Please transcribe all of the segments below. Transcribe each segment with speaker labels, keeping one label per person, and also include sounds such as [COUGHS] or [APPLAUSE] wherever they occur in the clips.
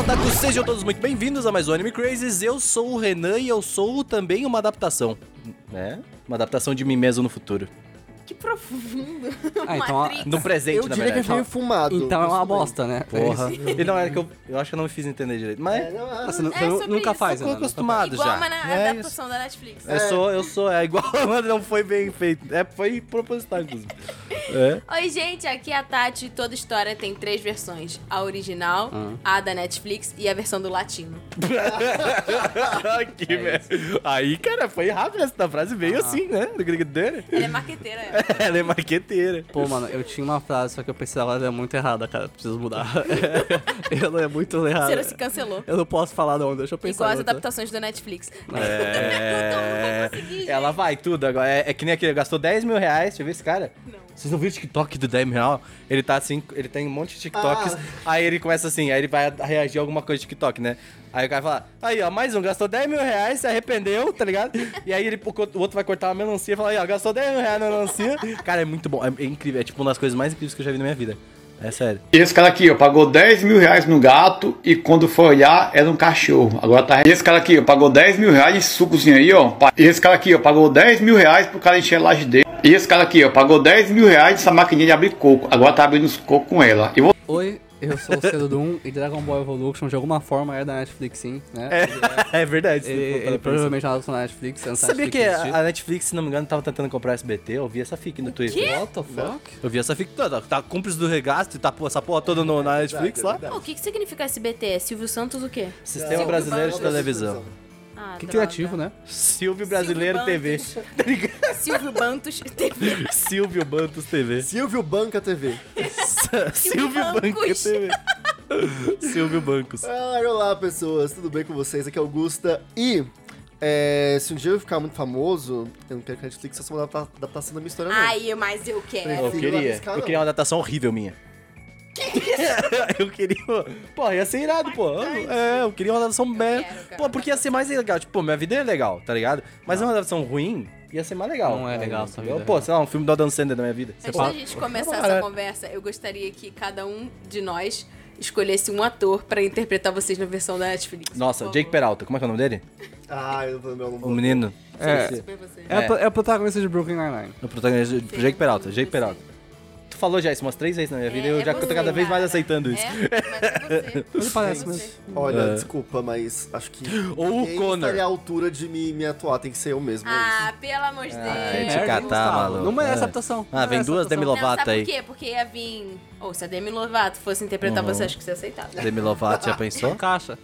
Speaker 1: Otaku, sejam todos muito bem-vindos a mais um Anime Crazes. Eu sou o Renan e eu sou também uma adaptação, né? Uma adaptação de mim mesmo no futuro.
Speaker 2: Que profundo.
Speaker 3: Ah, então,
Speaker 1: [LAUGHS]
Speaker 2: Matrix.
Speaker 1: No presente,
Speaker 4: eu
Speaker 1: na
Speaker 4: diria que é
Speaker 1: verdade.
Speaker 4: meio fumado.
Speaker 3: Então é
Speaker 4: mas
Speaker 3: uma
Speaker 4: tudo bem.
Speaker 3: bosta, né?
Speaker 1: Porra. E não, era que eu, eu acho que eu não me fiz entender direito.
Speaker 4: É,
Speaker 1: Mas
Speaker 4: não, é-
Speaker 3: Ah, você, não-
Speaker 2: É
Speaker 3: você
Speaker 2: sobre
Speaker 3: nunca
Speaker 2: isso.
Speaker 3: faz, né?
Speaker 1: eu tô
Speaker 3: Renan, nunca
Speaker 1: acostumado
Speaker 2: Igual
Speaker 1: já.
Speaker 2: a
Speaker 1: É
Speaker 2: na
Speaker 1: isso.
Speaker 2: adaptação da Netflix.
Speaker 1: Eu sou, eu sou, é igual, [LAUGHS] mano, não foi bem feito. É, foi proposital, inclusive. É.
Speaker 2: Oi, gente, aqui é a Tati. Toda história tem três versões: a original,
Speaker 1: Ah.
Speaker 2: a da Netflix e a versão do latino.
Speaker 1: [LAUGHS] Aqui, velho. Aí, cara, foi rápido essa frase, veio assim, né? Do Grigdana.
Speaker 2: Ela é marqueteira. ela.
Speaker 1: [LAUGHS] Ela é marqueteira.
Speaker 3: Pô, mano, eu tinha uma frase, só que eu pensei ela era muito errada, cara. Preciso
Speaker 2: [LAUGHS]
Speaker 3: mudar. [LAUGHS] ela é muito errada.
Speaker 2: Cera se cancelou.
Speaker 3: Eu não posso falar não, deixa eu pensar.
Speaker 2: Igual as
Speaker 3: outra.
Speaker 2: adaptações da Netflix.
Speaker 1: É.
Speaker 2: Então, eu não consegui,
Speaker 1: Ela vai tudo agora. É, é que nem aquele, gastou 10 mil reais. Deixa eu ver esse cara.
Speaker 2: Não.
Speaker 1: Vocês não viram o TikTok do 10 mil real? Ele tá assim, ele tem um monte de TikToks. Aí ele começa assim, aí ele vai reagir a alguma coisa de TikTok, né? Aí o cara fala, aí ó, mais um, gastou 10 mil reais, se arrependeu, tá ligado? E aí ele, o co- o outro vai cortar uma melancia e fala, aí ó, gastou 10 mil reais na melancia. Cara, é muito bom, é, é incrível, é tipo uma das coisas mais incríveis que eu já vi na minha vida. É sério.
Speaker 5: Esse cara aqui, ó, pagou 10 mil reais no gato e quando foi olhar era um cachorro. Agora tá. Esse cara aqui, ó, pagou 10 mil reais em sucozinho aí, ó. Pa- Esse cara aqui, ó, pagou 10 mil reais pro cara encher a laje dele. E esse cara aqui, ó, pagou 10 mil reais essa maquininha de abrir coco. Agora tá abrindo os cocos com ela. E vo-
Speaker 3: Oi, eu sou o Cedo Doom e Dragon Ball Evolution de alguma forma é da Netflix sim, né?
Speaker 1: [LAUGHS] é verdade. se for
Speaker 3: Ele, ele
Speaker 1: parar pra pensar.
Speaker 3: provavelmente lançou na Netflix. antes da
Speaker 1: Sabia que é
Speaker 3: Netflix
Speaker 1: a a Netflix, se não me engano, tava tentando comprar a SBT? Eu vi essa fic no Twitter.
Speaker 3: existir. What the fuck?
Speaker 1: Eu vi essa fic toda, tá cúmplice do regasto e tá pô- essa porra toda no, na Netflix lá.
Speaker 2: Pô, o que, que significa SBT? É Silvio Santos o quê?
Speaker 1: Sistema um Brasileiro de Televisão.
Speaker 2: Ah,
Speaker 1: é
Speaker 3: Que
Speaker 2: droga.
Speaker 3: criativo, né?
Speaker 1: Silvio Brasileiro
Speaker 2: Silvio
Speaker 1: TV. Tá ligado?
Speaker 2: Silvio Bantos
Speaker 1: [LAUGHS]
Speaker 2: TV.
Speaker 1: Silvio Bantos [LAUGHS] TV.
Speaker 4: Silvio Banca TV.
Speaker 1: Silvio Banco
Speaker 2: Bancos.
Speaker 1: TV. Silvio Bancos.
Speaker 4: Ah, olá, pessoas. Tudo bem com vocês? Aqui é Augusta. E é, se um dia eu ficar muito famoso, eu não quero que a Netflix faça uma adapta- adaptação da minha história, não.
Speaker 2: Ai, mas eu quero.
Speaker 1: Eu
Speaker 4: Filho
Speaker 1: queria.
Speaker 4: arriscado,
Speaker 1: Eu
Speaker 4: não.
Speaker 1: queria uma adaptação horrível minha. [LAUGHS] eu queria. Pô, ia ser irado, pô. É, eu queria uma adaptação bem.
Speaker 2: quero, cara.
Speaker 1: Pô, porque ia ser mais legal. Tipo, pô, minha vida é legal, tá ligado? Mas uma adaptação ruim ia ser mais legal.
Speaker 3: Não é legal essa
Speaker 1: entendeu?
Speaker 3: vida.
Speaker 1: Pô, sei lá, um filme do Adam Sandler da minha vida. Sei
Speaker 2: Antes
Speaker 1: lá. né?
Speaker 2: da É gente começar
Speaker 1: Caralho.
Speaker 2: essa conversa, eu gostaria que cada um de nós escolhesse um ator pra interpretar vocês na versão da Netflix.
Speaker 1: Nossa,
Speaker 2: por
Speaker 1: Jake
Speaker 2: favor.
Speaker 1: Peralta. Como é que é o nome dele?
Speaker 4: Ah, eu não vou lembrar o nome.
Speaker 1: O menino. Sim,
Speaker 3: É.
Speaker 1: sim.
Speaker 2: Super você.
Speaker 3: É, a pro- é o protagonista de Brooklyn Nine-Nine.
Speaker 1: O protagonista. Jake Peralta. Jake Peralta. Tu falou já isso umas três vezes na
Speaker 2: É,
Speaker 1: minha É, vida e eu já tô
Speaker 2: você,
Speaker 1: cada vez mais
Speaker 2: cara.
Speaker 1: aceitando isso.
Speaker 2: É, mas é
Speaker 1: [LAUGHS]
Speaker 2: você.
Speaker 3: Ele parece
Speaker 2: É você.
Speaker 3: mesmo.
Speaker 4: Olha, desculpa, mas acho que.
Speaker 1: Ou o
Speaker 4: ninguém
Speaker 1: Connor.
Speaker 4: estaria à altura de me, me atuar, tem que ser eu mesmo. é isso.
Speaker 2: Ah, pelo amor de Deus.
Speaker 1: gente,
Speaker 3: Merda,
Speaker 1: é catar,
Speaker 3: Gustavo.
Speaker 1: tá, maluco.
Speaker 3: é Não merece
Speaker 1: É.
Speaker 3: adaptação.
Speaker 1: Ah, vem duas Demi
Speaker 2: Não,
Speaker 1: Lovato
Speaker 2: sabe
Speaker 1: aí.
Speaker 2: por quê? Porque ia vir... Ou se a Demi Lovato fosse interpretar
Speaker 1: Uhum.
Speaker 2: você, né? acho que você aceitava.
Speaker 1: Demi Lovato, já pensou?
Speaker 3: Caixa.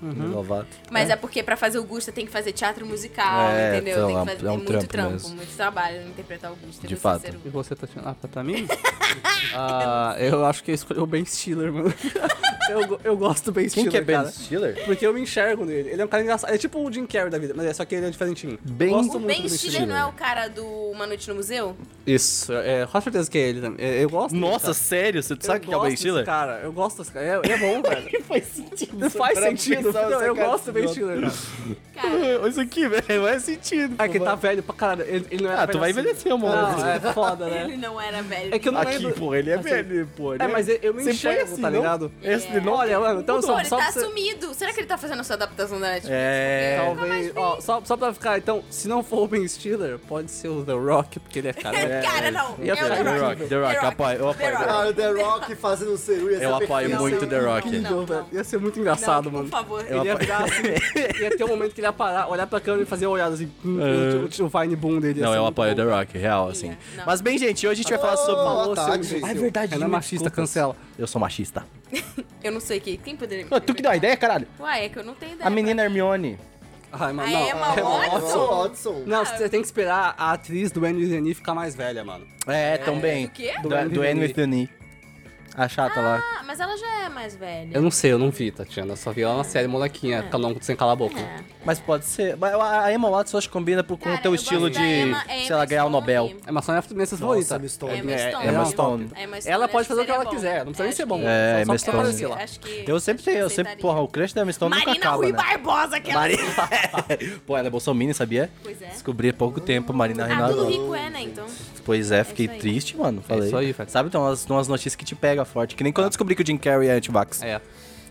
Speaker 1: Demi
Speaker 3: Uhum.
Speaker 1: Lovato.
Speaker 2: Mas é. porque pra fazer Augusta tem que fazer teatro musical,
Speaker 1: É, então,
Speaker 2: entendeu? tem
Speaker 1: é um-
Speaker 2: que fazer
Speaker 1: é um
Speaker 2: tem
Speaker 1: trampo
Speaker 2: muito trampo,
Speaker 1: mesmo.
Speaker 2: muito trabalho interpretar Augusta.
Speaker 1: De
Speaker 2: vou ser
Speaker 1: fato.
Speaker 2: sincero.
Speaker 3: E você, Tatiana? Ah, pra, pra mim? [LAUGHS] ah, eu acho que escolheu o Ben Stiller, mano. [LAUGHS] eu, go- eu gosto do Ben
Speaker 1: Quem
Speaker 3: Stiller,
Speaker 1: que é Ben
Speaker 3: cara.
Speaker 1: Stiller?
Speaker 3: Porque eu me enxergo nele. Ele é um cara engraçado. É tipo o Jim Carrey da vida, mas é só que ele é diferentinho.
Speaker 1: Ben-
Speaker 3: Gosto
Speaker 2: O
Speaker 3: muito do
Speaker 2: Ben Stiller não é
Speaker 1: Stiller.
Speaker 2: o cara do Uma Noite no Museu?
Speaker 3: Isso, é, com certeza que é ele também. É, Eu gosto dele,
Speaker 1: Nossa,
Speaker 2: então.
Speaker 3: cara.
Speaker 1: sério? Você
Speaker 3: Eu
Speaker 1: sabe que é o
Speaker 3: gosto
Speaker 1: Ben Stiller?
Speaker 3: desse Cara, eu gosto desse cara. É, ele é bom,
Speaker 1: [LAUGHS]
Speaker 3: velho.
Speaker 1: faz sentido.
Speaker 3: Não faz sentido. Não, eu gosto do
Speaker 1: [LAUGHS]
Speaker 3: Ben Stiller, cara.
Speaker 2: Cara,
Speaker 1: Isso aqui, velho, faz sentido.
Speaker 3: É que ele tá velho pra caralho. Ele, ele não é
Speaker 1: Ah, tu vai envelhecer, amor.
Speaker 3: Não, é foda,
Speaker 1: [LAUGHS]
Speaker 3: né?
Speaker 2: ele não era velho.
Speaker 3: É que eu não
Speaker 1: Aqui,
Speaker 3: lembro.
Speaker 1: pô, ele é
Speaker 3: Assim,
Speaker 1: velho, pô. ele
Speaker 3: É, mas eu- eu me
Speaker 1: Sempre foi
Speaker 3: enxergo,
Speaker 1: assim,
Speaker 3: tá
Speaker 1: não?
Speaker 3: ligado?
Speaker 1: Esse não...
Speaker 3: Olha, mano, então
Speaker 2: Pô,
Speaker 3: só,
Speaker 2: ele
Speaker 3: só
Speaker 2: tá
Speaker 3: pra você-
Speaker 2: assumido. Será que ele tá fazendo essa adaptação da Netflix?
Speaker 1: É...
Speaker 3: Talvez. Ó, só, só pra ficar, então, se não for o Ben Stiller, pode ser o The Rock, porque ele [LAUGHS] é cara.
Speaker 1: É,
Speaker 2: [LAUGHS] Cara, não.
Speaker 3: é,
Speaker 2: É,
Speaker 3: é,
Speaker 2: o
Speaker 3: The
Speaker 2: The Rock.
Speaker 1: Rock, The Rock, apoio, eu apoio, The
Speaker 4: Ah, o The Rock fazendo seru ia ser
Speaker 1: Eu apoio
Speaker 4: perfeito.
Speaker 1: muito The Rock.
Speaker 3: Incrível,
Speaker 2: não.
Speaker 3: velho. Ia ser muito
Speaker 2: Não,
Speaker 3: engraçado, mano.
Speaker 2: Por favor. é-
Speaker 3: Ele ia virar assim, ia ter um momento que ele ia parar, olhar pra câmera e fazer uma olhada assim, hum, o, o, o Vine Boom dele. assim, ia
Speaker 1: É. Não,
Speaker 3: ser
Speaker 1: eu
Speaker 3: muito
Speaker 1: apoio
Speaker 3: bom.
Speaker 1: The Rock, real, assim.
Speaker 2: não.
Speaker 1: Mas bem, gente, hoje a gente vai falar
Speaker 4: Alô,
Speaker 1: sobre...
Speaker 3: Ô, seu
Speaker 4: Tati.
Speaker 3: imbecil.
Speaker 4: Ah, é
Speaker 1: verdade,
Speaker 3: Ela é
Speaker 1: me
Speaker 3: machista,
Speaker 1: desculpa.
Speaker 3: cancela.
Speaker 1: Eu sou machista.
Speaker 2: Eu não sei quem. Quem poderia...
Speaker 1: Ô, tu que dá uma ideia, caralho?
Speaker 2: Uai, é que eu não tenho ideia.
Speaker 1: A menina Hermione.
Speaker 3: Ai, mano,
Speaker 2: Ah,
Speaker 3: não.
Speaker 2: é uma
Speaker 3: É uma
Speaker 2: ótima.
Speaker 3: ótima.
Speaker 4: Watson, Watson.
Speaker 3: Não, você tem que esperar a atriz do Andy Zeni ficar mais velha, mano.
Speaker 1: É, também.
Speaker 2: do quê?
Speaker 1: Do,
Speaker 3: Do
Speaker 1: do Anne
Speaker 3: Anne
Speaker 1: with the Knee. A chata Tá lá.
Speaker 2: Ah, mas ela já é mais velha.
Speaker 3: Eu não sei, eu não vi, Tatiana. Eu só vi ela na série molequinha, Calongo sem calar a boca.
Speaker 2: É.
Speaker 1: Mas pode ser. Mas A Emma Watson acho que combina pro- com
Speaker 2: Cara,
Speaker 1: o teu
Speaker 2: eu
Speaker 1: estilo
Speaker 2: gosto
Speaker 1: de,
Speaker 2: da Emma- Emma
Speaker 1: sei lá, ganhar o
Speaker 2: Stone.
Speaker 1: Nobel. É,
Speaker 3: É, mas só minha minha favorita.
Speaker 4: Nossa, Emma Stone.
Speaker 3: é
Speaker 2: Emma Stone.
Speaker 1: Emma
Speaker 3: Ela-
Speaker 1: Stone.
Speaker 2: A Emma Stone
Speaker 3: Ela
Speaker 2: acho
Speaker 3: pode fazer o que
Speaker 2: seria
Speaker 3: ela
Speaker 2: bom.
Speaker 3: quiser, não precisa nem
Speaker 2: Acho
Speaker 3: ser bom.
Speaker 2: que-
Speaker 1: É,
Speaker 3: só,
Speaker 1: Emma
Speaker 3: só aparecer
Speaker 1: Stone.
Speaker 3: lá.
Speaker 2: Acho que
Speaker 1: Eu sempre sei, eu sempre,
Speaker 2: aceitaria.
Speaker 1: porra, o crush da Emma Stone nunca
Speaker 2: Marina
Speaker 1: acaba,
Speaker 2: Rui
Speaker 1: né?
Speaker 2: Barbosa, é aquela...
Speaker 1: Marina... [LAUGHS] Pô, ela é bolsominion, sabia?
Speaker 2: Pois é.
Speaker 1: Descobri há pouco tempo, Marina
Speaker 2: Ah,
Speaker 1: Renato.
Speaker 2: tudo rico é, né, então?
Speaker 1: Pois é, fiquei
Speaker 2: isso aí.
Speaker 1: triste, mano. Falei.
Speaker 3: isso aí, Tá. velho.
Speaker 1: Sabe, tem umas, tem umas notícias que te pegam forte. Que nem quando eu descobri que o Jim Carrey é anti-vax.
Speaker 3: É.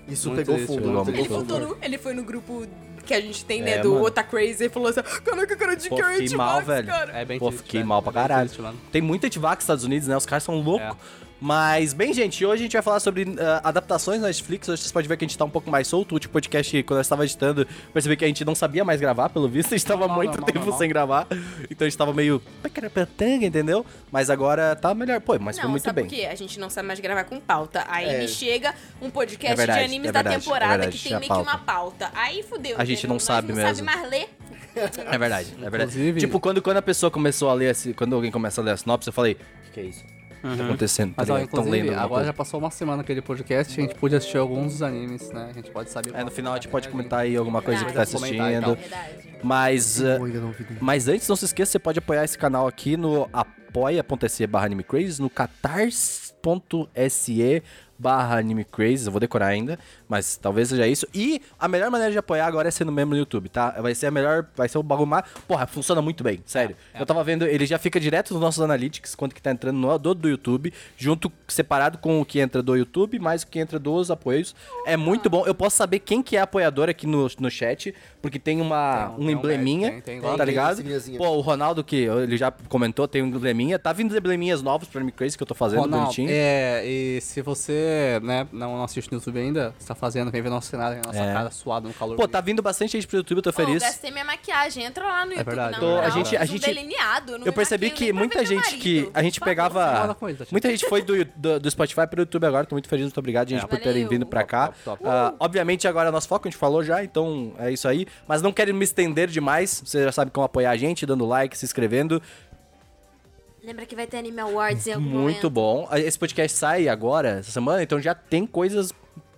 Speaker 4: Isso
Speaker 3: Muito
Speaker 4: pegou
Speaker 3: isso,
Speaker 4: fundo.
Speaker 3: pegou
Speaker 4: muito
Speaker 2: Ele
Speaker 3: muito.
Speaker 4: fundo.
Speaker 2: voltou no, ele foi no grupo que a gente tem, né,
Speaker 1: É,
Speaker 2: do
Speaker 1: mano.
Speaker 2: Ota Crazy e falou assim, caraca, cara de
Speaker 1: Pô,
Speaker 2: Carrie
Speaker 1: fiquei mal,
Speaker 2: Antivax,
Speaker 1: velho.
Speaker 2: cara.
Speaker 3: É bem
Speaker 1: Pô,
Speaker 3: triste,
Speaker 1: fiquei
Speaker 3: velho.
Speaker 1: mal pra
Speaker 3: É bem
Speaker 1: caralho.
Speaker 3: triste, É. mano.
Speaker 1: Tem muito antivax nos Estados Unidos, né? Os caras são loucos. Mas, bem, gente, hoje a gente vai falar sobre ah, adaptações na Netflix. Hoje vocês podem ver que a gente tá um pouco mais solto. O último podcast, quando eu estava editando, percebi que a gente não sabia mais gravar, pelo visto. A gente tava
Speaker 3: Normal,
Speaker 1: muito
Speaker 3: normal,
Speaker 1: tempo
Speaker 3: normal.
Speaker 1: sem gravar. Então a gente tava meio... pecarapetanga, Entendeu? Mas agora tá melhor. Pô, mas foi
Speaker 2: Não,
Speaker 1: muito
Speaker 2: sabe
Speaker 1: bem.
Speaker 2: o quê? A gente não sabe mais gravar com pauta. Aí
Speaker 4: É.
Speaker 2: me chega um podcast
Speaker 1: É verdade,
Speaker 2: de animes
Speaker 1: é verdade,
Speaker 2: da
Speaker 1: é
Speaker 2: temporada
Speaker 1: verdade,
Speaker 2: que tem
Speaker 1: tinha
Speaker 2: meio
Speaker 1: pauta.
Speaker 2: que uma pauta. Aí fudeu.
Speaker 1: A gente
Speaker 2: entendeu?
Speaker 1: não
Speaker 2: Nós
Speaker 1: sabe
Speaker 2: não sabe
Speaker 1: mesmo.
Speaker 2: mais ler.
Speaker 1: É verdade, é verdade.
Speaker 3: Inclusive-
Speaker 1: Tipo, quando, quando a pessoa começou a ler, assim, quando alguém começa a ler a sinopse, eu falei, o que, que é isso? O que tá acontecendo?
Speaker 3: Mas, ó,
Speaker 1: Estão
Speaker 3: inclusive,
Speaker 1: lendo alguma
Speaker 3: agora
Speaker 1: coisa.
Speaker 3: já passou uma semana aquele podcast, a gente pôde assistir alguns dos animes, né? A gente pode saber...
Speaker 1: É, no
Speaker 3: qual-
Speaker 1: final a gente pode comentar aí alguma coisa que tá
Speaker 3: Verdade. Comentar e tal.
Speaker 1: assistindo. É
Speaker 2: Verdade.
Speaker 1: Mas, eh,
Speaker 4: Eu ainda não vi nenhum.
Speaker 1: Mas antes, não se esqueça, você pode apoiar esse canal aqui no apoia.se barra animecraze, no catarse.se barra animecraze, eu vou decorar ainda, mas talvez seja isso. E a melhor maneira de apoiar agora é sendo membro no YouTube, tá? Vai ser a melhor, vai ser o bagulho mais... Porra, funciona muito bem, sério. Eu tava vendo, ele já fica direto nos nossos analytics, quanto que tá entrando no do, do YouTube, junto, separado com o que entra do YouTube, mais o que entra dos apoios. É muito bom, eu posso saber quem que é apoiador aqui no, no chat, porque tem uma,
Speaker 3: Tem um-
Speaker 1: um
Speaker 3: tem um
Speaker 1: embleminha,
Speaker 3: badge, tem- tem
Speaker 1: tá
Speaker 3: lá,
Speaker 1: ligado?
Speaker 4: tem
Speaker 1: ligado?
Speaker 4: signazinha.
Speaker 1: Pô, o Ronaldo, que ele já comentou, tem um embleminha. Tá vindo embleminhas novos pro Anime Crazy que eu tô fazendo
Speaker 3: Ronaldo,
Speaker 1: bonitinho.
Speaker 3: é, e se você, né, não não assiste no YouTube ainda, está fazendo, vem ver nosso cenário, vem nossa
Speaker 1: É.
Speaker 3: cara suada no calor.
Speaker 1: Pô, tá vindo bastante gente pro YouTube, eu tô
Speaker 2: Pô, eu
Speaker 1: feliz. É
Speaker 2: gastei minha maquiagem. Entra lá no YouTube.
Speaker 3: verdade.
Speaker 2: na
Speaker 3: Tô,
Speaker 2: moral,
Speaker 3: a gente-
Speaker 1: a
Speaker 2: fiz um
Speaker 1: gente-
Speaker 2: delineado, não me
Speaker 1: Eu percebi
Speaker 2: maquio,
Speaker 1: que
Speaker 2: nem
Speaker 1: muita
Speaker 2: provei meu
Speaker 1: gente que
Speaker 2: marido.
Speaker 1: a gente
Speaker 2: Por favor.
Speaker 1: pegava.
Speaker 3: é Fala com ele, tá Tatiana.
Speaker 1: Muita gente foi do, do, do Spotify pro YouTube agora, tô muito feliz, muito obrigado, gente,
Speaker 3: É.
Speaker 1: por terem
Speaker 2: Valeu.
Speaker 1: vindo pra cá.
Speaker 3: Top, top, top.
Speaker 1: Ah, obviamente agora é nosso foco, a gente falou já, então é isso aí. Mas não quero me estender demais, você já sabe como apoiar a gente, dando like, se inscrevendo.
Speaker 2: Lembra que vai ter Anime Awards em algum
Speaker 1: Muito
Speaker 2: momento?
Speaker 1: bom. Ah, Esse podcast sai agora, essa semana, então já tem coisas.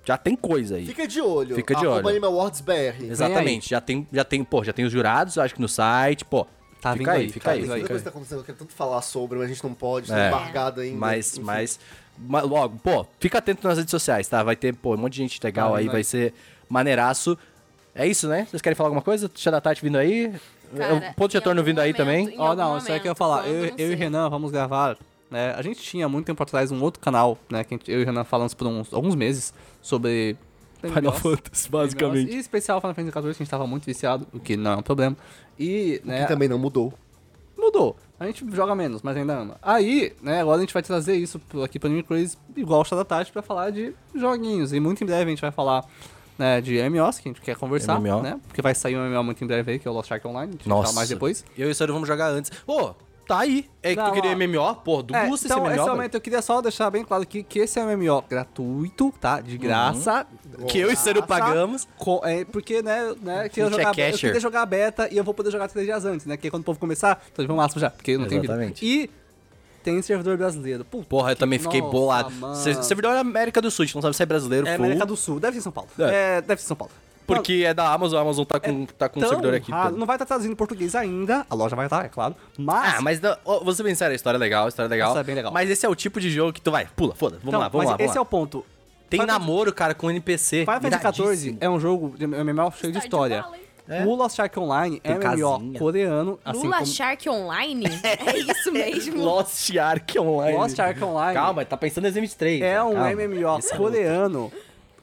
Speaker 1: Já tem coisa aí.
Speaker 4: Fica de olho.
Speaker 1: Fica de
Speaker 4: Arroba
Speaker 1: olho.
Speaker 4: Anime Awards BR.
Speaker 1: Exatamente, já tem, já tem, pô, já tem os jurados, acho que no site, pô. fica
Speaker 3: Tá vindo
Speaker 1: aí,
Speaker 3: aí,
Speaker 1: fica
Speaker 3: tá
Speaker 1: aí.
Speaker 3: vindo
Speaker 4: Muita
Speaker 3: aí.
Speaker 1: fica
Speaker 4: coisa
Speaker 1: aí.
Speaker 4: que tá acontecendo, eu quero tanto falar sobre, mas a gente não pode, tá
Speaker 1: É.
Speaker 4: embargado ainda.
Speaker 1: Mas,
Speaker 4: enfim.
Speaker 1: mas, mas logo, pô, fica atento nas redes sociais, tá? Vai ter, pô, um monte de gente legal
Speaker 3: Tá
Speaker 1: aí,
Speaker 3: vindo
Speaker 1: vai
Speaker 3: aí.
Speaker 1: ser maneiraço. É isso, né? Vocês querem falar alguma coisa? Tia da Tati vindo aí.
Speaker 2: Cara,
Speaker 1: É o ponto de
Speaker 2: em
Speaker 1: retorno
Speaker 2: algum
Speaker 1: vindo aí
Speaker 2: momento,
Speaker 1: também.
Speaker 2: em
Speaker 3: Ó,
Speaker 2: algum
Speaker 3: não, isso aí que eu ia
Speaker 2: momento,
Speaker 3: falar.
Speaker 2: quando,
Speaker 3: Eu,
Speaker 2: não
Speaker 3: eu e
Speaker 1: assim.
Speaker 2: sei.
Speaker 3: Renan vamos gravar. né? a gente tinha muito tempo atrás um outro canal, né? Que a gente- eu e o Renan falamos por uns alguns meses sobre.
Speaker 1: Final Fantasy, basicamente.
Speaker 3: E especial Final Fantasy XIV, que a gente tava muito viciado, o que não é um problema. E, né,
Speaker 1: é-
Speaker 4: Que também não mudou.
Speaker 3: mudou. A gente joga menos, mas ainda ama. Aí, né, agora a gente vai trazer isso pro- aqui pro Anime Crazy, igual o Chá da Tati, pra falar de joguinhos. E muito em breve a gente vai falar né, de MMOs, que a gente quer conversar,
Speaker 1: MMO.
Speaker 3: né? Porque vai sair um MMO muito em breve aí, que é o Lost Ark Online. A gente vai falar
Speaker 1: Nossa.
Speaker 3: mais depois.
Speaker 1: Eu e o Sérgio vamos jogar antes. Pô, tá aí. É que
Speaker 3: Não,
Speaker 1: tu queria
Speaker 3: ó.
Speaker 1: MMO? Pô, do
Speaker 3: É,
Speaker 1: Gusta
Speaker 3: então,
Speaker 1: esse
Speaker 3: esse
Speaker 1: MMO. velho.
Speaker 3: momento eu queria só deixar bem claro aqui que esse é um MMO gratuito, tá? De graça.
Speaker 1: Uhum. Que eu e o Sérgio pagamos.
Speaker 3: Co- é, porque, né, né que
Speaker 1: A
Speaker 3: eu,
Speaker 1: gente é
Speaker 3: jogar, eu
Speaker 1: catcher.
Speaker 3: queria jogar beta e eu vou poder jogar três dias antes, né? Que aí quando o povo começar, tô de bom máximo já, porque não
Speaker 1: Exatamente.
Speaker 3: tem vida. E tem um servidor brasileiro. Puta
Speaker 1: Porra, eu
Speaker 3: que-
Speaker 1: também fiquei
Speaker 3: nossa,
Speaker 1: bolado.
Speaker 3: mano.
Speaker 1: Se- Servidor é América do Sul, a gente não sabe se é brasileiro,
Speaker 3: É
Speaker 1: full.
Speaker 3: América do Sul, deve ser São Paulo.
Speaker 1: É.
Speaker 3: É, deve ser São Paulo.
Speaker 1: Porque é da Amazon, a Amazon tá com, tá com um
Speaker 3: Tão
Speaker 1: servidor aqui.
Speaker 3: raro, não vai estar traduzindo em português ainda, a loja vai estar, é claro. Mas.
Speaker 1: Ah, mas não, ô, você bem sério, a história é legal, a história é legal.
Speaker 3: Isso é bem legal.
Speaker 1: Mas esse é o tipo de jogo que tu vai, pula, foda, vamos
Speaker 3: Então,
Speaker 1: lá, vamos
Speaker 3: mas
Speaker 1: lá, vamos
Speaker 3: esse
Speaker 1: lá.
Speaker 3: é o ponto.
Speaker 1: Tem
Speaker 3: Final Fantasy-
Speaker 1: namoro, cara, com NPC.
Speaker 3: Final Fantasy XIV
Speaker 1: iradíssimo.
Speaker 3: é um jogo de MMO cheio de história.
Speaker 2: Stardew Valley.
Speaker 1: É.
Speaker 3: O Lost Ark Online é
Speaker 1: Tem
Speaker 3: MMO
Speaker 1: casinha.
Speaker 3: coreano, assim
Speaker 2: Lula
Speaker 3: como
Speaker 1: [LAUGHS]
Speaker 2: Shark Online? É isso mesmo.
Speaker 1: Lost Ark Online.
Speaker 3: um Lost Ark Online.
Speaker 1: Calma, tá pensando em M3.
Speaker 3: é um
Speaker 1: calma.
Speaker 3: MMO coreano.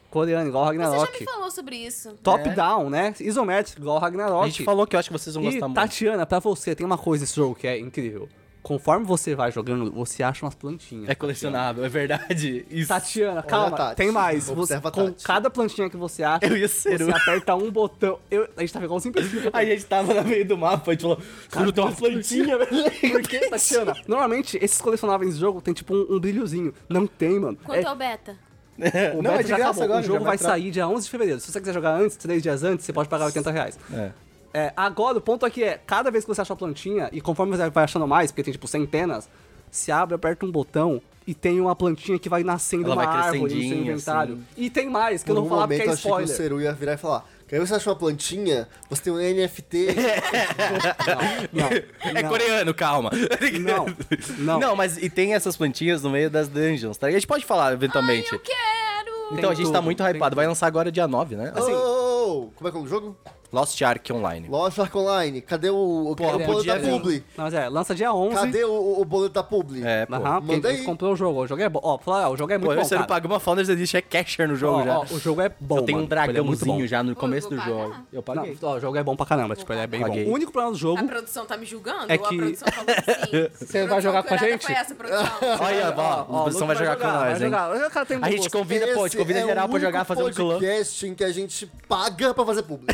Speaker 3: Coreano, igual
Speaker 2: Você já me
Speaker 3: Ragnarok.
Speaker 2: falou né? sobre isso.
Speaker 3: Top-down, né? Isométrico, igual
Speaker 1: É. A
Speaker 3: Ragnarok.
Speaker 1: gente falou que eu acho que vocês vão
Speaker 3: E,
Speaker 1: gostar muito.
Speaker 3: Tatiana, pra você, tem uma coisa nesse jogo que é incrível. Conforme você vai jogando, você acha umas plantinhas.
Speaker 1: É colecionável, é verdade. Isso.
Speaker 3: Tatiana, calma,
Speaker 4: Tati.
Speaker 3: tem mais. Você,
Speaker 4: Observa a
Speaker 3: com
Speaker 4: Tati.
Speaker 3: cada plantinha que você acha,
Speaker 1: Eu ia ser
Speaker 3: você
Speaker 1: um.
Speaker 3: aperta um botão. Eu- a gente tá
Speaker 1: [LAUGHS]
Speaker 3: igual sempre.
Speaker 1: A gente tava no meio do mapa, a gente falou, Cara,
Speaker 3: tá
Speaker 1: tem uma plantinha, velho.
Speaker 3: Por que, Tatiana? [LAUGHS] Normalmente, esses colecionáveis do jogo tem tipo um, um brilhozinho. Não tem,
Speaker 1: É
Speaker 3: mano. É,
Speaker 2: Quanto ao beta?
Speaker 3: o
Speaker 1: Não,
Speaker 3: beta
Speaker 1: é de
Speaker 3: já
Speaker 1: graça
Speaker 3: acabou.
Speaker 1: agora.
Speaker 3: O
Speaker 1: já
Speaker 3: jogo vai
Speaker 1: entrar.
Speaker 3: sair dia 11 de fevereiro. Se você quiser jogar antes, três dias antes, você pode pagar 80 reais.
Speaker 1: É.
Speaker 3: É, agora, o ponto aqui é, cada vez que você acha uma plantinha, e conforme você vai achando mais, porque tem, tipo, centenas, se abre, aperta um botão e tem uma plantinha que vai nascendo
Speaker 1: Ela
Speaker 3: uma
Speaker 1: vai
Speaker 3: árvore no seu
Speaker 1: crescendinho,
Speaker 3: inventário.
Speaker 1: assim.
Speaker 3: E tem mais, que
Speaker 4: Por
Speaker 3: eu não
Speaker 4: um
Speaker 3: vou falar
Speaker 4: momento
Speaker 3: porque
Speaker 4: eu
Speaker 3: é
Speaker 4: achei que o
Speaker 3: spoiler.
Speaker 4: Seru ia virar e falar: Quer ver você achou uma plantinha? Você tem
Speaker 1: [LAUGHS]
Speaker 4: um NFT.
Speaker 3: Não,
Speaker 1: É
Speaker 3: não.
Speaker 1: coreano, calma.
Speaker 3: Não, não.
Speaker 1: mas e tem essas plantinhas no meio das dungeons, tá? A gente pode falar eventualmente.
Speaker 2: Ai, eu quero!
Speaker 1: Então a gente tá
Speaker 3: tudo,
Speaker 1: muito
Speaker 3: tem
Speaker 1: hypado. Vai lançar agora dia 9, né?
Speaker 4: oh, como é que é o jogo?
Speaker 1: Lost Ark Online.
Speaker 4: Lost Ark Online, cadê o, o,
Speaker 1: Porra,
Speaker 4: o boleto
Speaker 1: podia
Speaker 4: da
Speaker 1: vir.
Speaker 4: Publi?
Speaker 3: Não, mas é, lança dia 11.
Speaker 4: Cadê o, o boleto da Publi?
Speaker 1: É, pô.
Speaker 3: Aham, porque
Speaker 4: Manda
Speaker 3: ele
Speaker 4: aí.
Speaker 3: comprou o jogo. O jogo é bom. Ó, pra falar, o jogo é muito
Speaker 1: Pô, eu
Speaker 3: bom,
Speaker 1: se ele
Speaker 3: cara.
Speaker 1: pagar uma Founders Edition é Casher no jogo
Speaker 3: Ó,
Speaker 1: já.
Speaker 3: ó, o jogo é bom,
Speaker 1: eu tenho um
Speaker 3: mano. Ele é muito bom.
Speaker 1: dragãozinho já no começo
Speaker 2: vou
Speaker 1: do
Speaker 2: pagar.
Speaker 1: jogo. Eu
Speaker 3: Não,
Speaker 1: paguei.
Speaker 3: ó, o jogo é bom pra caramba, tipo, ele é bem
Speaker 1: Paguei.
Speaker 3: bom. O único problema do
Speaker 2: A
Speaker 3: jogo...
Speaker 2: produção tá me julgando?
Speaker 3: Uhum. É
Speaker 2: Ou
Speaker 3: que-
Speaker 2: a produção falou
Speaker 3: [LAUGHS]
Speaker 2: assim?
Speaker 3: Você vai jogar com a gente? É
Speaker 2: Foi essa, produção?
Speaker 3: [LAUGHS]
Speaker 1: Olha, ó, ó, é o Wilson vai jogar com nós,
Speaker 3: vai
Speaker 1: hein?
Speaker 3: jogar. O cara tem um
Speaker 1: A
Speaker 3: bom
Speaker 1: gente
Speaker 3: gosto.
Speaker 1: convida, pô, a gente
Speaker 4: Esse
Speaker 1: convida
Speaker 4: é
Speaker 1: geral
Speaker 4: o
Speaker 1: pra jogar,
Speaker 4: único
Speaker 1: fazer um clã.
Speaker 4: podcast em que a gente paga pra fazer Publi.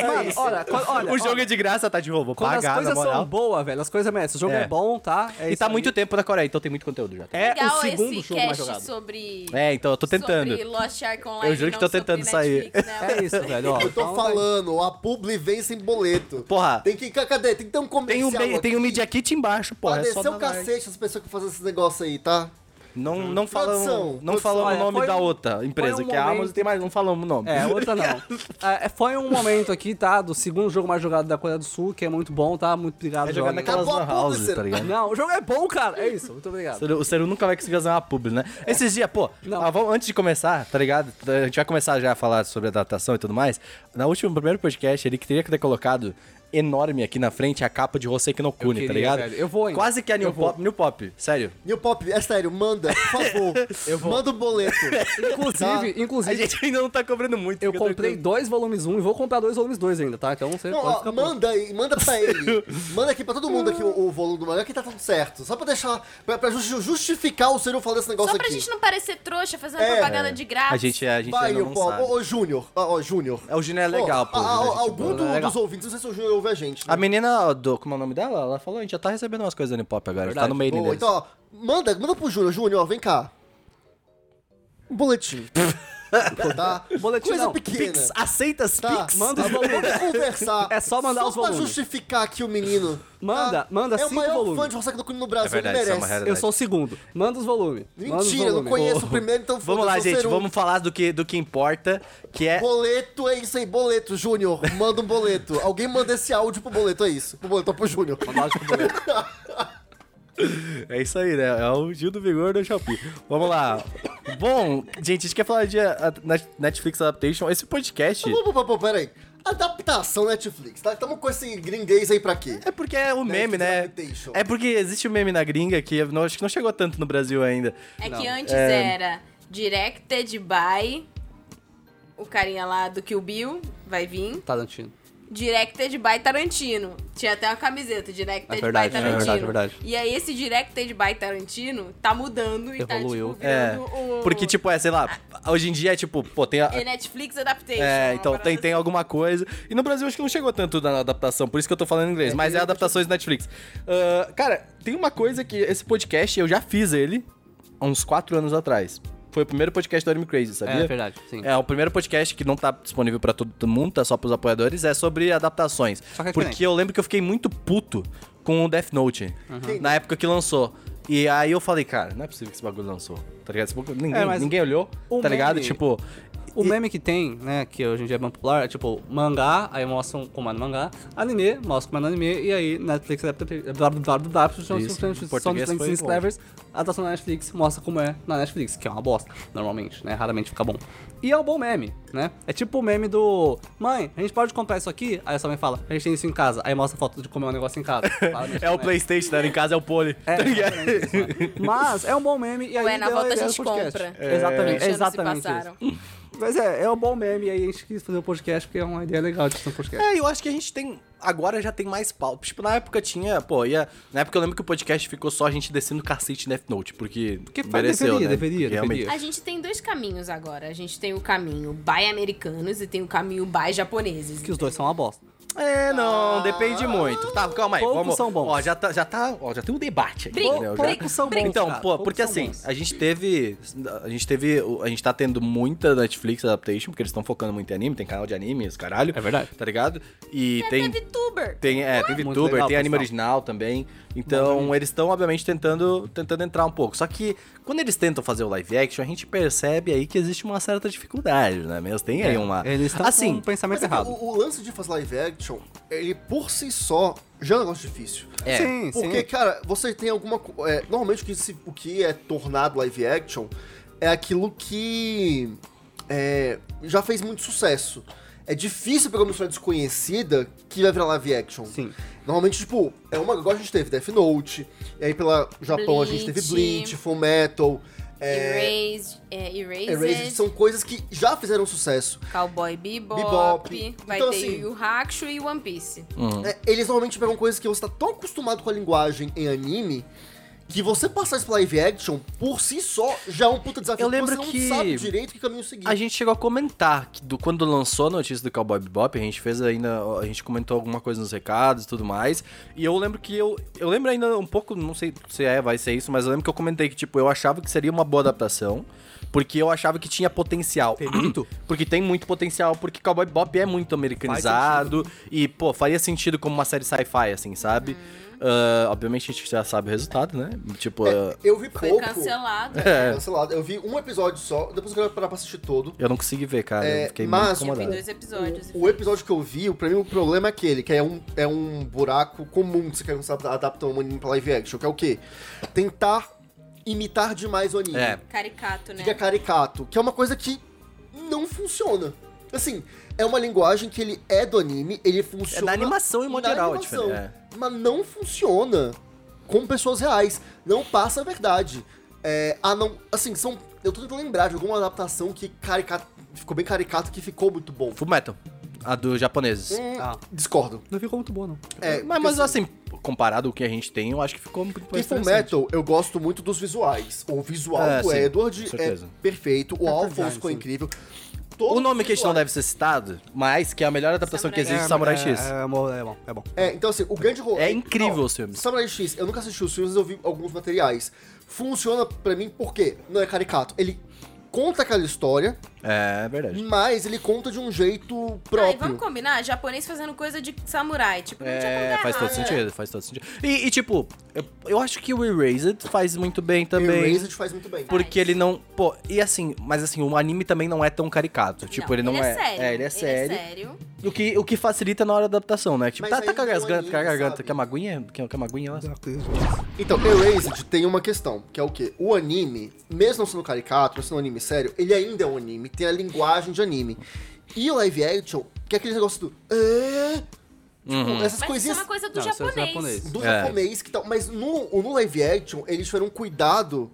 Speaker 3: Mano, olha, quando- olha,
Speaker 1: [LAUGHS] O
Speaker 3: olha,
Speaker 1: jogo é de graça, tá de roubo.
Speaker 3: Quando as
Speaker 1: Pagar, na
Speaker 3: coisas são
Speaker 1: moral.
Speaker 3: boas, velho, as coisas merecem. O jogo é,
Speaker 1: É.
Speaker 3: bom, tá? É
Speaker 1: E
Speaker 3: isso
Speaker 1: tá
Speaker 3: aí.
Speaker 1: muito tempo na Coreia, então tem muito conteúdo já.
Speaker 3: É o
Speaker 2: Legal
Speaker 3: segundo
Speaker 2: esse
Speaker 3: jogo mais
Speaker 2: cast
Speaker 3: jogado.
Speaker 2: sobre...
Speaker 1: É, então eu tô tentando.
Speaker 2: Sobre Lost Ark Online,
Speaker 1: Eu juro que
Speaker 2: não
Speaker 1: tô
Speaker 2: sobre
Speaker 1: tentando sair.
Speaker 2: Netflix, né?
Speaker 3: [LAUGHS] É
Speaker 1: [LAUGHS]
Speaker 3: isso, velho, ó.
Speaker 4: Eu tô
Speaker 3: Então,
Speaker 4: falando, a Publi vem sem boleto.
Speaker 1: Porra.
Speaker 4: Tem que, cadê? Tem que ter um
Speaker 1: Tem
Speaker 4: comercial
Speaker 1: um, be- tem um
Speaker 4: aqui.
Speaker 1: Media Kit embaixo, pô. É
Speaker 4: Padeceu
Speaker 1: só
Speaker 4: o
Speaker 1: dar like.
Speaker 4: cacete as pessoas que fazem esse negócio aí, tá?
Speaker 1: Não, não falam,
Speaker 4: Produção,
Speaker 1: não falam
Speaker 3: produção,
Speaker 1: o nome
Speaker 3: olha, foi
Speaker 1: da
Speaker 3: um-
Speaker 1: outra empresa,
Speaker 3: foi um
Speaker 1: que é a
Speaker 3: momento-
Speaker 1: Amazon tem mais, não falamos o nome. [LAUGHS]
Speaker 3: É, outra não. [LAUGHS] É, foi um momento aqui, tá? Do segundo jogo mais jogado da Coreia do Sul, que é muito bom, tá? Muito obrigado,
Speaker 1: É jogar
Speaker 3: jovem.
Speaker 1: naquelas
Speaker 4: Acabou a
Speaker 1: lan houses,
Speaker 4: publisher.
Speaker 1: tá ligado?
Speaker 3: Não, o jogo é bom, cara. É isso, muito
Speaker 1: O
Speaker 3: obrigado.
Speaker 1: Seru- O Seru nunca vai conseguir fazer uma publi, né? Esses dias, pô,
Speaker 3: É. Não.
Speaker 1: ah, vamos- antes de começar, tá ligado? A gente vai começar já a falar sobre adaptação e tudo mais. Na última, no primeiro podcast, ele queria ter colocado enorme aqui na frente a capa de Hoseki no Kune,
Speaker 3: Eu
Speaker 1: tá
Speaker 3: queria,
Speaker 1: ligado?
Speaker 3: velho. Eu vou ainda.
Speaker 1: Quase que é a New
Speaker 3: Eu vou.
Speaker 1: Pop, New Pop, sério.
Speaker 4: New Pop, é sério, manda, por
Speaker 1: [LAUGHS]
Speaker 4: favor. Eu vou. Manda o boleto.
Speaker 3: Inclusive,
Speaker 1: A
Speaker 3: inclusive,
Speaker 1: gente ainda não tá cobrando muito.
Speaker 3: eu
Speaker 1: fica
Speaker 3: comprei
Speaker 1: tranquilo.
Speaker 3: dois volumes 1 um, e vou comprar dois volumes 2 ainda, tá? Então você
Speaker 4: Não,
Speaker 3: pode
Speaker 4: ó,
Speaker 3: ficar pronto.
Speaker 4: manda aí, manda
Speaker 1: [LAUGHS]
Speaker 4: pra ele. Manda aqui pra todo mundo aqui o, o volume do mangá que tá tudo certo. Só pra deixar, pra, pra justi- justificar o Seru falando desse negócio
Speaker 2: Só pra
Speaker 4: aqui.
Speaker 2: gente não parecer trouxa, fazendo
Speaker 4: É.
Speaker 2: propaganda de graça.
Speaker 1: A
Speaker 3: é-
Speaker 1: gente, é, a gente
Speaker 4: Vai,
Speaker 1: ainda
Speaker 4: New
Speaker 1: não
Speaker 4: Pop.
Speaker 1: sabe.
Speaker 4: Ô, ô, Júnior. Ó, ó, Júnior.
Speaker 1: É, o Gino é legal, pô.
Speaker 4: Ó, a-
Speaker 1: ele é
Speaker 4: a-
Speaker 1: gente
Speaker 4: algum
Speaker 1: boa,
Speaker 4: do-
Speaker 1: ele é legal.
Speaker 4: dos ouvintes, não sei se o Júnior ouve a gente. né?
Speaker 1: A menina, ó, do, como é o nome dela? Ela falou, a gente já tá recebendo umas coisas no pop agora, tá
Speaker 3: Verdade.
Speaker 1: no mailing
Speaker 4: Boa,
Speaker 1: deles.
Speaker 4: então, ó, manda, manda pro Júnior. Júnior, vem cá.
Speaker 1: [LAUGHS]
Speaker 4: Um boletim. tá?
Speaker 3: Boletim
Speaker 4: Coisa
Speaker 3: não,
Speaker 4: pequena.
Speaker 1: Pix, aceita as
Speaker 4: Tá,
Speaker 1: Pix?
Speaker 3: Manda os volumes. [LAUGHS]
Speaker 4: Vamos conversar.
Speaker 3: É só mandar os
Speaker 4: Só pra
Speaker 3: volumes.
Speaker 4: justificar aqui o menino. tá?
Speaker 3: Manda, manda
Speaker 4: É o
Speaker 3: cinco
Speaker 4: maior
Speaker 3: volumes.
Speaker 4: fã de Hoseki no Kuni no Brasil,
Speaker 1: É verdade,
Speaker 4: ele
Speaker 1: isso é uma
Speaker 4: merece.
Speaker 1: realidade.
Speaker 3: Eu sou o segundo. Manda os volumes. Manda os
Speaker 4: Mentira, eu não
Speaker 3: volumes.
Speaker 4: conheço o primeiro, então
Speaker 1: Vamos lá,
Speaker 4: foda-se, eu
Speaker 1: gente,
Speaker 4: sou um.
Speaker 1: vamos falar do que, do que importa, que é...
Speaker 4: Boleto é isso aí, boleto, Júnior. Manda um boleto. Alguém manda esse áudio pro boleto, é isso. Pro boleto, pro Júnior.
Speaker 1: É isso aí, né? É o Gil do Vigor do Shopee. Vamos lá. Bom, gente, a gente quer falar de a- a Net- Netflix Adaptation. Esse podcast
Speaker 4: Pô, pô, pô, pera aí. Adaptação Netflix, tá? Tamo com esse gringuês aí pra quê?
Speaker 1: é porque é o meme, né?
Speaker 4: Adaptation.
Speaker 1: É porque existe o meme na gringa que não, acho que não chegou tanto no Brasil ainda.
Speaker 2: É
Speaker 3: Não.
Speaker 2: que antes era Directed by... O carinha lá do Kill Bill vai vir.
Speaker 3: Tarantino.
Speaker 2: Directed by Tarantino. Tinha até uma camiseta, Directed
Speaker 3: É verdade,
Speaker 2: by Tarantino.
Speaker 3: é verdade, é verdade.
Speaker 2: E aí esse Directed by Tarantino tá mudando e
Speaker 3: Evoluiu.
Speaker 2: tá, tipo,
Speaker 1: É.
Speaker 2: virando um...
Speaker 1: Porque, tipo, é, sei lá, hoje em dia é tipo, pô, tem a.
Speaker 2: É Netflix Adaptation.
Speaker 1: É,
Speaker 2: né, uma
Speaker 1: então
Speaker 2: parada
Speaker 1: tem, tem alguma coisa. E no Brasil acho que não chegou tanto na adaptação, por isso que eu tô falando em inglês, mas é adaptações da Netflix. Ah, cara, tem uma coisa que esse podcast eu já fiz ele há uns 4 anos atrás. Foi o primeiro podcast do Anime Crazy, sabia?
Speaker 3: É verdade, sim.
Speaker 1: É, o primeiro podcast que não tá disponível pra todo mundo, tá só pros apoiadores, é sobre adaptações.
Speaker 3: Só que é
Speaker 1: Porque
Speaker 3: diferente.
Speaker 1: eu lembro que eu fiquei muito puto com o Death Note na época que lançou. E aí eu falei, cara, não é possível que esse bagulho lançou, tá ligado? Esse bagulho- ninguém,
Speaker 3: mas
Speaker 1: ninguém olhou,
Speaker 3: o
Speaker 1: tá ligado?
Speaker 3: meme-
Speaker 1: Tipo,
Speaker 3: O meme que tem, né, que hoje em dia é bem popular, é tipo mangá, aí mostram como é no mangá, anime, mostram como é no anime, e aí Netflix adapta blá, blá, blá, blá, são
Speaker 1: Isso,
Speaker 3: os
Speaker 1: em
Speaker 3: translation- são
Speaker 1: português
Speaker 3: os
Speaker 1: foi
Speaker 3: translation
Speaker 1: bom.
Speaker 3: levers, adaptação na Netflix, mostra como é na Netflix, que é uma bosta, normalmente, né, raramente fica bom. E é um bom meme, né? É tipo o meme do Mãe, a gente pode comprar isso aqui? Aí a sua mãe fala, a gente tem isso em casa, aí mostra a foto de como é um negócio em casa.
Speaker 1: [LAUGHS]
Speaker 3: Claramente
Speaker 1: é o
Speaker 3: não
Speaker 1: Playstation, né? Em casa é o Pole.
Speaker 3: É,
Speaker 1: tá ligado?
Speaker 3: exatamente isso, né? Mas é um bom meme e aí.
Speaker 2: Ué, na
Speaker 3: deu
Speaker 2: volta a
Speaker 3: ideia
Speaker 2: gente
Speaker 3: do podcast.
Speaker 2: compra.
Speaker 1: É.
Speaker 3: Exatamente,
Speaker 2: Vinte anos se
Speaker 3: É, exatamente.
Speaker 2: passaram.
Speaker 3: isso. Mas é, é um bom meme e aí a gente quis fazer o podcast porque é uma ideia legal de fazer um podcast.
Speaker 1: É, eu acho que a gente tem. Agora já tem mais pauta. Tipo, na época tinha, pô, ia. Na época eu lembro que o podcast ficou só a gente descendo cacete Death Note, porque. Porque
Speaker 3: faz-
Speaker 1: mereceu,
Speaker 3: deveria,
Speaker 1: né?
Speaker 3: deveria,
Speaker 1: Porque realmente-
Speaker 3: deveria.
Speaker 2: A gente tem dois caminhos agora. A gente tem o caminho by americanos e tem o caminho by japoneses.
Speaker 3: Que os dois são uma bosta.
Speaker 1: É, não, depende muito. Tá, calma aí.
Speaker 3: Poucos
Speaker 1: vamos.
Speaker 3: são bons.
Speaker 1: Ó, já tá, já tá, ó, já tem um debate aqui,
Speaker 2: Brinca,
Speaker 1: entendeu?
Speaker 2: brinca,
Speaker 1: Já-
Speaker 3: são bons,
Speaker 1: Então,
Speaker 3: cara,
Speaker 1: pô,
Speaker 3: poucos
Speaker 1: porque
Speaker 3: são
Speaker 1: assim,
Speaker 3: bons.
Speaker 1: a gente teve, a gente teve, a gente tá tendo muita Netflix adaptation, porque eles estão focando muito em anime, tem canal de anime, os caralho.
Speaker 3: É verdade.
Speaker 1: Tá ligado? E tem
Speaker 2: Teve É tuber.
Speaker 1: Tem, é, tem
Speaker 3: Muito
Speaker 1: VTuber,
Speaker 3: legal,
Speaker 1: tem anime
Speaker 3: pessoal.
Speaker 1: original também. Então, eles estão, obviamente, tentando, tentando entrar um pouco. Só que, quando eles tentam fazer o live action, a gente percebe aí que existe uma certa dificuldade, né? Mesmo tem aí uma.
Speaker 3: É, Eles estão com um
Speaker 1: assim,
Speaker 3: pensamento
Speaker 4: Mas é que
Speaker 3: errado.
Speaker 4: o, o lance de fazer live action, ele por si só já é um negócio difícil.
Speaker 1: é.
Speaker 3: Sim,
Speaker 4: Porque,
Speaker 3: sim.
Speaker 4: cara, você tem alguma. co- é, normalmente o que, se- o que é tornado live action é aquilo que é, já fez muito sucesso. É É difícil pegar uma história desconhecida que vai virar live action.
Speaker 3: Sim.
Speaker 4: Normalmente, tipo, é uma. Agora a gente teve Death Note, e aí pela Japão a gente teve
Speaker 2: Bleach.
Speaker 4: Bleach, Full Metal, é,
Speaker 2: Erased, é, Erased,
Speaker 4: Erased, são coisas que já fizeram sucesso.
Speaker 2: Cowboy Bebop,
Speaker 4: Bebop.
Speaker 2: vai
Speaker 4: Então,
Speaker 2: ter
Speaker 4: assim-
Speaker 2: Yu Yu Hakusho e One Piece.
Speaker 1: Hum.
Speaker 4: É, eles normalmente pegam coisas que você tá tão acostumado com a linguagem em anime que você passar isso pra live action por si só já é um puta desafio.
Speaker 1: Eu
Speaker 4: porque
Speaker 1: lembro
Speaker 4: você
Speaker 1: que-
Speaker 4: não sabe direito que caminho seguir.
Speaker 1: A gente chegou a comentar que do, quando lançou a notícia do Cowboy Bebop, a gente fez ainda, a gente comentou alguma coisa nos recados e tudo mais. E eu lembro que eu, eu lembro ainda um pouco, não sei se é, vai ser isso, mas eu lembro que eu comentei que tipo, eu achava que seria uma boa adaptação, porque eu achava que tinha potencial.
Speaker 3: Tem muito.
Speaker 1: [CLEARS THROAT] Porque tem muito potencial, porque Cowboy Bebop é muito americanizado e, pô, faria sentido como uma série sci-fi assim, sabe? Ah, obviamente a gente já sabe o resultado, né? Tipo, ah,
Speaker 4: Eu vi
Speaker 2: Foi
Speaker 4: pouco.
Speaker 2: cancelado. tipo,
Speaker 1: é,
Speaker 4: Cancelado. Eu vi um episódio só, depois eu quero parar pra assistir todo.
Speaker 1: eu não consegui ver, cara,
Speaker 4: É,
Speaker 1: eu fiquei
Speaker 4: mas-
Speaker 1: muito
Speaker 2: Tem
Speaker 1: incomodado.
Speaker 2: dois episódios.
Speaker 4: O, o episódio que eu vi, pra mim o problema é aquele, que é um, é um buraco comum que você quer quando você adapta um anime pra live action, que é o quê? Tentar imitar demais o anime.
Speaker 1: É,
Speaker 2: Caricato, né?
Speaker 4: Fica caricato, que é uma coisa que não funciona. Assim, é uma linguagem que ele é do anime, ele funciona.
Speaker 1: animação em modo
Speaker 4: na
Speaker 1: geral, é
Speaker 4: animação,
Speaker 1: diferente,
Speaker 4: Mas não funciona com pessoas reais. Não passa a verdade. É, ah, não. Assim, são. Eu tô tentando lembrar de alguma adaptação que caricato, ficou bem caricato que ficou muito bom.
Speaker 1: Full Metal, a dos japoneses.
Speaker 4: Hum,
Speaker 3: Ah.
Speaker 4: Discordo.
Speaker 3: Não ficou muito boa, não.
Speaker 4: É,
Speaker 1: mas,
Speaker 4: porque,
Speaker 1: mas assim, comparado ao que a gente tem, eu acho que ficou muito
Speaker 4: Em
Speaker 1: mais
Speaker 4: Full
Speaker 1: interessante.
Speaker 4: Metal, eu gosto muito dos visuais. O visual
Speaker 1: É,
Speaker 4: do
Speaker 1: sim,
Speaker 4: Edward
Speaker 1: com
Speaker 4: é
Speaker 1: certeza.
Speaker 4: perfeito. O Alphonse
Speaker 3: verdade,
Speaker 4: ficou
Speaker 3: sim.
Speaker 4: incrível.
Speaker 1: O
Speaker 4: Todos
Speaker 1: nome
Speaker 4: os
Speaker 1: que a gente não deve
Speaker 4: visuais-
Speaker 1: ser citado, mas que é a melhor adaptação que existe de Samurai
Speaker 3: é,
Speaker 1: X.
Speaker 3: É, é bom, é bom. É bom.
Speaker 4: É, então assim, o grande rolê.
Speaker 1: É incrível
Speaker 4: Não,
Speaker 1: os filmes.
Speaker 4: Samurai X, eu nunca assisti os filmes, eu vi alguns materiais. Funciona pra mim porque não é caricato. Ele conta aquela história,
Speaker 1: É, verdade.
Speaker 4: mas ele conta de um jeito
Speaker 2: Ah, e vamos
Speaker 4: próprio.
Speaker 2: combinar? Japonês fazendo coisa de samurai. Tipo, não tinha como
Speaker 1: É,
Speaker 2: dar
Speaker 1: faz todo
Speaker 2: errado, né?
Speaker 1: sentido, faz todo sentido. E, e, tipo, eu, eu acho que o Erased faz muito bem também.
Speaker 4: Erased faz muito bem.
Speaker 1: Porque ele não. Pô, e assim, mas assim, o anime também não é tão caricato. Tipo, ele não é.
Speaker 2: sério.
Speaker 1: É, ele é sério.
Speaker 2: Ele é sério.
Speaker 1: O, que, o que facilita na hora da adaptação, né? Tipo,
Speaker 4: Mas
Speaker 1: tá, tá
Speaker 4: aí
Speaker 1: com a
Speaker 4: no
Speaker 1: garganta,
Speaker 4: anime,
Speaker 1: com a garganta. é
Speaker 4: sabe?
Speaker 1: Quer uma aguinha? Quer quer uma aguinha?
Speaker 3: é
Speaker 1: lá?
Speaker 4: Então, Erased tem uma questão, que é o quê? O anime, mesmo não sendo caricato, não sendo um anime sério, ele ainda é um anime, tem a linguagem de anime. E o live action, que é aquele negócio do. "Ah", Tipo,
Speaker 1: Uhum.
Speaker 4: essas
Speaker 2: Mas
Speaker 4: coisinhas.
Speaker 2: isso é uma coisa do
Speaker 3: Não, isso é
Speaker 2: japonês.
Speaker 3: japonês.
Speaker 1: É.
Speaker 4: do japonês que tal. Mas no, o- no live action, eles tiveram um cuidado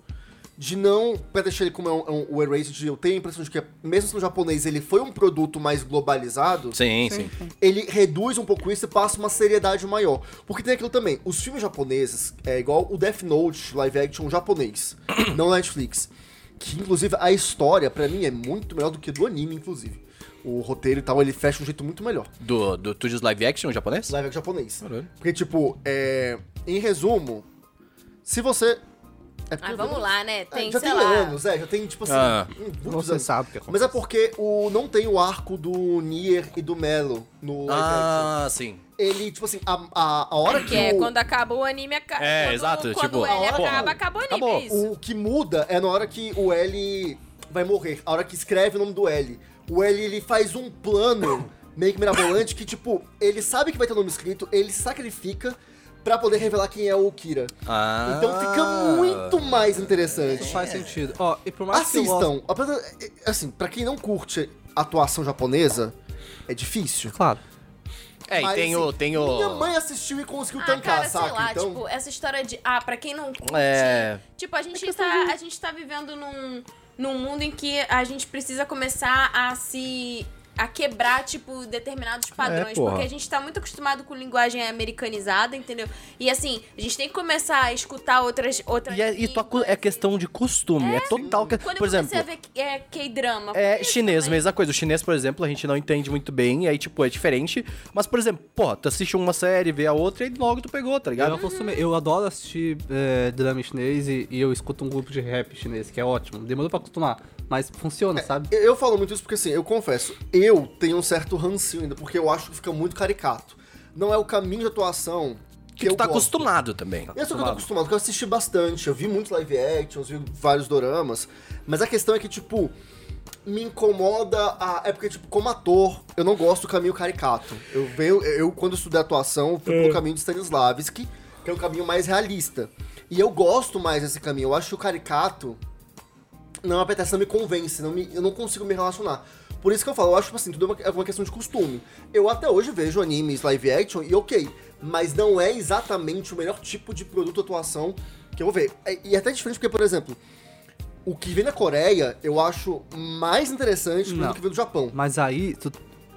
Speaker 4: de não. Pra deixar ele como é um, um, o Erased, eu tenho a impressão de que, é, mesmo no japonês, ele foi um produto mais globalizado.
Speaker 1: Sim, sim.
Speaker 4: Ele reduz um pouco isso e passa uma seriedade maior. Porque tem aquilo também, os filmes japoneses, é igual o Death Note live action japonês, não Netflix. Que, inclusive, a história, pra mim, é muito melhor do que do anime, inclusive. O roteiro e tal, ele fecha de um jeito muito melhor
Speaker 1: Do, do tu diz live action japonês?
Speaker 4: live action japonês.
Speaker 1: Caralho.
Speaker 4: Porque, tipo, é... em resumo, se você. É porque
Speaker 2: Ah,
Speaker 4: eu-
Speaker 2: vamos lá, né? Tem,
Speaker 4: é, já
Speaker 2: sei
Speaker 4: tem
Speaker 2: lá.
Speaker 4: anos, é, já tem, tipo assim,
Speaker 1: Ah.
Speaker 4: hum, muitos
Speaker 3: Você
Speaker 4: anos.
Speaker 3: sabe o que
Speaker 4: Mas
Speaker 3: acontece.
Speaker 4: é porque o, não tem o arco do Nier e do Melo no live action.
Speaker 1: Ah, sim.
Speaker 4: Ele, tipo assim, a, a, a hora que,
Speaker 2: Que é
Speaker 1: Hum.
Speaker 4: o,
Speaker 2: quando acaba o anime, acaba.
Speaker 1: É, exato,
Speaker 2: Quando
Speaker 1: tipo,
Speaker 2: o L
Speaker 1: porra,
Speaker 2: acaba, acaba o anime.
Speaker 1: acabou.
Speaker 2: É isso.
Speaker 4: o que muda é na hora que o L vai morrer, a hora que escreve o nome do L. O L, ele faz um plano [COUGHS] meio que mirabolante que, tipo, ele sabe que vai ter o nome escrito, ele se sacrifica pra poder revelar quem é o Kira.
Speaker 1: Ah.
Speaker 4: Então fica muito mais interessante.
Speaker 3: Faz sentido. Ó, e por mais que eu goste...
Speaker 4: Assistam. Apesar- Assim, pra quem não curte atuação japonesa, é difícil.
Speaker 3: Claro.
Speaker 1: É, e
Speaker 4: Mas,
Speaker 1: tem o.
Speaker 4: assim,
Speaker 1: Tem o...
Speaker 4: Minha mãe assistiu e conseguiu
Speaker 2: Ah,
Speaker 4: tancar,
Speaker 2: cara,
Speaker 4: saca?
Speaker 2: sei lá,
Speaker 4: então,
Speaker 2: tipo, essa história de. Ah, pra quem não curte.
Speaker 1: É.
Speaker 2: Tipo, a gente, tá, a gente tá vivendo num, num mundo em que a gente precisa começar a se. a quebrar, tipo, determinados padrões.
Speaker 1: É, porra.
Speaker 2: porque a gente tá muito acostumado com linguagem americanizada, entendeu? E assim, a gente tem que começar a escutar outras. outras
Speaker 1: E, é, e tua cu-
Speaker 2: línguas.
Speaker 1: é questão de costume, é, total. que-
Speaker 2: Quando
Speaker 1: Por
Speaker 2: eu
Speaker 1: exemplo,
Speaker 2: comecei a ver K- é, K-drama.
Speaker 1: é chinês, mesma coisa. O chinês, por exemplo, a gente não entende muito bem, e aí, tipo, é diferente. Mas, por exemplo, pô, tu assiste uma série, vê a outra e logo tu pegou, tá
Speaker 3: Eu,
Speaker 4: É
Speaker 1: ligado?
Speaker 3: costumo, eu adoro assistir é, drama chinês e, e eu escuto um grupo de rap chinês, que é ótimo. Demorou pra acostumar, mas funciona, sabe?
Speaker 4: eu, eu falo muito isso porque, assim, eu confesso, eu tenho um certo rancinho ainda, porque eu acho que fica muito caricato. Não é o caminho de atuação que,
Speaker 1: Que tu
Speaker 4: eu
Speaker 1: tá
Speaker 4: gosto.
Speaker 1: acostumado também.
Speaker 4: Eu sou que eu tô acostumado, porque eu assisti bastante, eu vi muito live actions, vi vários doramas, mas a questão é que, tipo, me incomoda a. É porque, tipo, como ator, eu não gosto do caminho caricato. Eu venho, eu, quando eu estudei atuação, eu fui
Speaker 1: É.
Speaker 4: pelo caminho de Stanislavski, que é um caminho mais realista. E eu gosto mais desse caminho, eu acho que o caricato não apetece, não me convence, não me, eu não consigo me relacionar. Por isso que eu falo, eu acho, tipo assim, tudo é uma, é uma questão de costume. Eu até hoje vejo animes live action e ok, mas não é exatamente o melhor tipo de produto atuação que eu vou ver. É- E é até diferente porque, por exemplo, o que vem da Coreia eu acho mais interessante
Speaker 3: Não.
Speaker 4: do que vem do Japão.
Speaker 3: Mas aí, tu...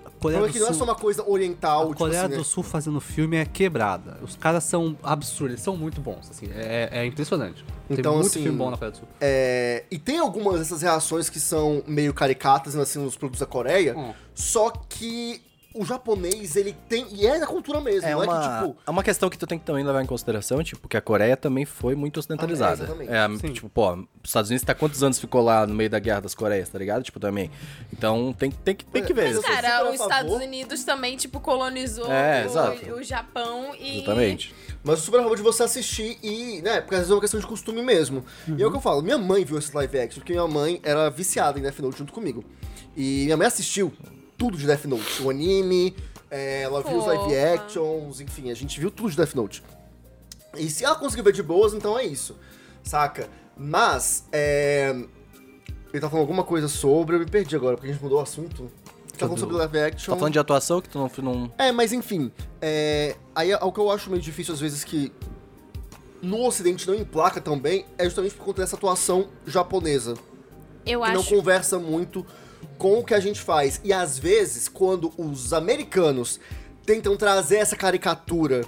Speaker 3: a Coreia
Speaker 4: Então
Speaker 3: do
Speaker 4: é que não é só
Speaker 3: Sul...
Speaker 4: uma coisa oriental,
Speaker 3: A
Speaker 4: tipo
Speaker 3: Coreia
Speaker 4: assim,
Speaker 3: do
Speaker 4: né?
Speaker 3: Sul fazendo filme é quebrada. Os caras são absurdos, eles são muito bons, assim, é, é impressionante. Tem
Speaker 4: Então,
Speaker 3: muito
Speaker 4: assim,
Speaker 3: filme bom na Coreia do Sul.
Speaker 4: É, e tem algumas dessas reações que são meio caricatas, assim, nos produtos da Coreia,
Speaker 3: Hum.
Speaker 4: só que o japonês, ele tem... E é da cultura mesmo,
Speaker 1: É
Speaker 4: não
Speaker 1: uma,
Speaker 4: é que, tipo...
Speaker 1: é uma questão que tu tem que também levar em consideração, tipo, que a Coreia também foi muito
Speaker 4: Ah, é,
Speaker 1: ocidentalizada.
Speaker 4: exatamente.
Speaker 1: é,
Speaker 3: Sim.
Speaker 1: tipo, pô, os Estados Unidos tá quantos anos ficou lá no meio da Guerra das Coreias, tá ligado? Tipo, também. Então tem, tem, que- tem que ver.
Speaker 4: Mas,
Speaker 1: isso.
Speaker 4: sou super
Speaker 2: Cara,
Speaker 4: a
Speaker 2: os Estados
Speaker 4: favor.
Speaker 2: Unidos também, tipo, colonizou
Speaker 1: É,
Speaker 2: o-
Speaker 1: exato.
Speaker 2: o, Japão e.
Speaker 1: Exatamente.
Speaker 4: Mas eu super a favor de você assistir e, né, porque às vezes é uma questão de costume mesmo. E é
Speaker 1: Uhum.
Speaker 4: o que eu falo, minha mãe viu esse live action, porque minha mãe era viciada em Death Note junto comigo. E minha mãe assistiu tudo de Death Note, o anime, é, ela viu os live
Speaker 2: Fofa.
Speaker 4: actions, enfim, a gente viu tudo de Death Note. E se ela conseguir ver de boas, então é isso, saca? Mas, é... Ele tá falando alguma coisa sobre, eu me perdi agora, porque a gente mudou o assunto. Tá falando sobre live action.
Speaker 1: Tá falando de atuação que tu não. não...
Speaker 4: É, mas enfim. É, aí é o que eu acho meio difícil às vezes que no ocidente não emplaca tão bem é justamente por conta dessa atuação japonesa.
Speaker 2: Eu
Speaker 4: Que não
Speaker 2: acho.
Speaker 4: conversa muito com o que a gente faz. E às vezes, quando os americanos tentam trazer essa caricatura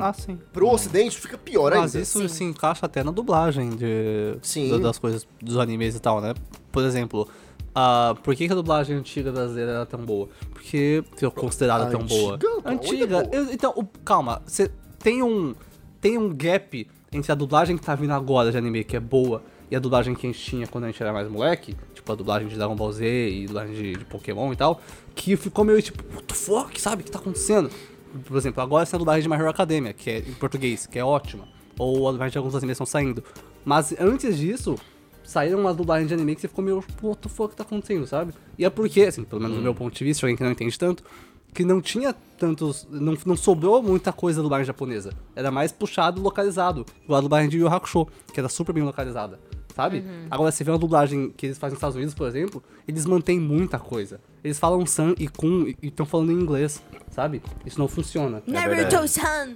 Speaker 3: Ah, sim.
Speaker 4: pro ocidente, fica pior ainda.
Speaker 3: Mas isso se encaixa até na dublagem de,
Speaker 4: Sim.
Speaker 3: da- das coisas, dos animes e tal, né? Por exemplo, ah, por que, que a dublagem antiga brasileira era tão boa? Porque eu considerada tão
Speaker 4: Antiga?
Speaker 3: boa.
Speaker 4: Tá,
Speaker 3: Antiga.
Speaker 4: muito boa.
Speaker 3: Eu- então, o- calma, você tem um, tem um gap entre a dublagem que tá vindo agora de anime, que é boa, e a dublagem que a gente tinha quando a gente era mais moleque, tipo a dublagem de Dragon Ball Z e dublagem de, de Pokémon e tal, que ficou meio tipo, what the fuck, sabe? O que tá acontecendo? Por exemplo, agora essa dublagem de My Hero Academia, que é em português, que é ótima, ou a dublagem de alguns animes estão saindo. Mas antes disso, saíram umas dublagens de anime que você ficou meio, pô, what the fuck tá acontecendo, sabe? E é porque, assim, pelo
Speaker 1: Uhum.
Speaker 3: menos do meu ponto de vista, alguém que não entende tanto, que não tinha tantos. Não, não sobrou muita coisa da dublagem japonesa. Era mais puxado e localizado. Igual a dublagem de Yu Yu Hakusho, que era super bem localizada. Sabe?
Speaker 1: Uhum.
Speaker 3: Agora, você vê uma dublagem que eles fazem nos Estados Unidos, por exemplo, eles mantêm muita coisa. Eles falam san e kun e estão falando em inglês, sabe? Isso não funciona.
Speaker 4: É
Speaker 2: Naruto-san!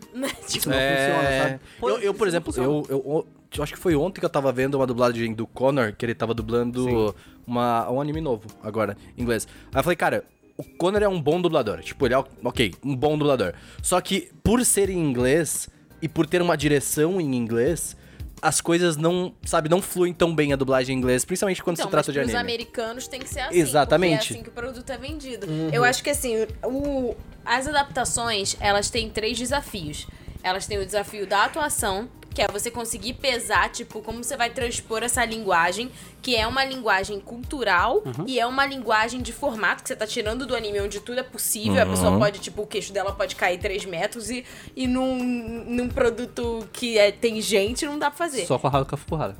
Speaker 2: Tipo,
Speaker 3: funciona, sabe? Pois,
Speaker 1: É. Eu, eu, por
Speaker 3: isso
Speaker 1: exemplo,
Speaker 3: não
Speaker 1: eu, eu, eu acho que foi ontem que eu tava vendo uma dublagem do Connor, que ele tava dublando uma, um anime novo agora, em inglês. Aí eu falei, cara, o Connor é um bom dublador. Tipo, ele é, o- ok, um bom dublador. Só que por ser em inglês e por ter uma direção em inglês, as coisas não, sabe, não fluem tão bem a dublagem em inglês, principalmente quando
Speaker 2: Então,
Speaker 1: se trata
Speaker 2: mas
Speaker 1: de
Speaker 2: pros
Speaker 1: anime.
Speaker 2: americanos tem que ser assim.
Speaker 1: Exatamente. Uhum.
Speaker 2: porque É assim que o produto é vendido. Eu acho que assim, o- as adaptações, elas têm três desafios. Elas têm o desafio da atuação, que é você conseguir pesar, tipo, como você vai transpor essa linguagem, que é uma linguagem cultural
Speaker 1: Uhum.
Speaker 2: e é uma linguagem de formato que você tá tirando do anime, onde tudo é possível, a pessoa
Speaker 1: Uhum.
Speaker 2: pode, tipo, o queixo dela pode cair três metros e, e num, num produto que é, tem gente, não dá pra fazer.
Speaker 3: Só com a Haruka Fukuhara.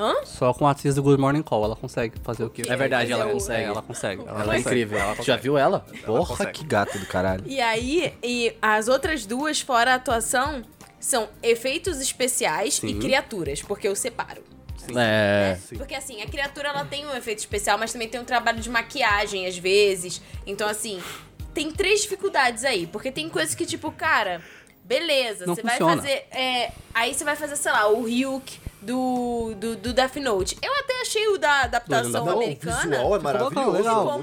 Speaker 2: Hã?
Speaker 3: Só com a atriz do Good Morning Call, ela consegue fazer o que?
Speaker 1: É verdade, ela
Speaker 2: Eu-
Speaker 1: consegue.
Speaker 3: Ela consegue.
Speaker 1: Ela é incrível. Já viu ela? Porra, que gata do caralho.
Speaker 2: E aí, e as outras duas, fora a atuação, são efeitos especiais e criaturas, porque eu separo.
Speaker 1: É.
Speaker 2: Porque assim, a criatura ela tem um efeito especial, mas também tem um trabalho de maquiagem às vezes. Então, assim, tem três dificuldades aí. Porque tem coisas que, tipo, cara, beleza,
Speaker 3: Não
Speaker 2: você vai
Speaker 3: funciona.
Speaker 2: fazer. é, aí você vai fazer, sei lá, o Ryuk do, do, do Death Note. Eu até achei o da adaptação
Speaker 4: Não, o
Speaker 2: americana.
Speaker 4: visual é maravilhoso.
Speaker 2: legal.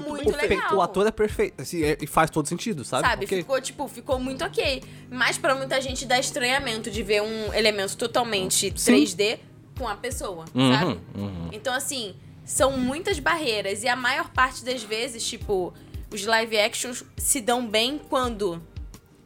Speaker 4: muito
Speaker 2: Ficou
Speaker 4: bem
Speaker 2: muito
Speaker 4: feito.
Speaker 2: legal.
Speaker 3: O ator é perfeito. assim, é- E faz todo sentido, sabe?
Speaker 2: Sabe?
Speaker 3: Ok.
Speaker 2: Ficou, tipo, ficou muito ok. Mas pra muita gente dá estranhamento de ver um elemento totalmente 3D com a pessoa, sabe? Então, assim, são muitas barreiras. E a maior parte das vezes, tipo, os live actions se dão bem quando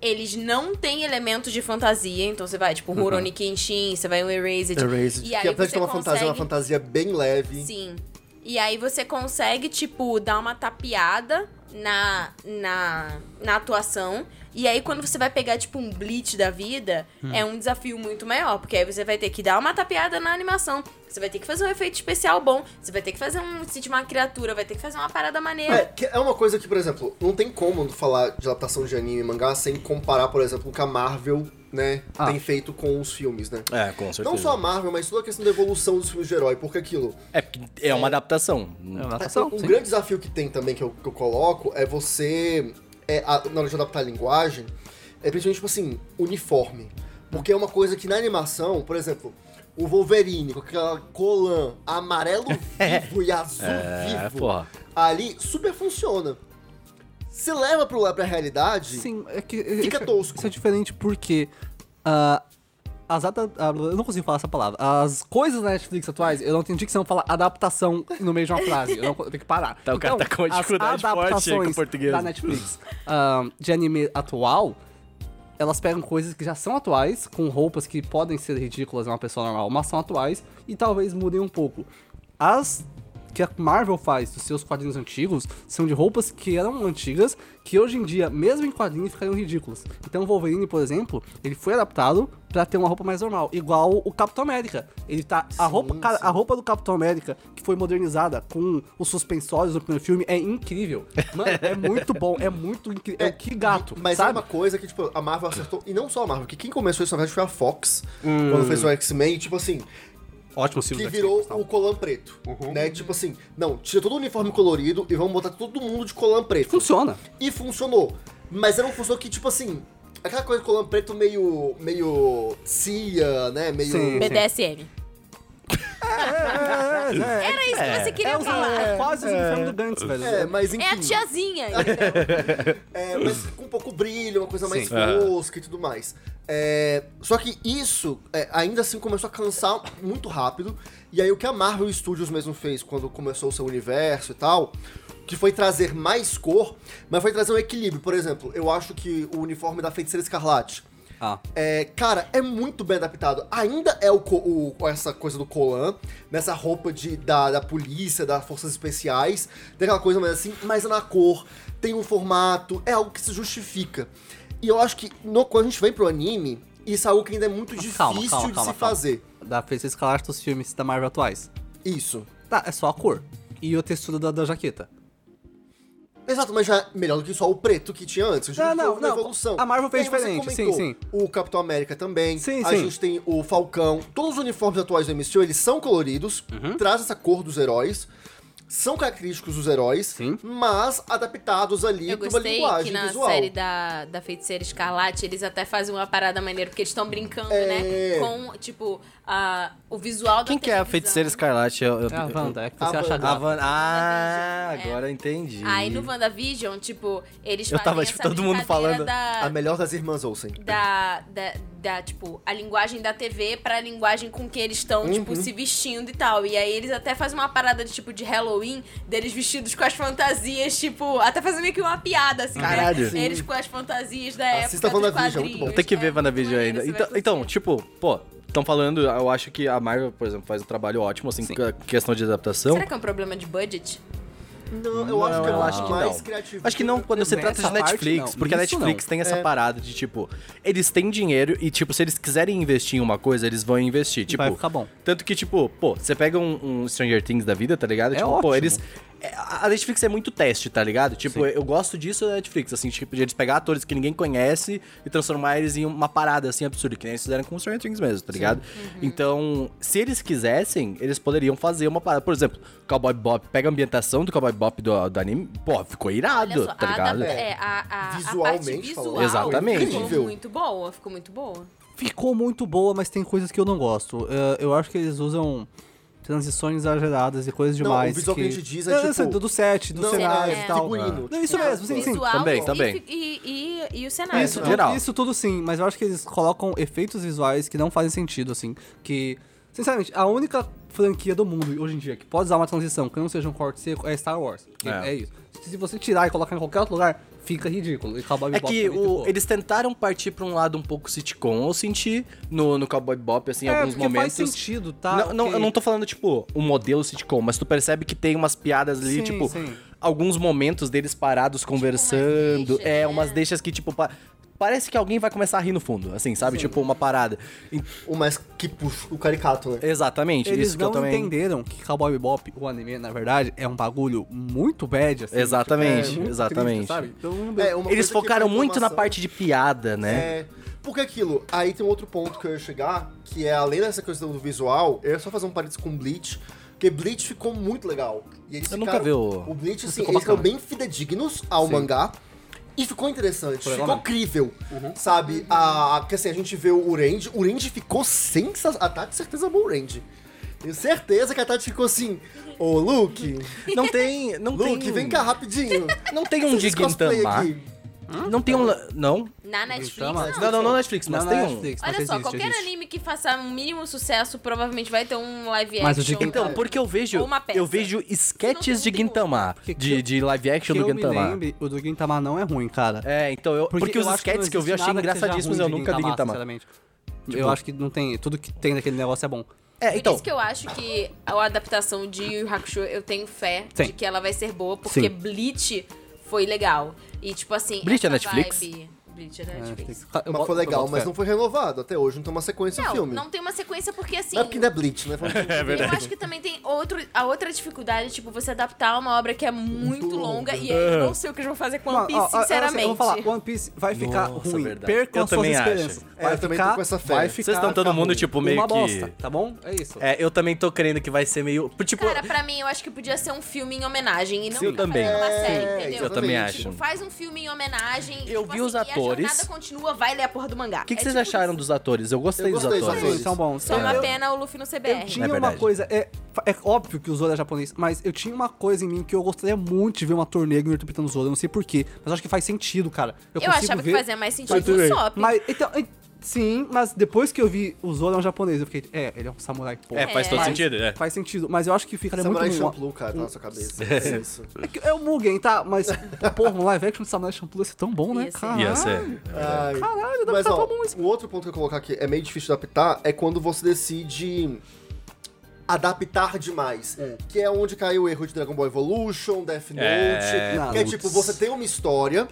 Speaker 2: eles não têm elementos de fantasia. Então você vai, tipo, Rurouni Kenshin, você vai um Erased.
Speaker 4: Erased,
Speaker 2: E aí
Speaker 4: que apesar de
Speaker 2: você
Speaker 4: ter uma fantasia, é uma
Speaker 2: consegue-
Speaker 4: fantasia bem leve.
Speaker 2: Sim. E aí você consegue, tipo, dar uma tapeada na, na, na atuação E aí, quando você vai pegar, tipo, um blitz da vida, é um desafio muito maior. Porque aí você vai ter que dar uma tapeada na animação. Você vai ter que fazer um efeito especial bom. Você vai ter que fazer um sítio de uma criatura. Vai ter que fazer uma parada maneira.
Speaker 4: É, que é uma coisa que, por exemplo, não tem como falar de adaptação de anime e mangá sem comparar, por exemplo, o que a Marvel, né,
Speaker 3: Ah.
Speaker 4: tem feito com os filmes, né?
Speaker 1: É, com certeza.
Speaker 4: Não só a Marvel, mas toda a questão da evolução dos filmes de herói, porque aquilo.
Speaker 1: É, porque é uma adaptação.
Speaker 3: É uma
Speaker 4: É,
Speaker 3: adaptação,
Speaker 4: um
Speaker 3: sim.
Speaker 4: grande desafio que tem também que eu, que eu coloco é você, é, a- na hora de adaptar a linguagem, é principalmente, tipo assim, uniforme. Porque é uma coisa que na animação, por exemplo, o Wolverine com aquela colã
Speaker 3: [LAUGHS]
Speaker 4: amarelo vivo e azul
Speaker 1: É,
Speaker 4: vivo,
Speaker 1: porra.
Speaker 4: ali super funciona. Se leva pro lá pra realidade,
Speaker 3: Sim, é que.
Speaker 4: Fica
Speaker 3: isso,
Speaker 4: tosco.
Speaker 3: Isso é diferente porque. ah, as adap- ah, Eu não consigo falar essa palavra. As coisas da Netflix atuais, eu não tenho dicção falar adaptação no meio de uma frase. Eu, não, eu tenho que parar.
Speaker 1: Tá, o cara tá com uma
Speaker 3: Então, as
Speaker 1: dificuldade forte aí com o
Speaker 3: adaptações
Speaker 1: português.
Speaker 3: Da Netflix ah, de anime atual, elas pegam coisas que já são atuais, com roupas que podem ser ridículas a uma pessoa normal, mas são atuais, e talvez mudem um pouco. As que a Marvel faz dos seus quadrinhos antigos são de roupas que eram antigas, que hoje em dia, mesmo em quadrinho, ficariam ridículas. Então o Wolverine, por exemplo, ele foi adaptado pra ter uma roupa mais normal, igual o Capitão América. Ele tá a roupa, cara, a roupa do Capitão América que foi modernizada com os suspensórios do primeiro filme é incrível. Mano, é muito bom, é muito incrível. É, que gato,
Speaker 4: Mas é
Speaker 3: sabe?
Speaker 4: uma coisa que, tipo, a Marvel acertou. E não só a Marvel, que quem começou isso na verdade foi a Fox, quando fez o X-Men, e, tipo assim,
Speaker 3: Ótimo filme
Speaker 4: que
Speaker 3: do
Speaker 4: virou
Speaker 3: X-Men,
Speaker 4: o colã preto.
Speaker 3: Uhum.
Speaker 4: Né? Tipo assim, não, tira todo o uniforme colorido e vamos botar todo mundo de colã preto.
Speaker 3: Funciona.
Speaker 4: E funcionou. Mas era um funcionou que, tipo assim, aquela coisa de colã preto meio. meio. cia, né? Meio.
Speaker 3: É, Sim. É,
Speaker 2: BDSM. Era isso que você
Speaker 4: um
Speaker 2: queria
Speaker 3: os-
Speaker 2: falar.
Speaker 3: é quase os uniformes do Gantz, velho.
Speaker 4: É, mas enfim.
Speaker 2: É a tiazinha.
Speaker 4: É, mas com um pouco brilho, uma coisa mais
Speaker 3: Sim.
Speaker 4: fosca e tudo mais. É, só que isso, é, ainda assim, começou a cansar muito rápido. E aí o que a Marvel Studios mesmo fez quando começou o seu universo e tal, que foi trazer mais cor, mas foi trazer um equilíbrio. Por exemplo, eu acho que o uniforme da Feiticeira Escarlate,
Speaker 3: Ah,
Speaker 4: é, cara, é muito bem adaptado. Ainda é o, co- o- essa coisa do Colan, nessa roupa de, da, da polícia, das forças especiais, daquela coisa mais assim, mas é na cor, tem um formato, é algo que se justifica. E eu acho que no, quando a gente vem pro anime, isso é algo que ainda é muito difícil
Speaker 3: calma, calma,
Speaker 4: de
Speaker 3: calma,
Speaker 4: se
Speaker 3: calma.
Speaker 4: fazer.
Speaker 3: da fez escalar dos filmes da Marvel atuais.
Speaker 4: Isso.
Speaker 3: Tá, é só a cor. E a textura da, da jaqueta.
Speaker 4: Exato, mas já é melhor do que só o preto que tinha antes.
Speaker 3: Não,
Speaker 4: Já
Speaker 3: Ah, não,
Speaker 4: houve uma
Speaker 3: não.
Speaker 4: evolução.
Speaker 3: A Marvel
Speaker 4: E
Speaker 3: fez
Speaker 4: aí você
Speaker 3: diferente,
Speaker 4: comentou
Speaker 3: sim, sim.
Speaker 4: O Capitão América também.
Speaker 3: Sim,
Speaker 4: a
Speaker 3: sim.
Speaker 4: gente tem o Falcão. Todos os uniformes atuais do MCU, eles são coloridos,
Speaker 1: Uhum.
Speaker 4: traz essa cor dos heróis. São característicos dos heróis,
Speaker 3: Sim.
Speaker 4: mas adaptados ali
Speaker 2: Eu
Speaker 4: pra uma
Speaker 2: gostei que
Speaker 4: linguagem
Speaker 2: na
Speaker 4: visual.
Speaker 2: série da, da Feiticeira Escarlate eles até fazem uma parada maneira, porque eles estão brincando,
Speaker 4: É.
Speaker 2: né? Com, tipo, a, o visual
Speaker 1: Quem
Speaker 2: da
Speaker 1: que é a
Speaker 2: televisão.
Speaker 1: Feiticeira Escarlate? Eu, eu,
Speaker 3: É a Wanda, é que
Speaker 4: A
Speaker 3: você acha
Speaker 4: Wanda.
Speaker 1: A
Speaker 3: dela.
Speaker 1: Wanda. Ah,
Speaker 2: É.
Speaker 1: agora eu entendi.
Speaker 2: Aí no WandaVision, tipo, eles
Speaker 1: Eu
Speaker 2: fazem
Speaker 1: tava, tipo,
Speaker 2: essa
Speaker 1: todo mundo
Speaker 2: brincadeira
Speaker 1: falando.
Speaker 2: da-
Speaker 4: A melhor das irmãs Olsen.
Speaker 2: da, da, da, tipo, a linguagem da TV pra linguagem com que eles estão,
Speaker 4: Uhum.
Speaker 2: tipo, se vestindo e tal. E aí eles até fazem uma parada de, tipo, de Halloween, deles vestidos com as fantasias, tipo, até fazendo meio que uma piada, assim,
Speaker 1: Caralho.
Speaker 2: né? Eles com as fantasias da
Speaker 4: Assista
Speaker 2: época dos
Speaker 4: WandaVision,
Speaker 2: quadrinhos.
Speaker 4: muito bom.
Speaker 1: Vou ter que ver
Speaker 2: É,
Speaker 1: WandaVision
Speaker 2: maneiro,
Speaker 1: ainda.
Speaker 2: você
Speaker 1: Então,
Speaker 2: vai
Speaker 1: então,
Speaker 2: curtir.
Speaker 1: tipo, pô, estão falando, eu acho que a Marvel, por exemplo, faz um trabalho ótimo, assim, com a questão de adaptação.
Speaker 2: Será que é um problema de budget?
Speaker 1: Tá
Speaker 4: Não, eu acho que é
Speaker 1: eu
Speaker 4: mais,
Speaker 1: acho que
Speaker 4: mais
Speaker 1: não.
Speaker 4: criativo.
Speaker 1: Acho que não quando você
Speaker 3: Nessa
Speaker 1: trata de
Speaker 3: parte,
Speaker 1: Netflix,
Speaker 3: não.
Speaker 1: porque a
Speaker 3: Isso
Speaker 1: Netflix
Speaker 3: não.
Speaker 1: tem
Speaker 4: É.
Speaker 1: essa parada de tipo, eles têm dinheiro e tipo, se eles quiserem investir em uma coisa, eles vão investir, tipo.
Speaker 3: vai ficar bom.
Speaker 1: Tanto que tipo, pô, você pega um, um Stranger Things da vida, tá ligado?
Speaker 3: É
Speaker 1: tipo,
Speaker 3: ótimo.
Speaker 1: pô, eles é, a Netflix é muito teste, tá ligado? Tipo, eu gosto disso da Netflix, assim, tipo, de eles pegar atores que ninguém conhece e transformar eles em uma parada assim absurda, que nem eles fizeram com o Stranger Things mesmo, tá ligado?
Speaker 2: Uhum.
Speaker 1: Então, se eles quisessem, eles poderiam fazer uma parada, por exemplo, Cowboy Bop, pega a ambientação do Cowboy Bop do, do anime, pô, ficou irado,
Speaker 2: Olha só,
Speaker 1: tá
Speaker 2: a,
Speaker 1: ligado?
Speaker 2: adapta- é, a, a, a parte
Speaker 4: Visualmente
Speaker 2: visual
Speaker 4: falando.
Speaker 1: Exatamente.
Speaker 2: ficou
Speaker 4: Incrível.
Speaker 2: muito boa, ficou muito boa.
Speaker 3: Ah, Ficou muito boa, mas tem coisas que eu não gosto. É, eu acho que eles usam transições exageradas e coisas
Speaker 4: Não,
Speaker 3: demais.
Speaker 4: o visual que a gente diz é
Speaker 3: Eu sei,
Speaker 4: tipo-
Speaker 3: do, do set, do
Speaker 4: Não,
Speaker 3: cenário
Speaker 2: é,
Speaker 3: e tal.
Speaker 4: figurino. tipo, é,
Speaker 3: Não, isso
Speaker 2: Não,
Speaker 3: mesmo, sim, sim.
Speaker 2: visual
Speaker 1: Também,
Speaker 2: e-
Speaker 1: também.
Speaker 2: E, e, e o cenário.
Speaker 3: Isso,
Speaker 1: né?
Speaker 3: tudo-
Speaker 1: Geral.
Speaker 3: isso tudo sim, mas eu acho que eles colocam efeitos visuais que não fazem sentido, assim. Que, sinceramente, a única franquia do mundo hoje em dia que pode usar uma transição que não seja um corte seco é Star Wars. porque
Speaker 1: É.
Speaker 3: É, isso. Se você tirar e colocar em qualquer outro lugar, fica ridículo. E Cowboy
Speaker 1: É
Speaker 3: Bebop
Speaker 1: que
Speaker 3: também
Speaker 1: o-
Speaker 3: ficou.
Speaker 1: eles tentaram partir pra um lado um pouco sitcom, eu senti no, no Cowboy Bop, assim, em
Speaker 3: É,
Speaker 1: alguns
Speaker 3: porque
Speaker 1: momentos.
Speaker 3: faz sentido, tá?
Speaker 1: não, não,
Speaker 3: ok.
Speaker 1: eu não tô falando, tipo, o modelo sitcom, mas tu percebe que tem umas piadas ali,
Speaker 3: Sim,
Speaker 1: tipo,
Speaker 3: sim.
Speaker 1: alguns momentos deles parados conversando. é,
Speaker 2: deixas, Tipo, né?
Speaker 1: umas deixas que, tipo, pa- parece que alguém vai começar a rir no fundo, assim, sabe? Tipo, uma parada. E-
Speaker 4: O mais que puxa o caricato, né?
Speaker 1: Exatamente,
Speaker 3: Eles
Speaker 1: isso que
Speaker 3: não
Speaker 1: eu também.
Speaker 3: entenderam que Cowboy Bebop, o anime, na verdade, é um bagulho muito bad, assim.
Speaker 1: Exatamente,
Speaker 3: tipo, é muito
Speaker 1: exatamente.
Speaker 3: triste, sabe? Então,
Speaker 4: É, uma coisa
Speaker 1: Eles
Speaker 4: que
Speaker 1: focaram
Speaker 4: foi
Speaker 1: muito na
Speaker 4: informação.
Speaker 1: parte de piada, né?
Speaker 4: É. Porque aquilo, aí tem um outro ponto que eu ia chegar, que é além dessa questão do visual, eu ia só fazer um parênteses com Bleach, porque Bleach ficou muito legal. E eles
Speaker 1: Eu nunca
Speaker 4: ficaram,
Speaker 1: vi o-
Speaker 4: O Bleach, assim,
Speaker 3: ficou
Speaker 4: eles
Speaker 3: bacana.
Speaker 4: ficaram bem fidedignos ao
Speaker 3: Sim.
Speaker 4: mangá. E ficou interessante,
Speaker 3: legal
Speaker 4: ficou
Speaker 3: mesmo. Uhum.
Speaker 4: incrível, sabe? A, a- que assim, a gente vê o Range, o Range ficou sensacional. A Tati certeza amou o Range. Tenho certeza que a Tati ficou assim, ô Luke,
Speaker 1: [LAUGHS] Não tem. Não
Speaker 4: Luke,
Speaker 1: tem. um
Speaker 4: vem cá rapidinho.
Speaker 1: Não tem um de
Speaker 4: Faz cosplay
Speaker 1: Gintama.
Speaker 4: aqui."
Speaker 1: Não tem um. la- Não?
Speaker 2: Na Netflix,
Speaker 3: Chama-
Speaker 2: não.
Speaker 1: É, Não, não, não Netflix, mas
Speaker 3: não
Speaker 1: tem
Speaker 3: é
Speaker 1: um.
Speaker 3: Netflix, mas
Speaker 2: Olha só,
Speaker 3: existe,
Speaker 2: qualquer
Speaker 3: existe.
Speaker 2: anime que faça um mínimo sucesso provavelmente vai ter um live
Speaker 3: Mas o
Speaker 2: action. É,
Speaker 3: de Gintama-
Speaker 1: Então, porque eu vejo.
Speaker 2: Ou uma peça.
Speaker 1: Eu vejo sketches
Speaker 2: Isso
Speaker 1: de
Speaker 2: não tem um muito.
Speaker 1: Gintama.
Speaker 3: Porque que
Speaker 1: De,
Speaker 3: eu-
Speaker 1: de live action
Speaker 3: Que
Speaker 1: É do
Speaker 3: eu me
Speaker 1: Gintama.
Speaker 3: lembre, o do Gintama não é ruim, cara.
Speaker 1: É, então eu. Porque, os
Speaker 3: eu acho
Speaker 1: sketches
Speaker 3: não
Speaker 1: que eu vi eu
Speaker 3: existe
Speaker 1: achei
Speaker 3: nada que seja
Speaker 1: engraçadíssimos,
Speaker 3: ruim
Speaker 1: eu
Speaker 3: de
Speaker 1: nunca li Gintama.
Speaker 3: sinceramente.
Speaker 1: Tipo-
Speaker 3: eu acho que não tem. Tudo que tem naquele negócio é bom.
Speaker 1: É,
Speaker 2: Por
Speaker 1: então.
Speaker 2: isso que eu acho que a adaptação de Yu Yu Hakusho, eu tenho fé
Speaker 3: Sim.
Speaker 2: de que ela vai ser boa, porque
Speaker 3: Sim.
Speaker 2: Bleach foi legal. E tipo assim,
Speaker 1: Bleach é
Speaker 2: essa
Speaker 1: Netflix?
Speaker 2: vibe- Bleach é
Speaker 3: É,
Speaker 2: Netflix.
Speaker 3: eu
Speaker 4: Mas
Speaker 3: boto-
Speaker 4: foi
Speaker 3: eu
Speaker 4: legal,
Speaker 3: boto
Speaker 4: mas
Speaker 3: fé.
Speaker 4: não foi renovado. Até hoje não tem uma sequência
Speaker 2: Não,
Speaker 4: do um filme.
Speaker 2: não tem uma sequência porque assim.
Speaker 4: Não é porque ainda é Bleach, né?
Speaker 3: [LAUGHS]
Speaker 4: É
Speaker 2: Eu acho que também tem outro, a outra dificuldade, tipo, você adaptar uma obra que é muito, longa, e aí eu não sei o que eles vão fazer com One
Speaker 3: Mano, ó, ó,
Speaker 2: Piece,
Speaker 3: ó, assim,
Speaker 2: sinceramente.
Speaker 3: Eu vou falar, One Piece vai ficar
Speaker 1: Nossa,
Speaker 3: ruim.
Speaker 1: verdade.
Speaker 3: Percam
Speaker 1: Eu
Speaker 3: as suas
Speaker 1: também acho.
Speaker 3: esperanças.
Speaker 4: Mas É, eu também tô com essa fé.
Speaker 3: Vai
Speaker 4: Vocês
Speaker 3: ficar,
Speaker 1: tão todo
Speaker 3: ficar
Speaker 1: mundo,
Speaker 3: ruim.
Speaker 1: tipo, meio
Speaker 3: Uma
Speaker 1: que-
Speaker 3: bosta, tá bom? É isso.
Speaker 1: É, eu também tô crendo que vai ser meio. Tipo.
Speaker 2: Cara, pra mim, eu acho que podia ser um filme em homenagem e não
Speaker 1: Sim, eu
Speaker 2: ficar
Speaker 1: também.
Speaker 2: fazendo uma
Speaker 4: É,
Speaker 2: série,
Speaker 4: eu
Speaker 2: entendeu?
Speaker 1: também
Speaker 2: Tipo,
Speaker 1: acho.
Speaker 2: faz um filme em homenagem.
Speaker 1: Eu
Speaker 2: tipo
Speaker 1: vi os
Speaker 2: assim, E
Speaker 1: atores.
Speaker 2: a jornada continua, vai ler a porra do mangá.
Speaker 1: O que, que
Speaker 2: É
Speaker 1: vocês
Speaker 2: tipo
Speaker 1: acharam dos atores? Eu gostei,
Speaker 4: Eu gostei
Speaker 1: dos
Speaker 4: dos
Speaker 1: atores.
Speaker 4: atores.
Speaker 3: Eles são bons.
Speaker 2: Só uma
Speaker 3: Eu-
Speaker 2: pena o Luffy no
Speaker 3: Eu
Speaker 2: CBR.
Speaker 3: tinha uma
Speaker 1: verdade.
Speaker 3: coisa, é, é óbvio que o Zoro é japonês, mas eu tinha uma coisa em mim que eu gostaria muito de ver uma torneira interpretando o Zoro, eu não sei porquê, mas eu acho que faz sentido, cara. Eu,
Speaker 2: Eu
Speaker 3: consigo
Speaker 2: achava que
Speaker 3: ver-
Speaker 2: fazia tipo mais sentido
Speaker 3: Mas tudo
Speaker 2: no
Speaker 3: bem.
Speaker 2: Sop.
Speaker 3: Mas, então, é, sim, mas depois que eu vi o Zoro é um japonês, eu fiquei, é, ele é um samurai, pô.
Speaker 1: É, faz todo
Speaker 2: É.
Speaker 1: sentido, é.
Speaker 3: Faz sentido, mas eu acho que ficaria muito
Speaker 4: Samurai
Speaker 3: ruim uma-
Speaker 4: Champloo, cara, tá na sua cabeça. É isso.
Speaker 3: É, que é o Mugen, tá? Mas, porra, um live action de Samurai Champloo ia ser tão bom, né?
Speaker 2: Ia ser.
Speaker 3: Caralho.
Speaker 1: Ia ser.
Speaker 4: Ai.
Speaker 3: Caralho, dá pra
Speaker 4: Mas,
Speaker 3: tá
Speaker 4: ó,
Speaker 3: bom isso.
Speaker 4: o outro ponto que eu vou colocar aqui é meio difícil de adaptar, é quando você decide adaptar demais. Que é onde cai o erro de Dragon Ball Evolution, Death Note.
Speaker 1: É.
Speaker 4: Que é
Speaker 3: Não,
Speaker 4: tipo,
Speaker 3: putz.
Speaker 4: você tem uma história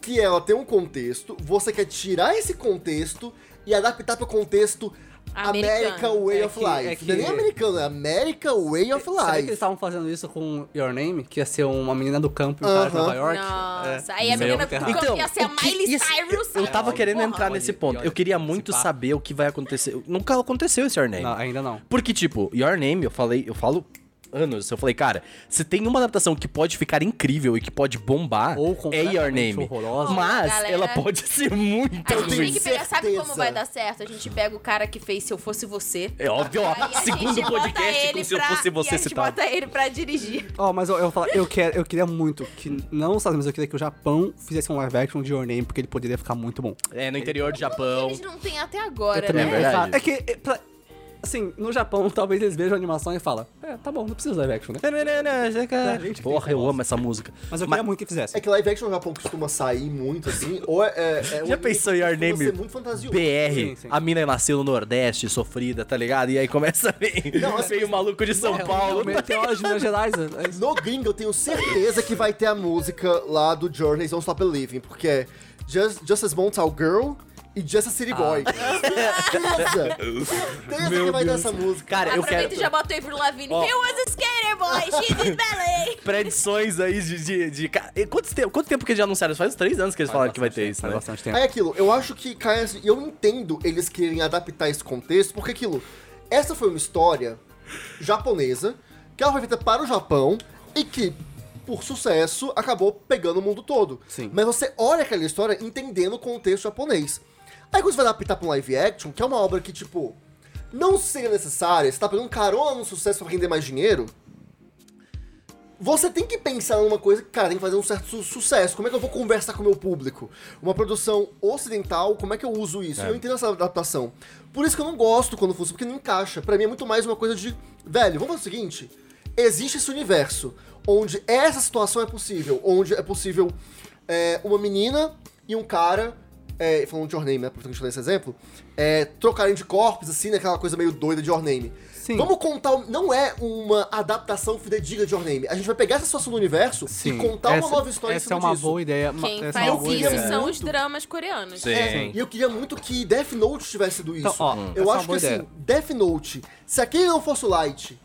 Speaker 4: que ela tem um contexto, você quer tirar esse contexto e adaptar pro contexto
Speaker 2: Americano.
Speaker 4: American Way
Speaker 3: É
Speaker 4: of
Speaker 3: que- é
Speaker 4: Life.
Speaker 3: que-
Speaker 4: Não é nem americano, é American Way of
Speaker 3: Será que eles
Speaker 4: Life.
Speaker 3: estavam fazendo isso com Your Name? Que ia ser uma menina do campo e um cara de
Speaker 4: Aham.
Speaker 3: Nova York?
Speaker 2: Nossa, aí a
Speaker 1: Meu
Speaker 2: menina
Speaker 3: Deus.
Speaker 2: do campo ia ser a
Speaker 1: É. Então, o que-
Speaker 2: Miley
Speaker 1: isso-
Speaker 2: Cyrus.
Speaker 1: Eu, eu tava
Speaker 3: Não,
Speaker 1: querendo
Speaker 2: porra.
Speaker 1: entrar nesse
Speaker 3: Olha,
Speaker 1: ponto.
Speaker 3: olha,
Speaker 1: Eu queria
Speaker 3: se
Speaker 1: muito
Speaker 3: pá.
Speaker 1: saber o que vai acontecer. Nunca aconteceu esse Your Name.
Speaker 3: Não, ainda não.
Speaker 1: Porque, tipo, Your Name, eu falei, eu falo anos, eu falei, cara, se tem uma adaptação que pode ficar incrível e que pode bombar,
Speaker 3: Ou
Speaker 1: é Your
Speaker 3: completamente
Speaker 1: Name.
Speaker 3: horrorosa.
Speaker 1: Mas
Speaker 2: Galera-
Speaker 1: ela pode ser muito
Speaker 2: A gente
Speaker 1: ruim.
Speaker 2: tem que pegar, sabe como
Speaker 4: certeza.
Speaker 2: vai dar certo? A gente pega o cara que fez Se Eu Fosse Você.
Speaker 1: É óbvio, ó,
Speaker 2: Aí a gente
Speaker 1: segundo
Speaker 2: bota
Speaker 1: podcast
Speaker 2: ele
Speaker 1: com se eu
Speaker 2: pra-
Speaker 1: fosse
Speaker 2: e
Speaker 1: você
Speaker 2: a gente
Speaker 1: citado.
Speaker 2: bota ele pra dirigir.
Speaker 3: Ó, mas eu, eu, vou falar, eu, quero, eu queria muito que, não os Estados Unidos, eu queria que o Japão fizesse um live action de Your Name, porque ele poderia ficar muito bom.
Speaker 1: É, no interior do Japão.
Speaker 2: Eles não têm até agora,
Speaker 1: também
Speaker 2: né?
Speaker 1: acho. verdade.
Speaker 3: É que, é, pra- assim, no Japão, [LAUGHS] talvez eles vejam a animação e falam, é, tá bom, não precisa de live action, né?
Speaker 1: Porra, eu amo essa música.
Speaker 3: Mas eu queria muito que fizesse.
Speaker 4: É que live action no Japão costuma sair muito assim, ou é. é- é um
Speaker 1: Já
Speaker 4: anime
Speaker 1: pensou
Speaker 4: que
Speaker 1: Your
Speaker 4: costuma
Speaker 1: Name
Speaker 4: ser muito fantasioso.
Speaker 1: BR,
Speaker 3: Sim, sim.
Speaker 1: a mina nasceu no Nordeste, sofrida, tá ligado? E aí começa a vir,
Speaker 4: Não, assim,
Speaker 1: veio o maluco de São Paulo.
Speaker 3: Meteoro de Minas Gerais. é isso.
Speaker 4: No gringo, eu tenho certeza que vai ter a música lá do Journeys Don't Stop Believing, porque é Just, Just as Mountain Girl e Just a City Boy.
Speaker 1: Ah.
Speaker 4: [LAUGHS] Certeza! certeza que vai ter essa música.
Speaker 1: Cara, eu
Speaker 2: Aproveita
Speaker 1: quero
Speaker 2: e já bota o Avril Lavigne.
Speaker 1: Ó.
Speaker 2: He was a skater boy, she did ballet.
Speaker 1: predições aí de... de, de... ca- e Quanto, tempo, quanto tempo que eles já anunciaram? Faz uns três anos que eles falaram que vai ter isso,
Speaker 3: Faz
Speaker 1: né?
Speaker 3: bastante tempo.
Speaker 4: Aí é aquilo, eu acho que cai assim, eu entendo eles querem adaptar esse contexto, porque aquilo, essa foi uma história japonesa que ela foi feita para o Japão e que, por sucesso, acabou pegando o mundo todo.
Speaker 3: Sim.
Speaker 4: Mas você olha aquela história entendendo o contexto japonês. Aí quando você vai adaptar pra um live action, que é uma obra que, tipo, não seria necessária, você tá pegando carona no sucesso pra render mais dinheiro. Você tem que pensar numa coisa que, cara, tem que fazer um certo su- sucesso. Como é que eu vou conversar com o meu público? Uma produção ocidental, como é que eu uso isso? Eu entendo essa adaptação. Por isso que eu não gosto quando funciona, porque não encaixa. Pra mim é muito mais uma coisa de, velho, vamos fazer o seguinte: existe esse universo onde essa situação é possível, onde é possível é, uma menina e um cara, é, tá né, falando de Your Name, né? Aproveitando que eu dei esse exemplo, é, trocarem de corpos, assim, naquela coisa meio doida de Your Name.
Speaker 3: Sim.
Speaker 4: Vamos contar. o- Não é uma adaptação fidedigna de Your Name. A gente vai pegar essa situação do universo e contar
Speaker 3: essa-
Speaker 4: uma nova história
Speaker 3: Essa
Speaker 4: em cima
Speaker 3: é uma
Speaker 4: disso.
Speaker 3: boa ideia. ma-
Speaker 2: Quem
Speaker 3: essa é uma
Speaker 2: faz
Speaker 3: boa
Speaker 2: isso
Speaker 3: ideia.
Speaker 2: são os dramas coreanos.
Speaker 4: É, e eu queria muito que Death Note tivesse sido isso.
Speaker 3: Então, ó, essa é
Speaker 4: eu
Speaker 3: uma
Speaker 4: acho que
Speaker 3: boa ideia.
Speaker 4: assim, Death Note, se aquele não fosse o Light,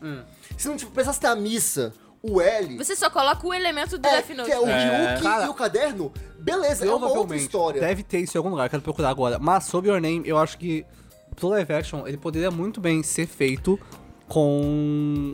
Speaker 4: se não tipo, precisasse ter a missa, o L,
Speaker 2: Você só coloca o elemento do
Speaker 4: é,
Speaker 2: Death Note.
Speaker 4: que é o
Speaker 1: É.
Speaker 4: Ryuki
Speaker 3: Cara,
Speaker 4: e o caderno, beleza, é uma outra
Speaker 3: Provavelmente
Speaker 4: história.
Speaker 3: deve ter isso em algum lugar, quero procurar agora. Mas sobre Your Name, eu acho que pro live action ele poderia muito bem ser feito com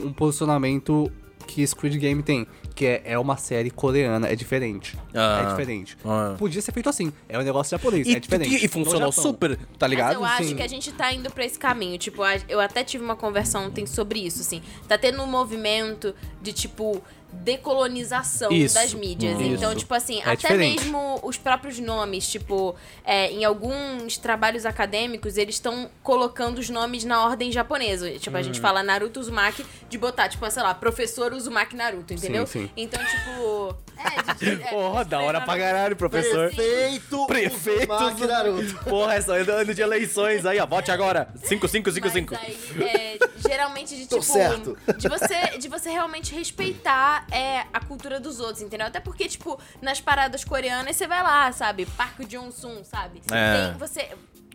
Speaker 3: um posicionamento que Squid Game tem, que é, é uma série coreana, é diferente.
Speaker 1: Ah.
Speaker 3: é diferente.
Speaker 1: Ah.
Speaker 3: Podia ser feito assim, é um negócio japonês,
Speaker 1: E,
Speaker 3: é diferente.
Speaker 1: e, e funcionou
Speaker 3: No Japão.
Speaker 1: super, tá
Speaker 2: Mas
Speaker 1: ligado?
Speaker 2: eu acho
Speaker 3: Sim.
Speaker 2: que a gente tá indo pra esse caminho. Tipo, a- eu até tive uma conversa ontem sobre isso, assim. Tá tendo um movimento de, tipo, decolonização
Speaker 1: Isso.
Speaker 2: das mídias.
Speaker 1: Hum.
Speaker 2: Então,
Speaker 1: Isso.
Speaker 2: tipo assim,
Speaker 3: É
Speaker 2: até
Speaker 3: diferente.
Speaker 2: mesmo os próprios nomes, tipo, é, em alguns trabalhos acadêmicos, eles estão colocando os nomes na ordem japonesa. Tipo, a
Speaker 1: Hum.
Speaker 2: gente fala Naruto Uzumaki de botar, tipo, sei lá, professor Uzumaki Naruto, entendeu?
Speaker 3: sim.
Speaker 2: Então, tipo. É, [LAUGHS] de- é,
Speaker 1: Porra, da hora pra
Speaker 2: Naruto.
Speaker 1: caralho,
Speaker 3: é
Speaker 1: professor.
Speaker 3: [LAUGHS]
Speaker 4: Prefeito,
Speaker 1: Prefeito
Speaker 4: Uzumaki Naruto.
Speaker 1: Porra, é só ano de eleições aí, ó. Vote agora. 5555.
Speaker 2: Mas aí, é, geralmente de
Speaker 4: [LAUGHS] Tô
Speaker 2: tipo.
Speaker 4: certo.
Speaker 2: De você, de você realmente respeitar é, a cultura dos outros, entendeu? Até porque, tipo, nas paradas coreanas você vai lá, sabe? Park Jong-sun, sabe?
Speaker 1: É.
Speaker 2: Tem- você,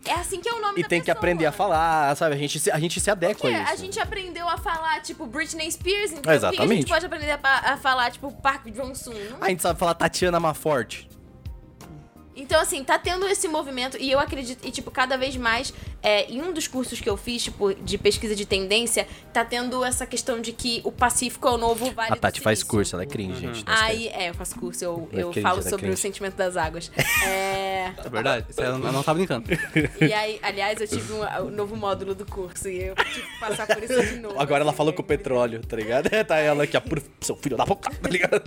Speaker 2: é assim que é o nome
Speaker 1: E
Speaker 2: da
Speaker 1: tem que
Speaker 2: pessoa.
Speaker 1: aprender a falar, sabe? A gente se, a gente se adequa
Speaker 2: Porque
Speaker 1: a isso.
Speaker 2: a gente aprendeu a falar, tipo, Britney Spears, entendeu? Por que que a
Speaker 1: Exatamente.
Speaker 2: gente pode aprender a, pa- a falar, tipo, Park Jong-sun? Não
Speaker 1: A gente sabe falar Tatiana Maforte.
Speaker 2: Então, assim, tá tendo esse movimento e eu acredito, e tipo, cada vez mais, é, em um dos cursos que eu fiz, tipo, de pesquisa de tendência, tá tendo essa questão de que o Pacífico é o novo Vale
Speaker 1: A
Speaker 2: do
Speaker 1: Tati faz
Speaker 2: Silício.
Speaker 1: curso, ela é cringe,
Speaker 3: Uhum,
Speaker 1: gente. não
Speaker 2: Aí, é, eu faço curso, eu,
Speaker 1: É
Speaker 2: eu
Speaker 1: cringe,
Speaker 2: falo
Speaker 1: ela é
Speaker 2: sobre o
Speaker 1: cringe.
Speaker 2: sentimento
Speaker 1: [LAUGHS]
Speaker 2: das águas. É.
Speaker 3: É verdade, isso aí eu não, eu não tava brincando.
Speaker 2: e aí, aliás, eu tive um, um novo módulo do curso e eu tive que passar por isso de novo.
Speaker 1: Agora ela
Speaker 2: assim,
Speaker 1: falou
Speaker 2: é
Speaker 1: com o petróleo, tá ligado? [LAUGHS] Tá ela aqui, ó, puro seu filho da boca, tá ligado?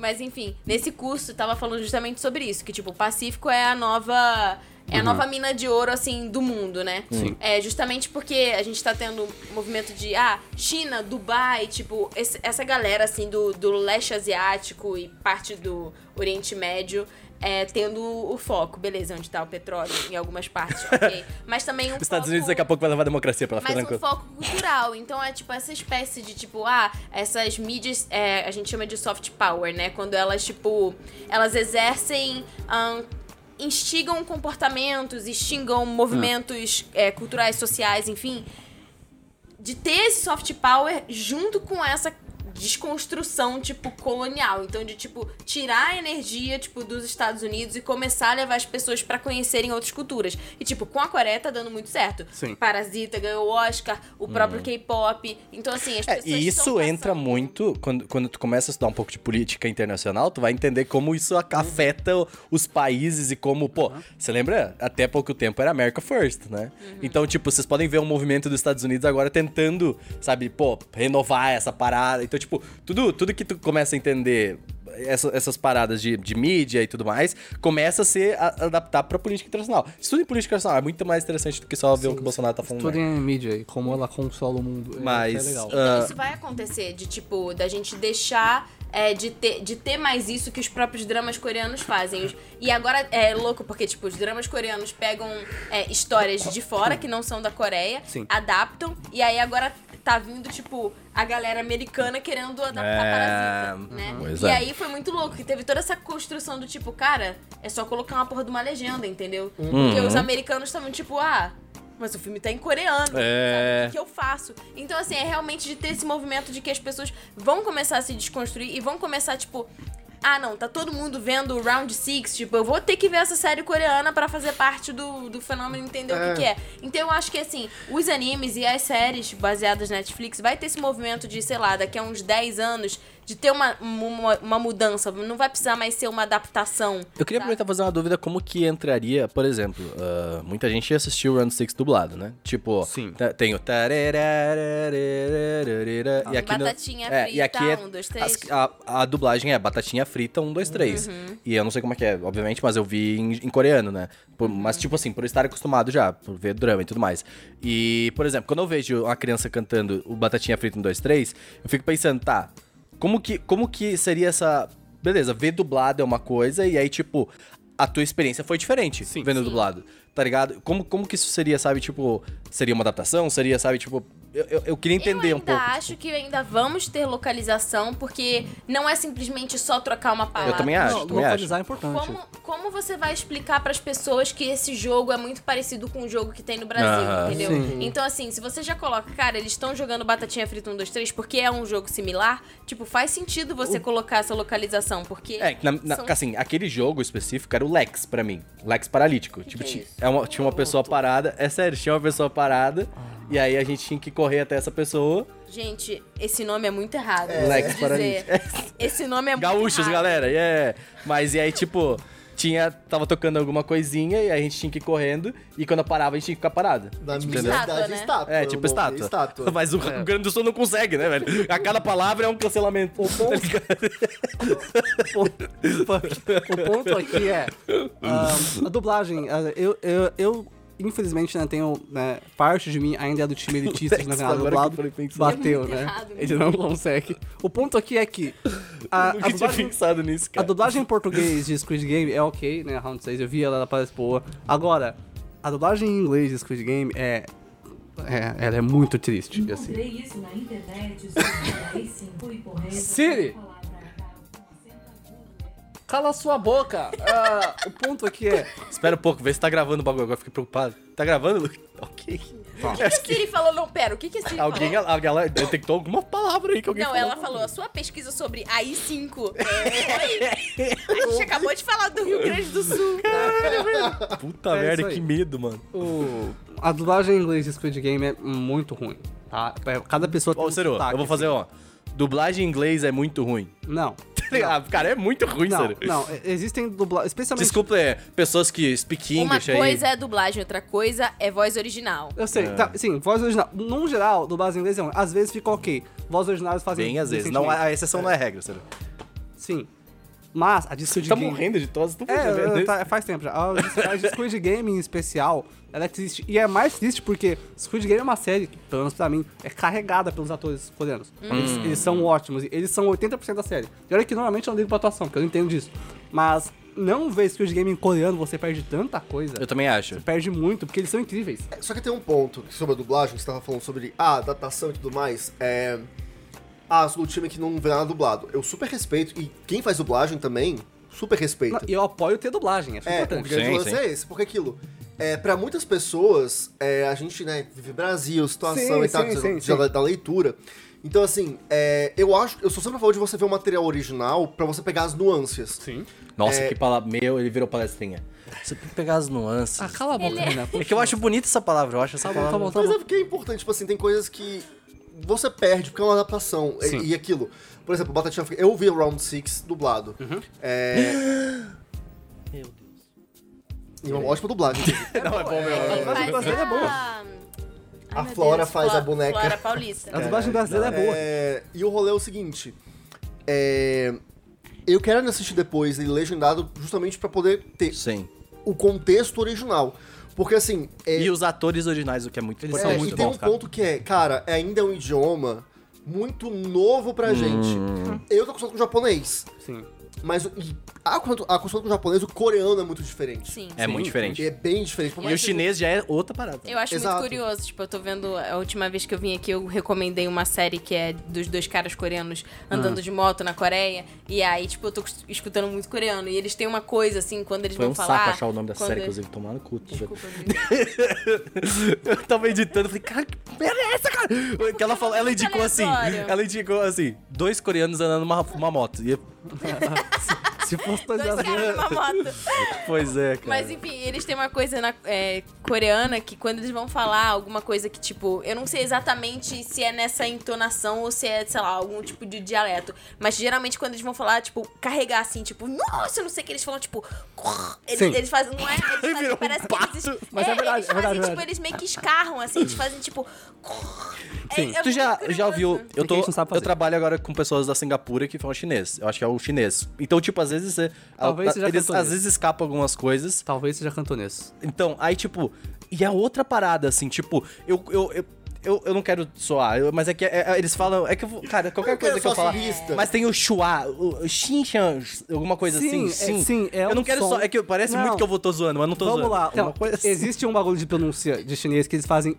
Speaker 2: Mas enfim, nesse curso tava falando justamente sobre isso, que tipo, o Pacífico é a nova é a nova mina de ouro assim do mundo, né?
Speaker 3: Sim.
Speaker 2: É justamente porque a gente tá tendo um movimento de ah, China, Dubai, tipo, esse- essa galera assim do, do leste asiático e parte do Oriente Médio é, tendo o foco, beleza, onde tá o petróleo em algumas partes, ok. Mas também um
Speaker 1: Os Estados
Speaker 2: foco-
Speaker 1: Unidos é daqui a pouco vai levar a democracia pra ela ficar
Speaker 2: mas um
Speaker 1: tranquila.
Speaker 2: foco cultural. Então é tipo essa espécie de tipo, ah, essas mídias, é, a gente chama de soft power, né? Quando elas, tipo, elas exercem. ahn, instigam comportamentos, instigam movimentos é, culturais, sociais, enfim. De ter esse soft power junto com essa desconstrução, tipo, colonial. Então, de, tipo, tirar a energia, tipo, dos Estados Unidos e começar a levar as pessoas pra conhecerem outras culturas. E, tipo, com a Coreia tá dando muito certo.
Speaker 3: Sim.
Speaker 2: Parasita ganhou o Oscar, o próprio K-pop. Então, assim, as
Speaker 1: Uhum. É,
Speaker 2: pessoas.
Speaker 1: e
Speaker 2: estão
Speaker 1: isso
Speaker 2: passando- né?
Speaker 1: entra muito, quando, quando tu começa a estudar um pouco de política internacional, tu vai entender como isso a- afeta o- os países e como, pô, você lembra? Até pouco tempo era America First, né?
Speaker 2: Uhum.
Speaker 1: Então, tipo, vocês podem ver um movimento dos Estados Unidos agora tentando, sabe, pô, renovar essa parada. Então, tipo, tudo, tudo que tu começa a entender essa- essas paradas de, de mídia e tudo mais, começa a se a- adaptar pra política internacional. Estudo em política internacional é muito mais interessante do que só ver [LAUGHS] o que o Bolsonaro tá falando.
Speaker 3: Tudo
Speaker 1: né?
Speaker 3: em mídia e como ela consola o mundo. é,
Speaker 1: Mas, ah,
Speaker 3: isso é legal.
Speaker 2: Então isso vai acontecer, de tipo, da gente deixar é, de, ter, de ter mais isso que os próprios dramas coreanos fazem. Os- E agora é louco, porque, tipo, os dramas coreanos pegam é, histórias de fora que não são da Coreia,
Speaker 3: Sim.
Speaker 2: adaptam, e aí agora tá vindo, tipo, a galera americana querendo adaptar
Speaker 1: É,
Speaker 2: parasita, né?
Speaker 1: pois
Speaker 2: e
Speaker 1: é.
Speaker 2: aí foi muito louco, que teve toda essa construção do tipo, cara, é só colocar uma porra de uma legenda, entendeu?
Speaker 1: Uhum.
Speaker 2: Porque os americanos estavam tipo, ah. Mas o filme tá em coreano.
Speaker 1: É.
Speaker 2: sabe? O que que eu faço. Então, assim, é realmente de ter esse movimento de que as pessoas vão começar a se desconstruir e vão começar, tipo. Ah, não, tá todo mundo vendo o Round Six tipo, eu vou ter que ver essa série coreana pra fazer parte do, do fenômeno e entender o que, que é. Então eu acho que, assim, os animes e as séries baseadas na Netflix vai ter esse movimento de, sei lá, daqui a uns 10 anos, de ter uma, uma, uma mudança. Não vai precisar mais ser uma adaptação.
Speaker 1: Eu queria aproveitar e fazer uma dúvida como que entraria, por exemplo, ah, muita gente assistiu Round 6 dublado, né? Tipo,
Speaker 3: Sim.
Speaker 1: tá- tem o tararararararara, e aqui no-
Speaker 2: Batatinha
Speaker 1: é,
Speaker 2: frita,
Speaker 1: e aqui é-
Speaker 2: um, dois, três.
Speaker 1: as- a, a dublagem é batatinha frita 1 2 3. E eu não sei como é que é, obviamente, mas eu vi em, em coreano, né? Por- Mas tipo assim, por estar acostumado já, por ver drama e tudo mais. E, por exemplo, quando eu vejo uma criança cantando o batatinha frita 1 2 3, eu fico pensando, tá, como que, como que seria essa. Beleza, ver dublado é uma coisa, e aí, tipo, a tua experiência foi diferente vendo dublado, tá ligado? Como, como que isso seria, sabe? Tipo, seria uma adaptação? Seria, sabe? Tipo, eu, eu- eu queria entender
Speaker 2: eu ainda
Speaker 1: um pouco.
Speaker 2: acho que ainda vamos ter localização, porque não é simplesmente só trocar uma palavra.
Speaker 1: Eu também acho,
Speaker 3: Não,
Speaker 1: também acho.
Speaker 3: localizar é importante.
Speaker 2: Como, como você vai explicar pras pessoas que esse jogo é muito parecido com o jogo que tem no Brasil,
Speaker 1: Aham.
Speaker 2: entendeu?
Speaker 3: Sim.
Speaker 2: Então, assim, se você já coloca, cara, eles estão jogando batatinha frita 1, 2, 3 porque é um jogo similar, tipo, faz sentido você colocar essa localização, porque.
Speaker 1: É, que na- na-
Speaker 2: são-
Speaker 1: assim, aquele jogo específico era o Lex pra mim. Lex paralítico. tipo,
Speaker 2: que é
Speaker 1: ti-
Speaker 2: isso?
Speaker 1: é uma- tinha uma pessoa parada. É sério, tinha uma pessoa parada.
Speaker 2: Ah.
Speaker 1: E aí a gente tinha que correr até essa pessoa.
Speaker 2: Gente, esse nome é muito errado. eu
Speaker 1: Lex
Speaker 2: preciso
Speaker 1: Paralítico.
Speaker 2: dizer. Esse nome é muito
Speaker 1: Gaúchos,
Speaker 2: errado.
Speaker 1: galera, yeah. Mas e aí, tipo, tinha. Tava tocando alguma coisinha e a gente tinha que ir correndo. E quando eu parava, a gente tinha que ficar parado. Tipo,
Speaker 4: Na minha
Speaker 1: Entendeu?
Speaker 4: idade,
Speaker 2: né?
Speaker 4: estátua.
Speaker 1: É, tipo
Speaker 4: o nome
Speaker 1: estátua.
Speaker 4: é estátua.
Speaker 1: [LAUGHS] Mas o, o Rio Grande do Sul não consegue, né, velho? A cada palavra é um cancelamento. [LAUGHS] Tá
Speaker 3: é,
Speaker 1: ligado?
Speaker 3: O ponto- o ponto aqui é ah, a dublagem. ah, eu, eu, eu, infelizmente, né, tenho né, parte de mim ainda é
Speaker 1: [LAUGHS]
Speaker 3: do time elitista
Speaker 1: Lex,
Speaker 3: na canal
Speaker 1: agora que eu
Speaker 3: dublado.
Speaker 1: falei pensar.
Speaker 3: Bateu,
Speaker 2: É muito
Speaker 3: né?
Speaker 2: errado,
Speaker 3: Ele não consegue. O ponto aqui é que
Speaker 1: [LAUGHS]
Speaker 3: a, a
Speaker 1: Nunca tinha
Speaker 3: dublagem
Speaker 1: pensado nisso,
Speaker 3: A
Speaker 1: cara.
Speaker 3: dublagem em português de Squid Game é ok, né? Round 6 eu vi, ela ela parece boa. Agora, a dublagem em inglês de Squid Game é. é ela é muito triste, assim.
Speaker 6: Encontrei isso na internet, escutei sim, fui correndo.
Speaker 3: Siri! Cala sua boca! Ah, o ponto aqui é.
Speaker 1: Espera um pouco, vê se tá gravando o bagulho. Agora eu fiquei preocupado. Tá gravando, Luke? [LAUGHS] Ok.
Speaker 3: Tá.
Speaker 2: O que, que a Siri falou? Não, pera, o que, que a Siri falou?
Speaker 1: Alguém, alguém ela detectou alguma palavra aí que alguém
Speaker 2: Não,
Speaker 1: falou.
Speaker 2: ela falou, a sua pesquisa sobre
Speaker 1: [LAUGHS]
Speaker 2: AI-5. Oi, É, a gente acabou de falar do Rio Grande do Sul.
Speaker 1: Puta
Speaker 3: É
Speaker 1: merda,
Speaker 3: isso aí.
Speaker 1: que medo, mano.
Speaker 3: O, a dublagem em inglês de Squid Game é muito ruim, tá? É, Cada pessoa tem
Speaker 1: Ô, Ciro,
Speaker 3: sotaque,
Speaker 1: eu vou fazer,
Speaker 3: assim.
Speaker 1: ó. Dublagem em inglês é muito ruim. [LAUGHS]
Speaker 3: Não.
Speaker 1: Ah, cara, é muito ruim,
Speaker 3: Não,
Speaker 1: Ciro.
Speaker 3: não, é- existem dublagens. Especialmente.
Speaker 1: Desculpa, é, pessoas que speak
Speaker 2: Uma
Speaker 1: English aí.
Speaker 2: coisa é dublagem, outra coisa é voz original.
Speaker 3: Eu sei,
Speaker 1: É.
Speaker 3: tá, sim, voz original. Num geral, dublagem em inglês é ruim. Às vezes fica ok. Voz original fazem.
Speaker 1: Bem, às vezes. Não,
Speaker 3: decentemente.
Speaker 1: a exceção não é regra, Ciro.
Speaker 3: Sim. Mas a de Squid Game.
Speaker 1: de tosse, tu
Speaker 3: É, eu- tá, faz tempo já. A de- a de Squid Game em especial, ela é triste. E é mais triste porque Squid Game é uma série que, pelo menos pra mim, é carregada pelos atores coreanos. Eles, eles são ótimos. e Eles são 80% da série. E olha que normalmente eu não ligo pra atuação, porque eu não entendo disso. Mas não ver Squid Game em coreano, você perde tanta coisa.
Speaker 1: Eu também acho.
Speaker 3: Perde muito, porque eles são incríveis.
Speaker 4: É, Só que tem um ponto que sobre a dublagem, que você tava falando sobre a adaptação e tudo mais. É. Ah, sou do time que não vê nada dublado. Eu super respeito, e quem faz dublagem também, super respeito.
Speaker 3: E eu apoio ter dublagem, acho
Speaker 4: É, o
Speaker 3: importante.
Speaker 4: grande
Speaker 1: Sim,
Speaker 4: lance
Speaker 1: sim.
Speaker 4: é esse, porque aquilo. É, pra muitas pessoas, é, a gente, né, vive Brasil, situação
Speaker 3: Sim,
Speaker 4: e tal,
Speaker 3: sim,
Speaker 4: que
Speaker 3: sim,
Speaker 4: já
Speaker 3: sim.
Speaker 4: da- da leitura. Então, assim, é, eu acho. Eu sou sempre a favor de você ver o material original pra você pegar as nuances.
Speaker 3: Sim.
Speaker 1: Nossa,
Speaker 3: É.
Speaker 1: que palavra. Meu, ele virou palestrinha. Você tem que pegar as nuances.
Speaker 3: Ah, cala a boca, Renato.
Speaker 1: É que eu acho bonita essa palavra, eu acho essa
Speaker 3: Tá bom,
Speaker 1: palavra.
Speaker 3: tá bom, tá
Speaker 4: Mas
Speaker 3: bom.
Speaker 4: é porque é importante, tipo assim, tem coisas que você perde porque é uma adaptação.
Speaker 3: Sim.
Speaker 4: E, e aquilo. Por exemplo, Batatinha Frita. Eu ouvi o Round 6 dublado. É. E uma ótima dublagem. inclusive.
Speaker 1: Não, é bom mesmo.
Speaker 2: Quem
Speaker 3: mas a brasileira é boa.
Speaker 2: Ai,
Speaker 4: A
Speaker 2: meu
Speaker 4: Flora
Speaker 2: Deus,
Speaker 4: faz a
Speaker 2: Flo-
Speaker 4: boneca.
Speaker 2: Flora Paulista.
Speaker 3: A dublagem brasileira é boa.
Speaker 4: É, e o rolê é o seguinte. É, Eu quero assistir depois ele legendado justamente pra poder ter
Speaker 1: Sim.
Speaker 4: o contexto original. Porque assim. é,
Speaker 1: E os atores originais, o que é muito
Speaker 3: Eles
Speaker 4: É,
Speaker 1: importante.
Speaker 3: são
Speaker 4: e
Speaker 3: muito
Speaker 4: tem
Speaker 1: bons,
Speaker 4: um
Speaker 1: cara.
Speaker 4: ponto que é, cara, ainda é um idioma muito novo pra
Speaker 1: Hum.
Speaker 4: gente. Eu tô acostumado com o japonês,
Speaker 3: Sim.
Speaker 4: mas o- e a- quanto- a acostumado com o japonês, o coreano é muito diferente.
Speaker 2: Sim.
Speaker 1: É muito diferente.
Speaker 4: E é bem diferente.
Speaker 1: E o chinês já é outra parada.
Speaker 2: Eu acho
Speaker 4: Exato.
Speaker 2: muito curioso, tipo, eu tô vendo. A última vez que eu vim aqui, eu recomendei uma série que é dos dois caras coreanos
Speaker 1: Ah.
Speaker 2: andando de moto na Coreia. E aí, tipo, eu tô cus- escutando muito coreano. E eles têm uma coisa, assim, quando eles
Speaker 1: Foi
Speaker 2: vão
Speaker 1: um
Speaker 2: falar.
Speaker 1: saco achar o nome da
Speaker 2: quando-
Speaker 1: série, inclusive, tomar no cu. tá
Speaker 2: Desculpa, Rodrigo.
Speaker 1: [LAUGHS] eu tava editando, falei, cara, que merda é essa, cara? Que ela, falou, ela indicou assim,
Speaker 2: Aleatório.
Speaker 1: ela indicou assim, dois coreanos andando numa uma moto. [LAUGHS] E,
Speaker 3: Se fosse dois
Speaker 2: Dois
Speaker 1: [LAUGHS]
Speaker 3: brasileiros.
Speaker 2: caras numa moto.
Speaker 1: pois é, cara.
Speaker 2: Mas enfim, eles têm uma coisa na, é, coreana que quando eles vão falar alguma coisa que, tipo, eu não sei exatamente se é nessa entonação ou se é, sei lá, algum tipo de dialeto. Mas geralmente quando eles vão falar, tipo, carregar assim, tipo, nossa, eu não sei o que eles falam, tipo. Eles,
Speaker 3: Sim.
Speaker 2: eles fazem, não
Speaker 3: [LAUGHS]
Speaker 2: é? Eles fazem,
Speaker 1: Virou um
Speaker 2: parece que eles.
Speaker 1: pato.
Speaker 3: Mas é verdade, é
Speaker 2: eles
Speaker 3: verdade,
Speaker 2: fazem, tipo,
Speaker 3: verdade.
Speaker 2: eles meio que escarram, assim, eles fazem, tipo. é-
Speaker 3: Sim.
Speaker 2: é
Speaker 1: Tu já,
Speaker 2: muito
Speaker 1: já ouviu?
Speaker 2: curioso.
Speaker 1: Eu,
Speaker 3: que a
Speaker 1: tô,
Speaker 3: gente não sabe
Speaker 1: eu
Speaker 3: fazer.
Speaker 1: trabalho agora com pessoas da Singapura que falam chinês. Eu acho que é o chinês. Então, tipo, às vezes você.
Speaker 3: Talvez
Speaker 1: a-
Speaker 3: seja
Speaker 1: eles,
Speaker 3: cantonês.
Speaker 1: às vezes escapam algumas coisas.
Speaker 3: Talvez seja cantonês.
Speaker 1: Então, aí, tipo, e a outra parada, assim, tipo, eu. eu, eu eu, eu não quero soar, eu- mas é que é- é- eles falam. É que, eu vou- cara, qualquer
Speaker 4: não quero
Speaker 1: coisa que eu
Speaker 4: soar
Speaker 1: falar.
Speaker 4: sulista.
Speaker 1: Mas tem o chua, o o xinchan, alguma coisa
Speaker 3: Sim,
Speaker 1: assim.
Speaker 3: é- sim, é
Speaker 1: eu
Speaker 3: um
Speaker 1: não quero
Speaker 3: som.
Speaker 1: só. É que parece
Speaker 3: Não.
Speaker 1: muito que eu vou tô zoando, mas não tô
Speaker 3: Vamos
Speaker 1: zoando.
Speaker 3: lá.
Speaker 1: É uma
Speaker 3: Então,
Speaker 1: coisa assim.
Speaker 3: existe um bagulho de pronúncia de chinês que eles fazem.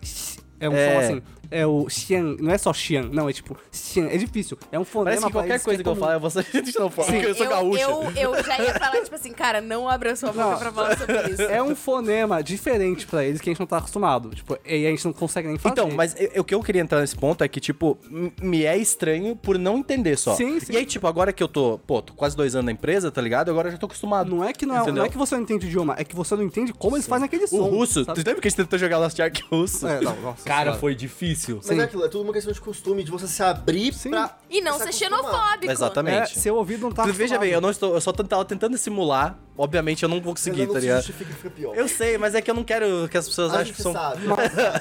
Speaker 3: É um
Speaker 1: É.
Speaker 3: som assim. é o Xian. Não é só Xian, não, é tipo Xian. É difícil. É um fonema.
Speaker 1: Parece que
Speaker 3: pra
Speaker 1: qualquer
Speaker 3: eles
Speaker 1: coisa que eu
Speaker 3: é
Speaker 1: falo, eu vou ser [LAUGHS] xenofóbico, porque eu sou gaúcho.
Speaker 2: Eu, eu já ia falar, tipo assim, cara, não abra sua boca
Speaker 3: Não.
Speaker 2: pra falar sobre isso.
Speaker 3: [LAUGHS] comum. É um
Speaker 1: [LAUGHS]
Speaker 3: fonema diferente pra eles que a gente não tá acostumado. Tipo, e a gente não consegue nem fazer.
Speaker 1: Então, mas eu- eu- o que eu queria entrar nesse ponto é que, tipo, m- me é estranho por não entender só.
Speaker 3: Sim, sim.
Speaker 1: E aí, tipo, agora que eu tô, pô, tô quase dois anos na empresa, tá ligado? Agora eu já tô acostumado.
Speaker 3: Não é que não é, não
Speaker 1: Entendeu?
Speaker 3: é que você não entende o idioma, é que você não entende como eles fazem aquele som.
Speaker 1: O russo,
Speaker 3: sabe?
Speaker 1: tu lembra que a gente tentou jogar Lost Ark russo?
Speaker 3: É, não, nossa
Speaker 1: Cara,
Speaker 3: senhora.
Speaker 1: foi difícil.
Speaker 4: Mas é aquilo, é tudo uma questão de costume, de você se abrir
Speaker 3: Sim.
Speaker 4: pra.
Speaker 2: E não
Speaker 4: se
Speaker 2: ser
Speaker 4: acostumar.
Speaker 2: xenofóbico.
Speaker 1: Exatamente.
Speaker 3: É, seu ouvido não tá.
Speaker 1: Tu veja
Speaker 3: acostumado.
Speaker 1: bem, eu não estou, eu só tava tentando simular, obviamente eu não vou
Speaker 4: Mas
Speaker 1: conseguir,
Speaker 4: não
Speaker 1: tá
Speaker 4: se
Speaker 1: ligado?
Speaker 4: justifica que fica pior.
Speaker 1: Eu sei, mas é que eu não quero que as pessoas
Speaker 4: a
Speaker 1: achem
Speaker 4: gente
Speaker 1: que um são.
Speaker 4: sabe.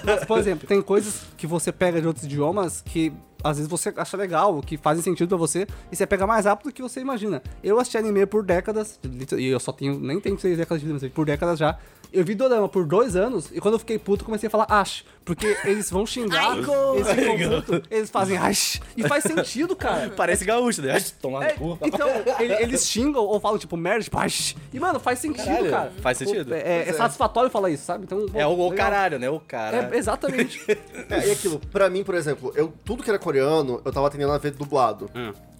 Speaker 3: Mas, por exemplo, tem coisas que você pega de outros idiomas que às vezes você acha legal, que fazem sentido pra você, e você pega mais rápido do que você imagina. Eu assisti anime por décadas, e eu só tenho, nem tenho seis décadas de vida, mas por décadas já. Eu vi Dorama por dois anos, e quando eu fiquei puto, eu comecei a falar Ash, porque eles vão xingar,
Speaker 2: Ai,
Speaker 3: eles ficam puto, eles fazem Ash, e faz sentido, cara.
Speaker 1: Parece gaúcho, né? Ai, Tomar
Speaker 3: É,
Speaker 1: no cu.
Speaker 3: então, ele- eles xingam ou falam, tipo, merda, tipo, Ash. E, mano, faz sentido,
Speaker 1: Caralho,
Speaker 3: cara.
Speaker 1: faz sentido.
Speaker 3: É, é- é satisfatório falar isso, sabe? Então,
Speaker 1: É o, o
Speaker 3: legal.
Speaker 1: caralho, né? O cara.
Speaker 3: É, exatamente.
Speaker 4: É, e aquilo, pra mim, por exemplo, eu, tudo que era coreano, eu tava atendendo a ver dublado.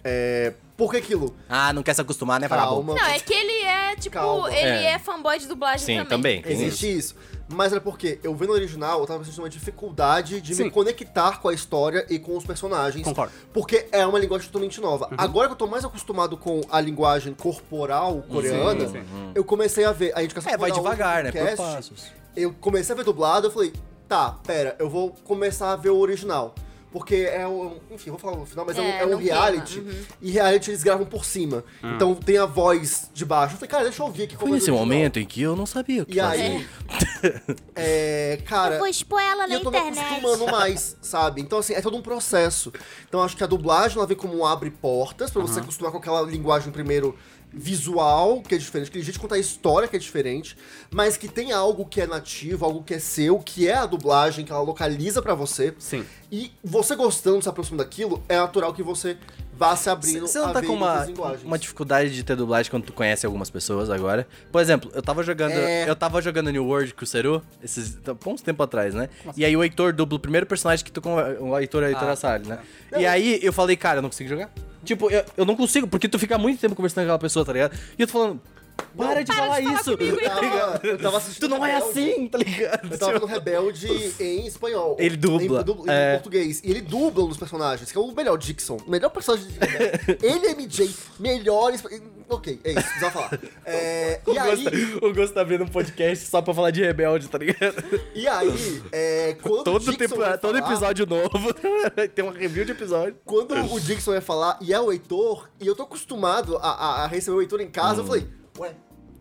Speaker 4: É, por que aquilo?
Speaker 1: Ah, não quer se acostumar, né? vagabundo?
Speaker 4: Calma.
Speaker 2: Não, é que ele é, tipo,
Speaker 4: Calma.
Speaker 2: ele é.
Speaker 1: É.
Speaker 2: fanboy de dublagem
Speaker 1: Sim,
Speaker 2: também.
Speaker 1: também.
Speaker 4: Existe isso. Mas era porque eu vendo o original, eu tava sentindo uma dificuldade de
Speaker 3: Sim.
Speaker 4: me conectar com a história e com os personagens.
Speaker 3: Concordo.
Speaker 4: Porque é uma linguagem totalmente nova. Agora que eu tô mais acostumado com a linguagem corporal coreana,
Speaker 3: Sim,
Speaker 4: eu comecei a ver a indicação
Speaker 1: É, vai
Speaker 4: coral
Speaker 1: devagar,
Speaker 4: do
Speaker 1: né? Por
Speaker 4: podcast.
Speaker 1: passos.
Speaker 4: Eu comecei a ver dublado, eu falei, tá, pera, eu vou começar a ver o original. Porque é um. Enfim, eu vou falar no final, mas é, um-
Speaker 2: É,
Speaker 4: é um,
Speaker 2: não queima,
Speaker 4: reality. E reality eles gravam por cima. Então tem a voz de baixo. Eu falei, cara, deixa eu ouvir aqui como
Speaker 1: Foi um nesse
Speaker 4: é o original.
Speaker 1: momento em que eu não sabia o que
Speaker 4: E aí.
Speaker 1: assim.
Speaker 4: [LAUGHS] É, cara.
Speaker 2: expor ela
Speaker 4: E eu tô me acostumando mais, sabe? Então, assim, é todo um processo. Então, acho que a dublagem, ela vem como um abre portas pra você se acostumar com aquela linguagem, primeiro, visual, que é diferente, que a gente conta a história, que é diferente, mas que tem algo que é nativo, algo que é seu, que é a dublagem, que ela localiza pra você.
Speaker 3: Sim.
Speaker 4: E você gostando, se aproximando daquilo, é natural que você vá se abrindo
Speaker 1: Você não
Speaker 4: a
Speaker 1: tá
Speaker 4: ver
Speaker 1: com uma,
Speaker 4: outras linguagens.
Speaker 1: uma dificuldade de ter dublagem quando tu conhece algumas pessoas agora? Por exemplo, eu tava jogando.
Speaker 4: É.
Speaker 1: Eu tava jogando New World com o Seru, esses tá, bom uns tempo atrás, né? E
Speaker 4: assim?
Speaker 1: aí o Heitor dubla o primeiro personagem que tu com o Heitor é o Heitor
Speaker 3: Ah,
Speaker 1: Assale, né?
Speaker 4: tá.
Speaker 1: E aí eu falei, cara, eu não consigo jogar. Tipo, eu, eu não consigo, porque tu fica muito tempo conversando com aquela pessoa, tá ligado? E eu tô falando. Para de falar isso! Tá
Speaker 4: Eu tava, então. eu tava
Speaker 1: Tu
Speaker 4: assistindo
Speaker 1: não é
Speaker 4: Rebelde.
Speaker 1: assim, tá ligado?
Speaker 4: Eu
Speaker 1: [LAUGHS]
Speaker 4: tava no Rebelde em espanhol.
Speaker 1: Ele dubla,
Speaker 4: Em, dubl- em
Speaker 1: é.
Speaker 4: português. E ele dubla um dos personagens, que é o melhor Dixon. O melhor
Speaker 1: [LAUGHS]
Speaker 4: personagem de Rebelde. Ele é MJ. Melhores. Ok, é isso, precisava falar. É, e aí.
Speaker 1: O Gosto tá abrindo um podcast só pra falar de rebelde, tá ligado?
Speaker 4: E aí, é, quando o
Speaker 1: Todo,
Speaker 4: Dixon
Speaker 1: tempo,
Speaker 4: vai
Speaker 1: todo
Speaker 4: falar-
Speaker 1: episódio novo. [LAUGHS] Tem uma review de episódio.
Speaker 4: Quando o Dixon ia falar e é o Heitor, e eu tô acostumado a, a- a receber o Heitor em casa,
Speaker 1: Hum.
Speaker 4: eu falei, ué,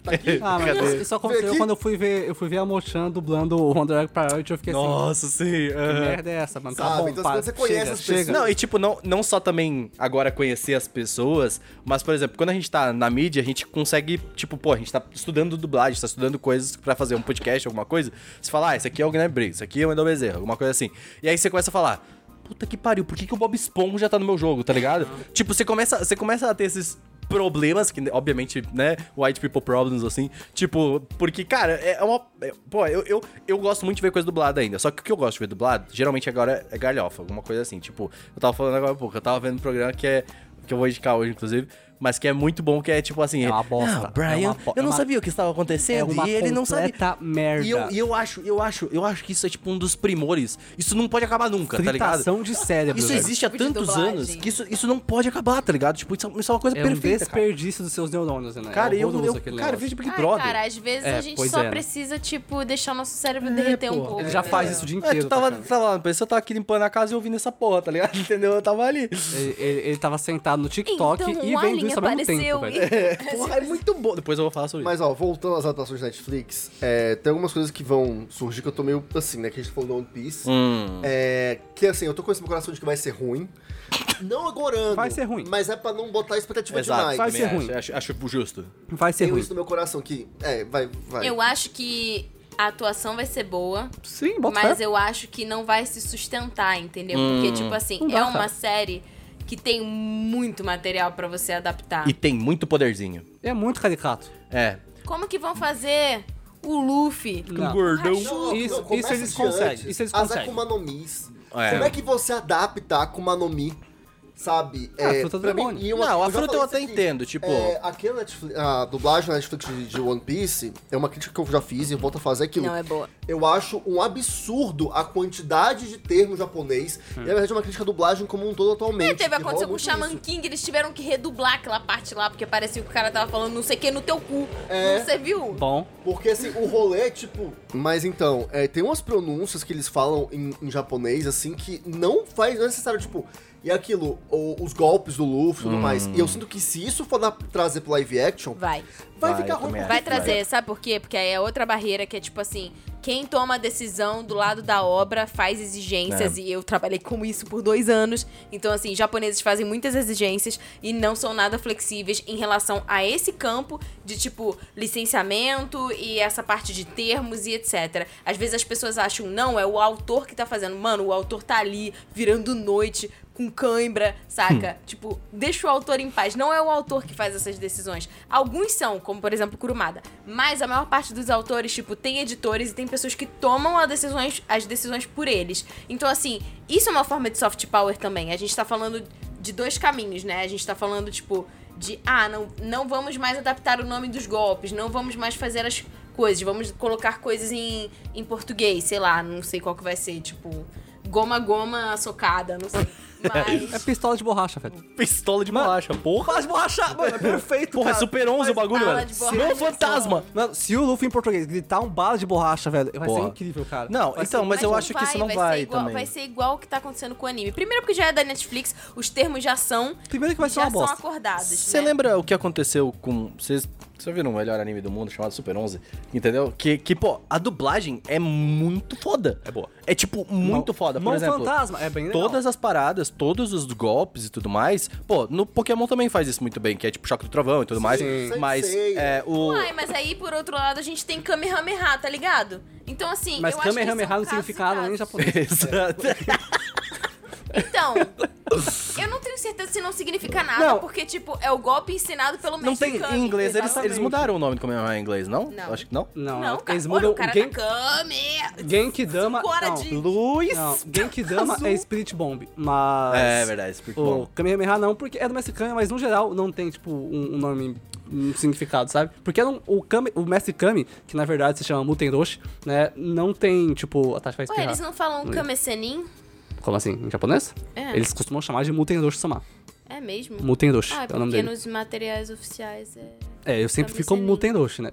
Speaker 4: tá aqui?
Speaker 3: Ah, mas
Speaker 1: Cadê?
Speaker 3: isso- isso
Speaker 4: Vem
Speaker 3: aconteceu
Speaker 4: aqui.
Speaker 3: quando eu fui ver, eu fui ver a Mochan dublando o One Drag Priority, eu fiquei assim,
Speaker 1: Nossa, sim.
Speaker 3: que
Speaker 1: aham.
Speaker 3: merda é essa, mano? Tá
Speaker 4: Sabe,
Speaker 3: bom,
Speaker 4: então
Speaker 3: pá,
Speaker 4: quando você conhece
Speaker 3: chega,
Speaker 4: as
Speaker 3: chega.
Speaker 4: pessoas-
Speaker 1: Não, e tipo, não, não só também agora conhecer as pessoas, mas, por exemplo, quando a gente tá na mídia, a gente consegue, tipo, pô, a gente tá estudando dublagem, tá estudando coisas pra fazer um podcast, alguma coisa. Você fala, ah, isso aqui é o Guilherme Briggs, isso aqui é o Mendel Bezerra, alguma coisa assim. E aí você começa a falar, puta que pariu, por que, que o Bob Esponja tá no meu jogo, tá ligado? Tipo, você começa, você começa a ter esses problemas, que obviamente, né, white people problems, assim, tipo, porque, cara, é uma, é- pô, eu, eu, eu gosto muito de ver coisa dublada ainda, só que o que eu gosto de ver dublado, geralmente agora é galhofa, alguma coisa assim, tipo, eu tava falando agora há pouco, eu tava vendo um programa que é, que eu vou indicar hoje, inclusive, mas que é muito bom, que é tipo assim...
Speaker 3: É uma bosta,
Speaker 1: "Ah, Brian,
Speaker 3: é uma bo-
Speaker 1: eu não
Speaker 3: é uma-
Speaker 1: sabia o que estava
Speaker 3: É
Speaker 1: acontecendo
Speaker 3: uma
Speaker 1: e ele não sabia...
Speaker 3: completa merda.
Speaker 1: E eu, e eu acho, eu acho, eu acho que isso é tipo um dos primores. Isso não pode acabar nunca, tá ligado?
Speaker 3: Fritação né? de cérebro,
Speaker 1: Isso
Speaker 3: velho.
Speaker 1: existe há
Speaker 2: Tipo de
Speaker 1: tantos
Speaker 2: dublagem.
Speaker 1: anos que isso, isso não pode acabar, tá ligado? Tipo, isso, é- isso é uma coisa
Speaker 3: É um
Speaker 1: perfeita. cara.
Speaker 3: desperdício dos seus neurônios, né?
Speaker 1: Cara,
Speaker 3: é
Speaker 1: eu,
Speaker 3: horroroso
Speaker 1: eu,
Speaker 3: aquele
Speaker 1: cara, eu
Speaker 3: negócio.
Speaker 1: vejo Big
Speaker 2: Ai,
Speaker 1: Brother.
Speaker 2: cara, às vezes
Speaker 3: É,
Speaker 2: a gente
Speaker 3: pois
Speaker 2: só
Speaker 3: é, né? É,
Speaker 2: precisa, tipo, deixar o nosso cérebro derreter um pouco.
Speaker 3: Ele já faz
Speaker 2: entendeu?
Speaker 3: isso o dia
Speaker 1: é,
Speaker 3: inteiro.
Speaker 1: tu tava,
Speaker 3: tá, cara.
Speaker 1: tava lá, pensa, eu tava aqui limpando a casa e ouvindo essa porra, tá ligado? [LAUGHS] Entendeu? Eu tava ali.
Speaker 3: ele, ele, ele tava sentado no TikTok
Speaker 2: Então,
Speaker 3: e
Speaker 2: o
Speaker 3: vendo
Speaker 2: Alien
Speaker 3: isso ao mesmo tempo,
Speaker 2: apareceu e-
Speaker 3: velho.
Speaker 1: Porra, é muito bom. Depois eu vou falar sobre
Speaker 4: Mas ó, voltando às adaptações da Netflix, é, tem algumas coisas que vão surgir que eu tô meio assim, né? Que a gente falou do One Piece.
Speaker 1: Hum.
Speaker 4: É, que assim, eu tô com esse meu coração de que vai ser ruim. Não agorando.
Speaker 3: Vai ser ruim.
Speaker 4: Mas é pra não botar expectativa
Speaker 1: isso. Exato,
Speaker 4: demais.
Speaker 3: vai
Speaker 1: vai
Speaker 3: ser
Speaker 1: ser
Speaker 3: ruim.
Speaker 1: Acho, acho, justo.
Speaker 3: Vai ser
Speaker 4: Tenho
Speaker 3: ruim.
Speaker 4: isso no meu coração que. É, vai,
Speaker 3: [LAUGHS]
Speaker 4: vai.
Speaker 2: [LAUGHS] Eu acho que a atuação vai ser boa,
Speaker 3: Sim, bota
Speaker 2: mas
Speaker 3: fé. Hum,
Speaker 2: eu acho que não vai se sustentar, entendeu? Porque, tipo assim,
Speaker 3: Não dá,
Speaker 2: é uma
Speaker 3: cara.
Speaker 2: série que tem muito material pra você adaptar.
Speaker 1: E tem muito poderzinho.
Speaker 3: É muito caricato.
Speaker 1: É.
Speaker 2: Como que vão fazer o Luffy?
Speaker 3: Não.
Speaker 1: Gordão.
Speaker 4: Não, não,
Speaker 3: Isso-
Speaker 4: não, começa
Speaker 3: isso eles
Speaker 4: de antes.
Speaker 3: conseguem, isso eles
Speaker 4: As
Speaker 3: conseguem.
Speaker 4: Akuma no Mis,
Speaker 1: É.
Speaker 4: Como é que você adapta a Akuma no Mi, sabe? É,
Speaker 3: Ah, fruta do
Speaker 4: pra mim,
Speaker 3: demônio.
Speaker 4: e
Speaker 1: Não, a fruta
Speaker 4: já falei
Speaker 1: eu
Speaker 4: isso
Speaker 1: até
Speaker 4: aqui.
Speaker 1: entendo, tipo-
Speaker 4: É, aquela Netflix, a dublagem da Netflix de, de One Piece é uma crítica que eu já fiz e eu volto a fazer aquilo.
Speaker 2: Não, é boa.
Speaker 4: Eu acho um absurdo a quantidade de termos japonês.
Speaker 1: Hum.
Speaker 4: E na verdade é uma crítica à dublagem como um todo atualmente.
Speaker 2: Teve
Speaker 4: que rola
Speaker 2: aconteceu com o
Speaker 4: muito
Speaker 2: Shaman
Speaker 4: isso.
Speaker 2: King, eles tiveram que redublar aquela parte lá, porque parecia que o cara tava falando não sei o que no teu cu.
Speaker 4: É.
Speaker 2: Não, Você viu?
Speaker 3: Bom,
Speaker 4: Porque assim, o rolê, tipo. Mas então, é, tem umas pronúncias que eles falam em, em japonês, assim, que não faz não é necessário, tipo. E aquilo, o- os golpes do Luffy e tudo mais.
Speaker 1: Hum.
Speaker 4: E eu sinto que se isso for dar- trazer pro live action, vai,
Speaker 2: Vai.
Speaker 1: Vai,
Speaker 4: ficar
Speaker 1: eu
Speaker 4: ruim.
Speaker 1: também
Speaker 4: porque
Speaker 2: Vai trazer, sabe por quê? Porque aí é outra barreira que é tipo assim, quem toma a decisão do lado da obra faz exigências, e eu trabalhei com isso por dois anos. Então, assim, japoneses fazem muitas exigências e não são nada flexíveis em relação a esse campo de tipo licenciamento e essa parte de termos e etc. Às vezes as pessoas acham, não, é o autor que tá fazendo. Mano, o autor tá ali virando noite, com cãibra, saca? Tipo, deixa o autor em paz. Não é o autor que faz essas decisões. Alguns são, como por exemplo Kurumada. Mas a maior parte dos autores, tipo, tem editores e tem pessoas que tomam as decisões, as decisões por eles. Então, assim, isso é uma forma de soft power também. A gente tá falando de dois caminhos, né? A gente tá falando, tipo, de ah, não, não vamos mais adaptar o nome dos golpes, não vamos mais fazer as coisas, vamos colocar coisas em, em português, sei lá, não sei qual que vai ser, tipo, goma goma socada, não sei.
Speaker 3: é
Speaker 2: [LAUGHS] Mas
Speaker 3: pistola de borracha, velho.
Speaker 1: Pistola de borracha, porra.
Speaker 3: Pistola de borracha, mano, é perfeito,
Speaker 1: Porra, é
Speaker 3: cara.
Speaker 1: super 11 o bagulho,
Speaker 2: bala
Speaker 1: velho.
Speaker 2: de borracha, né?
Speaker 1: Meu fantasma.
Speaker 2: só.
Speaker 3: Mano, se o Luffy em português gritar um bala de borracha, velho, vai ser
Speaker 1: Porra.
Speaker 3: incrível, cara.
Speaker 1: Não,
Speaker 3: Vai
Speaker 1: então,
Speaker 3: ser-
Speaker 1: mas eu acho que isso não vai
Speaker 2: ser igual,
Speaker 1: também.
Speaker 2: Vai ser igual o que tá acontecendo com o anime. Primeiro porque já é da Netflix, os termos já são,
Speaker 3: Primeiro que vai ser
Speaker 2: já
Speaker 3: uma
Speaker 2: são
Speaker 3: bosta.
Speaker 2: acordados,
Speaker 1: Você
Speaker 2: né?
Speaker 1: lembra o que aconteceu com. Vocês vocês viram o melhor anime do mundo chamado Super 11? Entendeu? Que, que pô, a dublagem é muito foda. É boa. É, tipo, muito foda. Por
Speaker 3: Mão
Speaker 1: exemplo,
Speaker 3: fantasma, é bem legal.
Speaker 1: todas as paradas, todos os golpes e tudo mais. Pô, no Pokémon também faz isso muito bem, que é tipo choque do trovão e tudo mais. Mas
Speaker 4: Sei.
Speaker 1: é, o.
Speaker 2: Uai, mas aí, por outro lado, a gente tem Kamehameha, tá ligado? Então, assim,
Speaker 3: Mas
Speaker 2: eu acho que são
Speaker 3: Kamehameha não
Speaker 2: casos e
Speaker 3: significa nada nem em
Speaker 2: casos. [LAUGHS]
Speaker 3: japonês.
Speaker 1: [LAUGHS] Exato.
Speaker 2: Tá Então, eu não tenho certeza se não significa nada,
Speaker 3: Não.
Speaker 2: porque, tipo, é o golpe ensinado pelo
Speaker 1: Não
Speaker 2: mestre
Speaker 1: tem.
Speaker 2: Kami,
Speaker 1: Em inglês, eles,
Speaker 2: exatamente.
Speaker 1: eles mudaram o nome do Kamehameha em inglês, não?
Speaker 2: Não.
Speaker 1: Acho que não.
Speaker 3: Não,
Speaker 2: Não, cara,
Speaker 3: eles
Speaker 2: olha
Speaker 3: mudam
Speaker 2: o cara
Speaker 3: Gen-
Speaker 2: da Kami!
Speaker 3: Genkidama.
Speaker 2: Fora
Speaker 3: não,
Speaker 2: de-
Speaker 1: Luz!
Speaker 2: [LAUGHS]
Speaker 3: Não, Genkidama
Speaker 1: Azul.
Speaker 3: é Spirit Bomb, mas...
Speaker 1: É verdade, Spirit
Speaker 3: O
Speaker 1: Bomb.
Speaker 3: Kamehameha não, porque é do Mestre Kami, mas no geral não tem, tipo, um, um nome, um significado, sabe? Porque era um- o, Kami, o Mestre Kami, que na verdade se chama Mutenroshi, né? Não tem, tipo... A Tati vai
Speaker 2: Ué,
Speaker 3: espirrar.
Speaker 2: eles não falam Kame-senin?
Speaker 3: Como assim? Em japonês?
Speaker 2: É.
Speaker 3: Eles costumam chamar de Mutenroshi-sama.
Speaker 2: É mesmo?
Speaker 3: Mutenroshi
Speaker 2: Ah, é
Speaker 3: é o nome
Speaker 2: porque
Speaker 3: dele.
Speaker 2: nos materiais oficiais é...
Speaker 3: É, eu sempre
Speaker 2: Kami
Speaker 3: fico como
Speaker 2: Senin.
Speaker 3: Mutenroshi, né?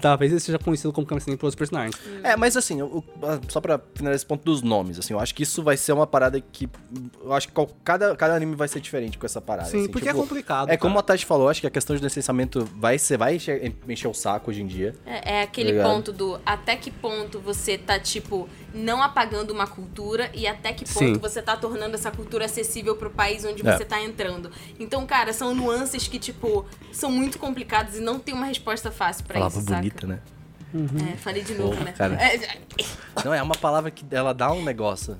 Speaker 3: Talvez ele seja conhecido como Kami-senin pelos personagens.
Speaker 1: É, mas assim, eu- eu- só pra finalizar esse ponto dos nomes, assim, eu acho que isso vai ser uma parada que. Eu acho que qual- cada, cada anime vai ser diferente com essa parada.
Speaker 3: Sim,
Speaker 1: assim,
Speaker 3: porque é complicado,
Speaker 1: É como
Speaker 3: cara.
Speaker 1: a Tati falou, acho que a questão de licenciamento vai ser, vai encher, encher o saco hoje em dia.
Speaker 2: É, é aquele
Speaker 1: Obrigado.
Speaker 2: ponto do até que ponto você tá, tipo, não apagando uma cultura e até que ponto
Speaker 3: Sim.
Speaker 2: você tá tornando essa cultura acessível pro país onde
Speaker 1: É.
Speaker 2: você tá entrando. Então, cara, são nuances que, tipo, são muito complicadas e não tem uma resposta fácil pra
Speaker 1: Palavra
Speaker 2: isso,
Speaker 1: bonita, né?
Speaker 2: né? É, falei de novo,
Speaker 1: Porra,
Speaker 2: né?
Speaker 1: cara.
Speaker 2: É, é,
Speaker 1: Não, é uma palavra que ela dá um negócio.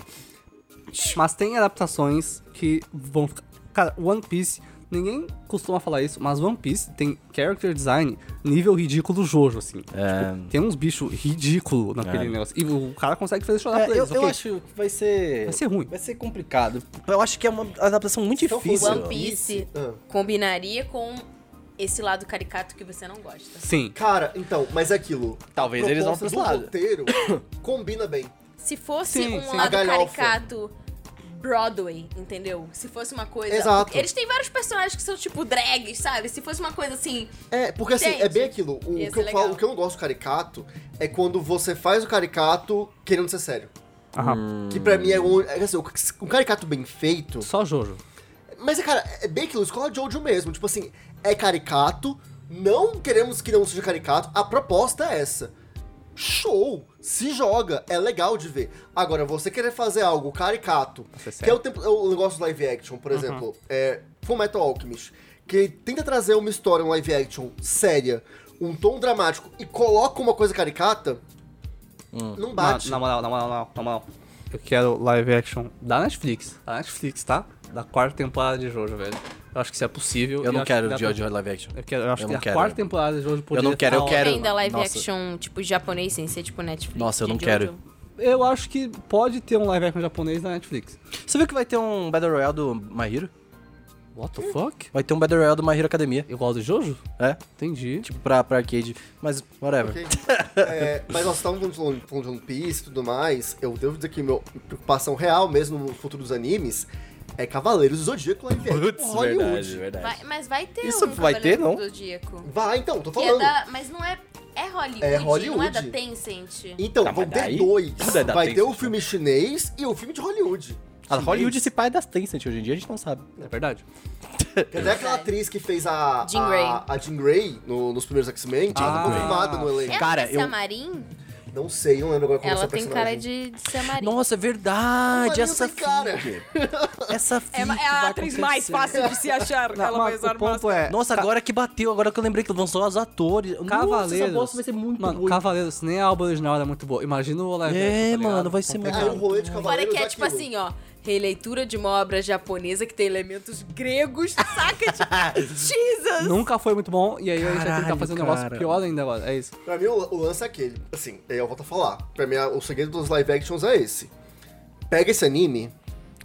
Speaker 3: Mas tem adaptações que vão ficar. Cara, One Piece, ninguém costuma falar isso, mas One Piece tem character design nível ridículo Jojo, assim.
Speaker 1: É.
Speaker 3: Tipo, tem uns bichos ridículo naquele
Speaker 1: É.
Speaker 3: negócio. E o cara consegue fazer chorar
Speaker 1: É,
Speaker 3: por
Speaker 1: eu,
Speaker 3: eles,
Speaker 1: eu
Speaker 3: ok?
Speaker 1: acho que vai ser.
Speaker 3: Vai ser ruim.
Speaker 1: Vai ser complicado. Eu acho que é uma adaptação muito
Speaker 4: Então,
Speaker 1: difícil.
Speaker 2: One Piece
Speaker 4: Ah.
Speaker 2: combinaria com esse lado caricato que você não gosta.
Speaker 3: Sim.
Speaker 4: Cara, então, mas é aquilo.
Speaker 1: Talvez eles vão pra esse
Speaker 4: proposta do
Speaker 1: lado.
Speaker 4: roteiro
Speaker 1: [COUGHS]
Speaker 4: combina bem.
Speaker 2: Se fosse
Speaker 3: Sim,
Speaker 2: um
Speaker 3: sim.
Speaker 4: A
Speaker 2: lado
Speaker 4: galhofa.
Speaker 2: caricato Broadway, entendeu? Se fosse uma coisa.
Speaker 4: Exato.
Speaker 2: Eles têm vários personagens que são tipo drags, sabe? Se fosse uma coisa assim.
Speaker 4: É, porque assim,
Speaker 2: Gente,
Speaker 4: é bem aquilo. O
Speaker 2: ia
Speaker 4: que,
Speaker 2: ser
Speaker 4: eu falo,
Speaker 2: legal.
Speaker 4: o que eu não gosto do caricato é quando você faz o caricato querendo ser sério.
Speaker 1: Hum.
Speaker 3: Aham.
Speaker 4: Que pra mim é um. É, assim, o- um caricato bem feito.
Speaker 3: Só Jojo.
Speaker 4: Mas, é, cara, é bem aquilo, escola de Jojo mesmo. Tipo assim, é caricato, não queremos que não seja caricato, a proposta é essa. Show! Se joga, é legal de ver. Agora, você querer fazer algo caricato,
Speaker 3: Nossa, é
Speaker 4: que é
Speaker 3: sério. Uhum.
Speaker 4: o, tempo, é o negócio do live action, por exemplo, é Full Metal Alchemist, que tenta trazer uma história, um live action séria, um tom dramático e coloca uma coisa caricata, não
Speaker 3: Na,
Speaker 4: bate.
Speaker 3: Ah, na moral, na moral, na moral, na moral. Eu quero live action da Netflix. Da Netflix, tá? Da quarta temporada de Jojo, velho. Eu acho que isso é possível.
Speaker 1: Eu
Speaker 3: e
Speaker 1: não
Speaker 3: acho que
Speaker 1: quero
Speaker 3: dá pra-
Speaker 1: Jojo Live Action.
Speaker 3: Eu, quero, eu acho
Speaker 1: Eu
Speaker 3: que é
Speaker 1: não
Speaker 3: a
Speaker 1: quero.
Speaker 3: quarta temporada de Jojo poderia
Speaker 1: não quero, eu
Speaker 3: tá
Speaker 1: quero-
Speaker 2: ainda live
Speaker 1: Nossa.
Speaker 2: action, tipo, japonês sem ser tipo Netflix.
Speaker 1: Nossa, eu
Speaker 2: de
Speaker 1: não
Speaker 2: Jojo.
Speaker 1: quero.
Speaker 3: eu acho que pode ter um live action japonês na Netflix.
Speaker 1: Você viu que vai ter um Battle Royale do My Hero?
Speaker 3: What the fuck?
Speaker 1: Vai ter um Battle Royale do My Hero Academia.
Speaker 3: Igual do Jojo?
Speaker 1: É?
Speaker 3: Entendi.
Speaker 1: Tipo, pra, pra arcade. Mas, whatever.
Speaker 4: Ok. É, mas nós estávamos falando de One- falando de One Piece e tudo mais. Eu devo dizer que minha preocupação real mesmo no futuro dos animes é Cavaleiros do Zodíaco lá em
Speaker 1: Putz,
Speaker 4: Hollywood.
Speaker 1: verdade, verdade.
Speaker 2: Vai- mas vai ter
Speaker 1: Isso
Speaker 2: um
Speaker 1: vai ter,
Speaker 2: Cavaleiro
Speaker 1: não?
Speaker 2: do Zodíaco.
Speaker 4: Vai, então, tô
Speaker 2: Que é
Speaker 4: falando.
Speaker 2: da, mas não é. É Hollywood,
Speaker 4: É
Speaker 2: não é
Speaker 4: Hollywood.
Speaker 2: da Tencent.
Speaker 4: Então,
Speaker 1: Tá,
Speaker 4: vão
Speaker 1: mas
Speaker 4: ter
Speaker 1: daí-
Speaker 4: dois.
Speaker 1: Tudo é da
Speaker 4: Vai ter
Speaker 1: Tencent,
Speaker 4: o filme chinês e o filme de Hollywood.
Speaker 1: A Ah, Hollywood se pai das Tencent hoje em dia, a gente não sabe.
Speaker 3: É verdade.
Speaker 4: Até aquela atriz que fez a
Speaker 2: Jean
Speaker 4: a-
Speaker 2: Grey.
Speaker 4: a Jean Grey no- nos primeiros X-Men, tinha
Speaker 3: Ah.
Speaker 4: confirmada no
Speaker 2: Ela
Speaker 4: elenco.
Speaker 1: Cara,
Speaker 2: vai ser
Speaker 1: eu-
Speaker 2: a Marin?
Speaker 4: Não sei, não lembro agora como
Speaker 2: É. Ela
Speaker 4: essa
Speaker 2: tem
Speaker 4: personagem.
Speaker 2: cara de, de ser a Marin.
Speaker 1: Nossa, é verdade!
Speaker 4: Marinho
Speaker 1: Essa
Speaker 4: tem cara.
Speaker 1: fic.
Speaker 3: É
Speaker 1: Essa fic vai acontecer.
Speaker 2: de se achar.
Speaker 3: Não, mas o ponto é...
Speaker 1: Nossa, agora que bateu, agora que eu lembrei que lançou os atores. Nossa, essa
Speaker 3: Cavaleiros.
Speaker 1: bosta vai ser
Speaker 4: assim,
Speaker 1: muito
Speaker 3: mano,
Speaker 1: ruim.
Speaker 3: Cavaleiros, nem a alba original era muito boa. Imagina o live action,
Speaker 1: É,
Speaker 3: tá ligado?
Speaker 1: mano, vai ser muito
Speaker 4: Aí o
Speaker 1: ruim.
Speaker 4: rolê de
Speaker 2: Fora
Speaker 4: Cavaleiros
Speaker 2: que é tipo
Speaker 4: aquilo.
Speaker 2: assim, ó. Releitura de uma obra japonesa que tem elementos gregos, saca?
Speaker 1: [LAUGHS]
Speaker 2: Tipo, Jesus!
Speaker 3: Nunca foi muito bom, e aí a gente vai tentar
Speaker 1: Caralho,
Speaker 3: fazer um
Speaker 1: cara.
Speaker 3: negócio pior ainda agora. É isso.
Speaker 4: Pra mim, o, o lance é aquele. Assim, aí eu volto a falar. Pra mim, a- o segredo dos live actions é esse. Pega esse anime,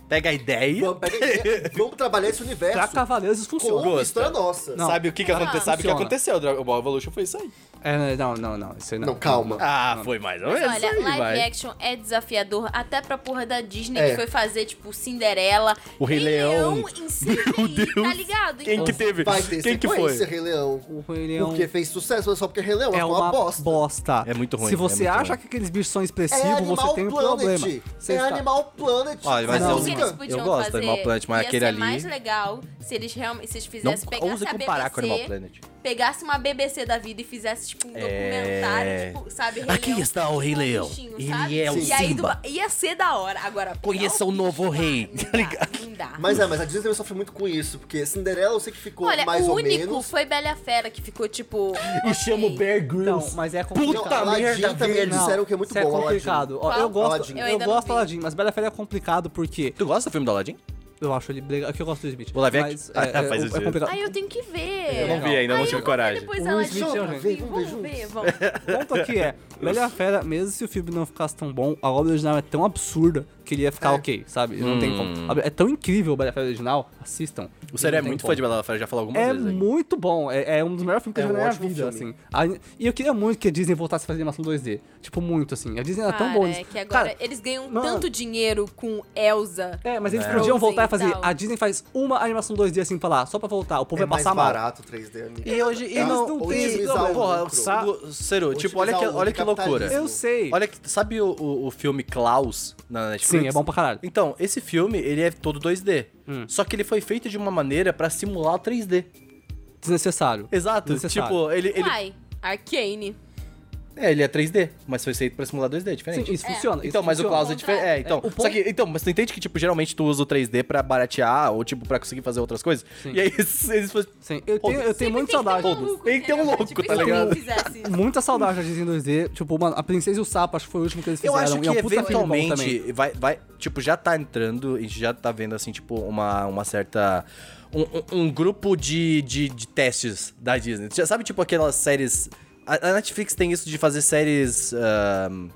Speaker 1: Pega a ideia.
Speaker 4: vamos, pega a
Speaker 3: [LAUGHS]
Speaker 4: ideia, vamos trabalhar esse universo
Speaker 3: Pra Cavaleiros isso
Speaker 4: com
Speaker 3: funciona.
Speaker 4: uma
Speaker 1: Gosta.
Speaker 4: história nossa.
Speaker 3: Tá, Não.
Speaker 1: Sabe o que, que aconteceu? Sabe o que
Speaker 3: funciona.
Speaker 1: aconteceu? O Dragon Ball Evolution foi isso aí.
Speaker 3: É, não, não, não. Isso aí não.
Speaker 4: Não, calma.
Speaker 1: Ah, foi mais ou menos.
Speaker 2: Olha,
Speaker 1: isso aí,
Speaker 2: live
Speaker 1: vai.
Speaker 2: action é desafiador até pra porra da Disney
Speaker 4: É.
Speaker 2: que foi fazer, tipo, Cinderela. é um
Speaker 1: O Rei Leão.
Speaker 2: em
Speaker 1: [LAUGHS]
Speaker 2: CGI, tá ligado?
Speaker 1: Quem que teve?
Speaker 4: Vai ter
Speaker 1: Quem que
Speaker 4: sequência,
Speaker 1: foi?
Speaker 4: Rei Leão.
Speaker 3: O Rei Leão
Speaker 4: Porque fez sucesso, mas só porque Rei Leão
Speaker 3: um é uma bosta.
Speaker 1: É muito ruim,
Speaker 3: Se você
Speaker 1: é muito
Speaker 3: acha
Speaker 1: ruim.
Speaker 3: que aqueles bichos são
Speaker 4: É
Speaker 3: expressivos, você
Speaker 4: Animal
Speaker 3: tem um
Speaker 4: Planet.
Speaker 3: problema. Você
Speaker 4: É
Speaker 3: está-
Speaker 4: Animal Planet.
Speaker 1: Olha, mas
Speaker 2: Sabe
Speaker 3: é
Speaker 2: o que
Speaker 3: um-
Speaker 2: eles podiam
Speaker 1: eu gosto do
Speaker 2: fazer?
Speaker 1: Animal Planet, mas
Speaker 2: Ia
Speaker 1: aquele
Speaker 2: ser
Speaker 1: ali-
Speaker 2: mais legal se eles realmente se eles fizessem
Speaker 1: Não
Speaker 2: pegar
Speaker 1: ouse
Speaker 2: essa
Speaker 1: comparar
Speaker 2: BBC,
Speaker 1: com Animal Planet.
Speaker 2: pegasse uma BBC da vida e fizesse tipo um
Speaker 1: É.
Speaker 2: documentário, tipo, sabe, Rei
Speaker 1: Aqui
Speaker 2: Leão,
Speaker 1: está o Rei
Speaker 2: um
Speaker 1: Leão.
Speaker 2: bichinho,
Speaker 1: Ele
Speaker 2: sabe?
Speaker 1: é o
Speaker 2: e aí, do-
Speaker 1: Simba.
Speaker 2: ia ser da hora. Agora, pegar
Speaker 1: Conheça o
Speaker 2: bicho,
Speaker 1: novo rei,
Speaker 2: não
Speaker 1: tá
Speaker 2: dá,
Speaker 1: ligado?
Speaker 2: Não dá.
Speaker 4: Mas é, mas a Disney também sofre muito com isso, porque Cinderela eu sei que ficou
Speaker 2: Olha,
Speaker 4: mais
Speaker 2: o
Speaker 4: ou
Speaker 2: único
Speaker 4: menos.
Speaker 2: foi Bela Fera que ficou tipo.
Speaker 1: E chama o Bear Grylls.
Speaker 3: Não, mas é
Speaker 1: Puta
Speaker 3: complicado.
Speaker 4: Não, Aladdin
Speaker 1: merda,
Speaker 4: também
Speaker 1: velho.
Speaker 4: eles disseram que é muito
Speaker 3: Isso
Speaker 4: bom,
Speaker 3: é complicado. Ó, eu
Speaker 2: Qual?
Speaker 3: gosto,
Speaker 4: Aladdin.
Speaker 2: Eu
Speaker 3: eu
Speaker 2: ainda não
Speaker 3: gosto do
Speaker 2: vi.
Speaker 3: Aladdin, mas Bela Fera é complicado porque
Speaker 1: Tu gosta do filme do Aladdin?
Speaker 3: eu acho ele legal. que eu gosto do Smith.
Speaker 1: O live
Speaker 3: mas
Speaker 1: action?
Speaker 3: é,
Speaker 1: Ah, faz
Speaker 3: é, é
Speaker 1: sentido.
Speaker 3: complicado.
Speaker 2: Ai, eu tenho que ver.
Speaker 3: Eu não vi
Speaker 1: ainda, não
Speaker 2: Ai,
Speaker 1: tive
Speaker 2: eu vou ver
Speaker 1: coragem.
Speaker 2: Depois
Speaker 3: Will
Speaker 2: ela
Speaker 3: Smith,
Speaker 2: junta,
Speaker 3: eu já
Speaker 4: vamos
Speaker 3: vi,
Speaker 4: ver
Speaker 2: Vamos
Speaker 4: juntos.
Speaker 1: [LAUGHS]
Speaker 2: ver, vamos.
Speaker 3: O ponto aqui é, Bela Fera, mesmo se o filme não ficasse tão bom, a obra original é tão absurda que ele ia
Speaker 2: É.
Speaker 3: ficar ok, sabe? Não tem como. É tão incrível o Bela Fera original, assistam.
Speaker 1: Hum. O sério é
Speaker 3: Não tem
Speaker 1: muito
Speaker 3: como.
Speaker 1: fã de Bela Fera, já falou algumas
Speaker 3: É
Speaker 1: vezes. aqui.
Speaker 3: muito bom, é, é um dos melhores filmes que
Speaker 4: É
Speaker 3: eu já
Speaker 4: um
Speaker 3: vi na
Speaker 4: ótimo
Speaker 3: minha vida,
Speaker 4: filme.
Speaker 3: assim. A- e eu queria muito que a Disney voltasse a fazer animação 2D. Tipo, muito, assim. A Disney
Speaker 1: Tá
Speaker 3: era tão
Speaker 2: Cara,
Speaker 3: boa
Speaker 2: é
Speaker 3: nisso.
Speaker 2: que agora
Speaker 3: Cara,
Speaker 2: eles ganham
Speaker 3: mano.
Speaker 2: tanto dinheiro com Elsa.
Speaker 3: É, mas eles
Speaker 1: É.
Speaker 3: podiam voltar e
Speaker 2: Frozen
Speaker 3: fazer.
Speaker 2: e tal.
Speaker 3: A Disney faz uma animação 2D assim pra lá, só pra voltar. O povo
Speaker 4: É
Speaker 3: vai
Speaker 4: mais
Speaker 3: passar mal.
Speaker 4: barato 3D, amigo.
Speaker 1: E hoje, e
Speaker 4: Tá?
Speaker 1: não,
Speaker 3: não
Speaker 1: e-
Speaker 3: tem-
Speaker 4: Otimizar o
Speaker 1: porra,
Speaker 4: lucro.
Speaker 3: sa-
Speaker 1: o- sério, tipo, olha que,
Speaker 4: Otimizar o
Speaker 1: olha que loucura.
Speaker 4: capitalismo.
Speaker 3: Eu sei.
Speaker 1: Olha que, sabe o, o, o filme Klaus na Netflix?
Speaker 3: Sim, é bom pra caralho.
Speaker 1: Então, esse filme, ele é todo 2D.
Speaker 3: Hum.
Speaker 1: Só que ele foi feito de uma maneira pra simular o 3D.
Speaker 3: Desnecessário.
Speaker 1: Exato.
Speaker 3: Desnecessário.
Speaker 1: Tipo, ele, ele,
Speaker 2: Uai, Arcane.
Speaker 1: é, ele é 3D, mas foi feito pra simular 2D, é
Speaker 3: Sim,
Speaker 1: diferente.
Speaker 3: isso funciona.
Speaker 1: Então,
Speaker 3: isso
Speaker 1: mas o
Speaker 3: funciona.
Speaker 1: Klaus é diferente. É, então.
Speaker 3: o
Speaker 1: Só
Speaker 3: ponto-
Speaker 1: que, então, mas tu entende que, tipo, geralmente tu usa o 3D pra baratear ou, tipo, pra conseguir fazer outras coisas?
Speaker 3: Sim.
Speaker 1: E aí [LAUGHS] eles, eles foram-
Speaker 3: Sim, eu tenho, eu tenho
Speaker 2: Sempre
Speaker 3: muita
Speaker 2: tem que ter um
Speaker 3: saudade.
Speaker 2: maluco,
Speaker 1: Tem que ter um
Speaker 2: entendeu?
Speaker 1: louco,
Speaker 2: Tipo,
Speaker 1: tá
Speaker 2: se
Speaker 1: ligado?
Speaker 2: alguém fizesse isso.
Speaker 3: Muita saudade da Disney 2D. Tipo, mano, a Princesa e o Sapo, acho que foi o último que eles
Speaker 1: Eu
Speaker 3: fizeram.
Speaker 1: acho
Speaker 3: e
Speaker 1: que
Speaker 3: é um puta filme bom também.
Speaker 1: eventualmente vai, vai. Tipo, já tá entrando, a gente já tá vendo assim, tipo, uma, uma certa. Um, um- um grupo de, de, de testes da Disney. Já sabe, tipo, aquelas séries. A a Netflix tem isso de fazer séries. ahn,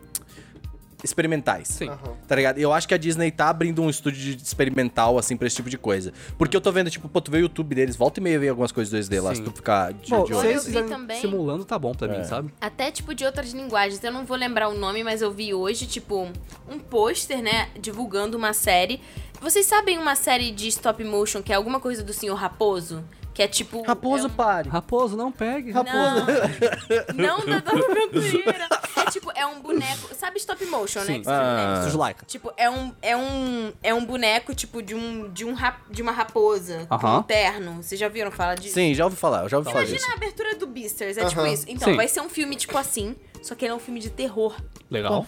Speaker 1: experimentais.
Speaker 3: Sim.
Speaker 4: Aham.
Speaker 1: Tá ligado? Eu acho que a Disney tá abrindo um estúdio de experimental, assim, pra esse tipo de coisa. Porque eu tô vendo, tipo, pô, tu vê o YouTube deles, volta e meia vem algumas coisas 2D lá, se
Speaker 3: Sim.
Speaker 1: tu ficar de,
Speaker 3: Bom,
Speaker 1: de olho. assim.
Speaker 3: se
Speaker 2: eu
Speaker 3: eles
Speaker 2: vi
Speaker 3: fizerem
Speaker 2: também.
Speaker 3: simulando, tá bom pra
Speaker 1: É.
Speaker 3: mim, sabe?
Speaker 2: Até tipo de outras linguagens. Eu não vou lembrar o nome, mas eu vi hoje, tipo, um pôster, né? Divulgando uma série. Vocês sabem uma série de stop motion que é alguma coisa do Senhor Raposo? Que é tipo. é um-
Speaker 1: pare.
Speaker 3: Raposo, não pegue. [LAUGHS]
Speaker 2: Não, não da Dora Aventureira. É tipo, é um boneco. Sabe stop motion, né?
Speaker 3: Sim.
Speaker 2: Que se chama, né?
Speaker 1: Ah.
Speaker 3: Suslaica.
Speaker 2: Tipo, é um, é um, é um boneco, tipo, de, um, de, um rap- de uma raposa com
Speaker 3: Aham.
Speaker 2: um terno. Vocês já viram falar disso?
Speaker 1: Sim, já ouvi falar, eu já ouvi falar
Speaker 2: Imagina
Speaker 1: disso.
Speaker 2: a abertura do Beasters, é tipo
Speaker 4: Aham.
Speaker 2: isso. Então,
Speaker 3: Sim.
Speaker 2: vai ser um filme tipo assim, só que ele é um filme de terror.
Speaker 3: Legal.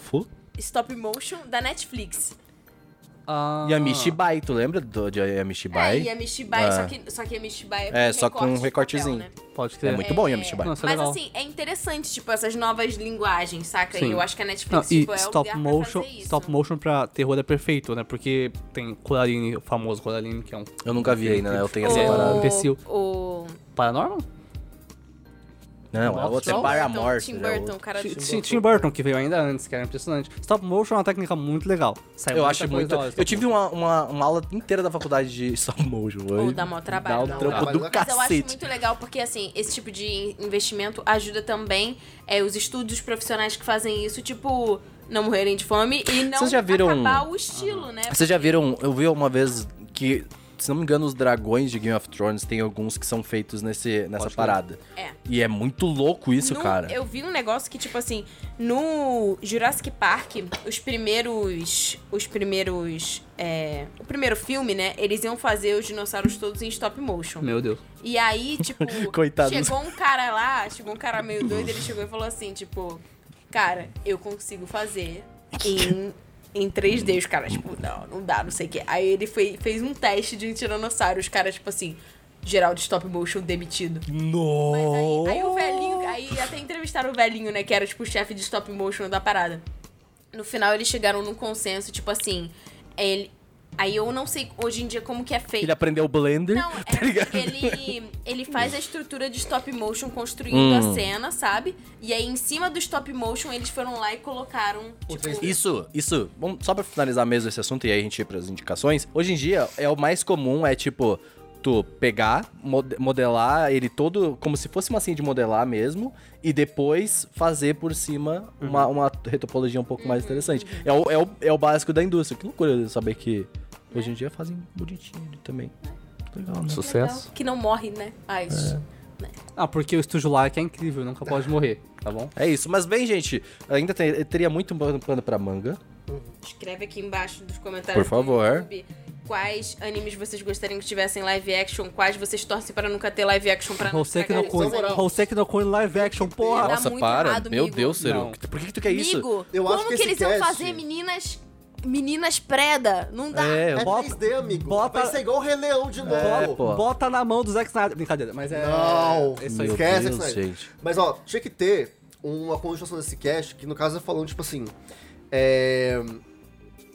Speaker 2: Stop motion da Netflix.
Speaker 3: Ah,
Speaker 1: Yamishibai, tu lembra do, de
Speaker 2: É,
Speaker 1: Yamishibai?
Speaker 2: e a Mishibai,
Speaker 1: Ah.
Speaker 2: só, que, só que a Mishibai
Speaker 1: É, só com um
Speaker 2: de
Speaker 1: recortezinho.
Speaker 2: papel, né?
Speaker 3: Pode
Speaker 1: É
Speaker 3: crer.
Speaker 1: muito bom Yamishibai.
Speaker 3: Nossa,
Speaker 2: Mas
Speaker 3: legal.
Speaker 2: assim, é interessante, tipo, essas novas linguagens, saca?
Speaker 3: Sim.
Speaker 2: E eu acho que a
Speaker 3: Não,
Speaker 2: Netflix,
Speaker 3: e
Speaker 2: tipo, é o
Speaker 3: stop
Speaker 2: lugar
Speaker 3: motion,
Speaker 2: pra fazer isso.
Speaker 3: stop motion pra terror é perfeito, né? Porque tem Coraline, o famoso Coraline, que é um
Speaker 1: Eu nunca vi ainda, né? Eu tenho essa
Speaker 3: É,
Speaker 1: parada.
Speaker 3: imbecil.
Speaker 2: O...
Speaker 3: paranormal?
Speaker 1: Não, a outra é
Speaker 3: Tim
Speaker 1: Paramore.
Speaker 2: Então, Tim
Speaker 1: já é outra.
Speaker 2: Burton, cara.
Speaker 3: Tim- Tim Tim Burton, que veio ainda antes, que era impressionante. Stop motion é uma técnica muito legal.
Speaker 1: Eu
Speaker 3: Saiu É muita
Speaker 1: acho
Speaker 3: coisa
Speaker 1: muito.
Speaker 3: da hora,
Speaker 1: Eu
Speaker 3: stop
Speaker 1: tive uma, uma, uma aula inteira da faculdade de [LAUGHS] stop motion.
Speaker 2: Ou
Speaker 1: hoje.
Speaker 2: dá mó trabalho.
Speaker 1: Dá um
Speaker 2: não,
Speaker 1: trampo
Speaker 4: dá.
Speaker 1: do
Speaker 4: Mas eu
Speaker 2: Mas eu acho
Speaker 1: cacete.
Speaker 2: muito legal porque, assim, esse tipo de in- investimento ajuda também é, os estudos profissionais que fazem isso, tipo, não morrerem de fome e não
Speaker 1: Vocês já viram- um-
Speaker 2: acabar o estilo, né?
Speaker 1: Vocês já viram? Eu vi uma vez que, se não me engano, os dragões de Game of Thrones tem alguns que são feitos nesse, nessa
Speaker 3: Pode crer.
Speaker 1: parada.
Speaker 2: É.
Speaker 1: E é muito louco isso,
Speaker 2: No-
Speaker 1: cara.
Speaker 2: Eu vi um negócio que, tipo assim, no Jurassic Park, os primeiros. Os primeiros. é, o primeiro filme, né? Eles iam fazer os dinossauros todos em stop motion.
Speaker 3: Meu Deus.
Speaker 2: E aí, tipo,
Speaker 1: Coitado.
Speaker 2: chegou um cara lá, chegou um cara meio doido, ele chegou e falou assim, tipo, cara, eu consigo fazer em, em 3D. Os caras, tipo, não, não dá, não sei o quê. Aí ele foi, fez um teste de um tiranossauro, os caras, tipo assim, geral de stop motion demitido. Mas aí, aí o velhinho, aí até entrevistaram o velhinho, né, que era tipo o chefe de stop motion da parada. No final eles chegaram num consenso, tipo assim, ele... Aí eu não sei hoje em dia como que é feito.
Speaker 1: Ele aprendeu o Blender.
Speaker 2: Não,
Speaker 1: [LAUGHS] tá ligado?
Speaker 2: é, ele, ele faz a estrutura de stop motion construindo
Speaker 1: Hum.
Speaker 2: a cena, sabe? E aí, em cima do stop motion, eles foram lá e colocaram. Tipo,
Speaker 1: Isso, isso. Bom, só pra finalizar mesmo esse assunto e aí a gente ir pras indicações. Hoje em dia, é o mais comum é tipo tu pegar, mode- modelar ele todo como se fosse uma massinha de modelar mesmo e depois fazer por cima uma, uma retopologia um pouco mais interessante. É, o, é, o, é o básico da indústria. Que loucura saber que hoje em dia fazem bonitinho ele também. Legal, né?
Speaker 3: Sucesso.
Speaker 2: que não morre, né? Ah, isso.
Speaker 1: É.
Speaker 3: Ah, porque o estúdio lá que é incrível, nunca pode morrer, tá bom?
Speaker 1: É isso. Mas bem, gente, ainda tem- teria muito pano pra manga.
Speaker 2: Tá Escreve aqui embaixo dos comentários.
Speaker 1: Por
Speaker 2: do
Speaker 1: favor.
Speaker 2: YouTube Quais animes vocês gostariam que tivessem live action? Quais vocês torcem pra nunca ter live action pra não
Speaker 3: Você que não
Speaker 2: estragar
Speaker 3: Cune.
Speaker 2: esses animes?
Speaker 3: Você que não Cune live action, porra.
Speaker 2: Dá muito errado,
Speaker 1: Meu
Speaker 2: amigo.
Speaker 1: Deus, Ciro.
Speaker 3: Não.
Speaker 1: Por que, que tu quer isso?
Speaker 2: Amigo,
Speaker 4: Eu acho
Speaker 2: como
Speaker 4: que
Speaker 2: que,
Speaker 4: esse
Speaker 2: eles iam
Speaker 4: cast-
Speaker 2: fazer meninas. Meninas preda? Não dá.
Speaker 1: É,
Speaker 4: É
Speaker 3: Bota-
Speaker 4: 3D, amigo.
Speaker 3: bota-
Speaker 4: Vai ser igual o Rei Leão de novo.
Speaker 1: É, pô.
Speaker 3: Bota na mão do Zack Snyder. Brincadeira, mas é.
Speaker 4: Não,
Speaker 3: É isso aí.
Speaker 4: esquece
Speaker 1: Meu
Speaker 4: isso aí.
Speaker 1: Deus, gente.
Speaker 4: Mas ó, tinha que ter uma continuação desse cast, que no caso é falando, tipo assim. É...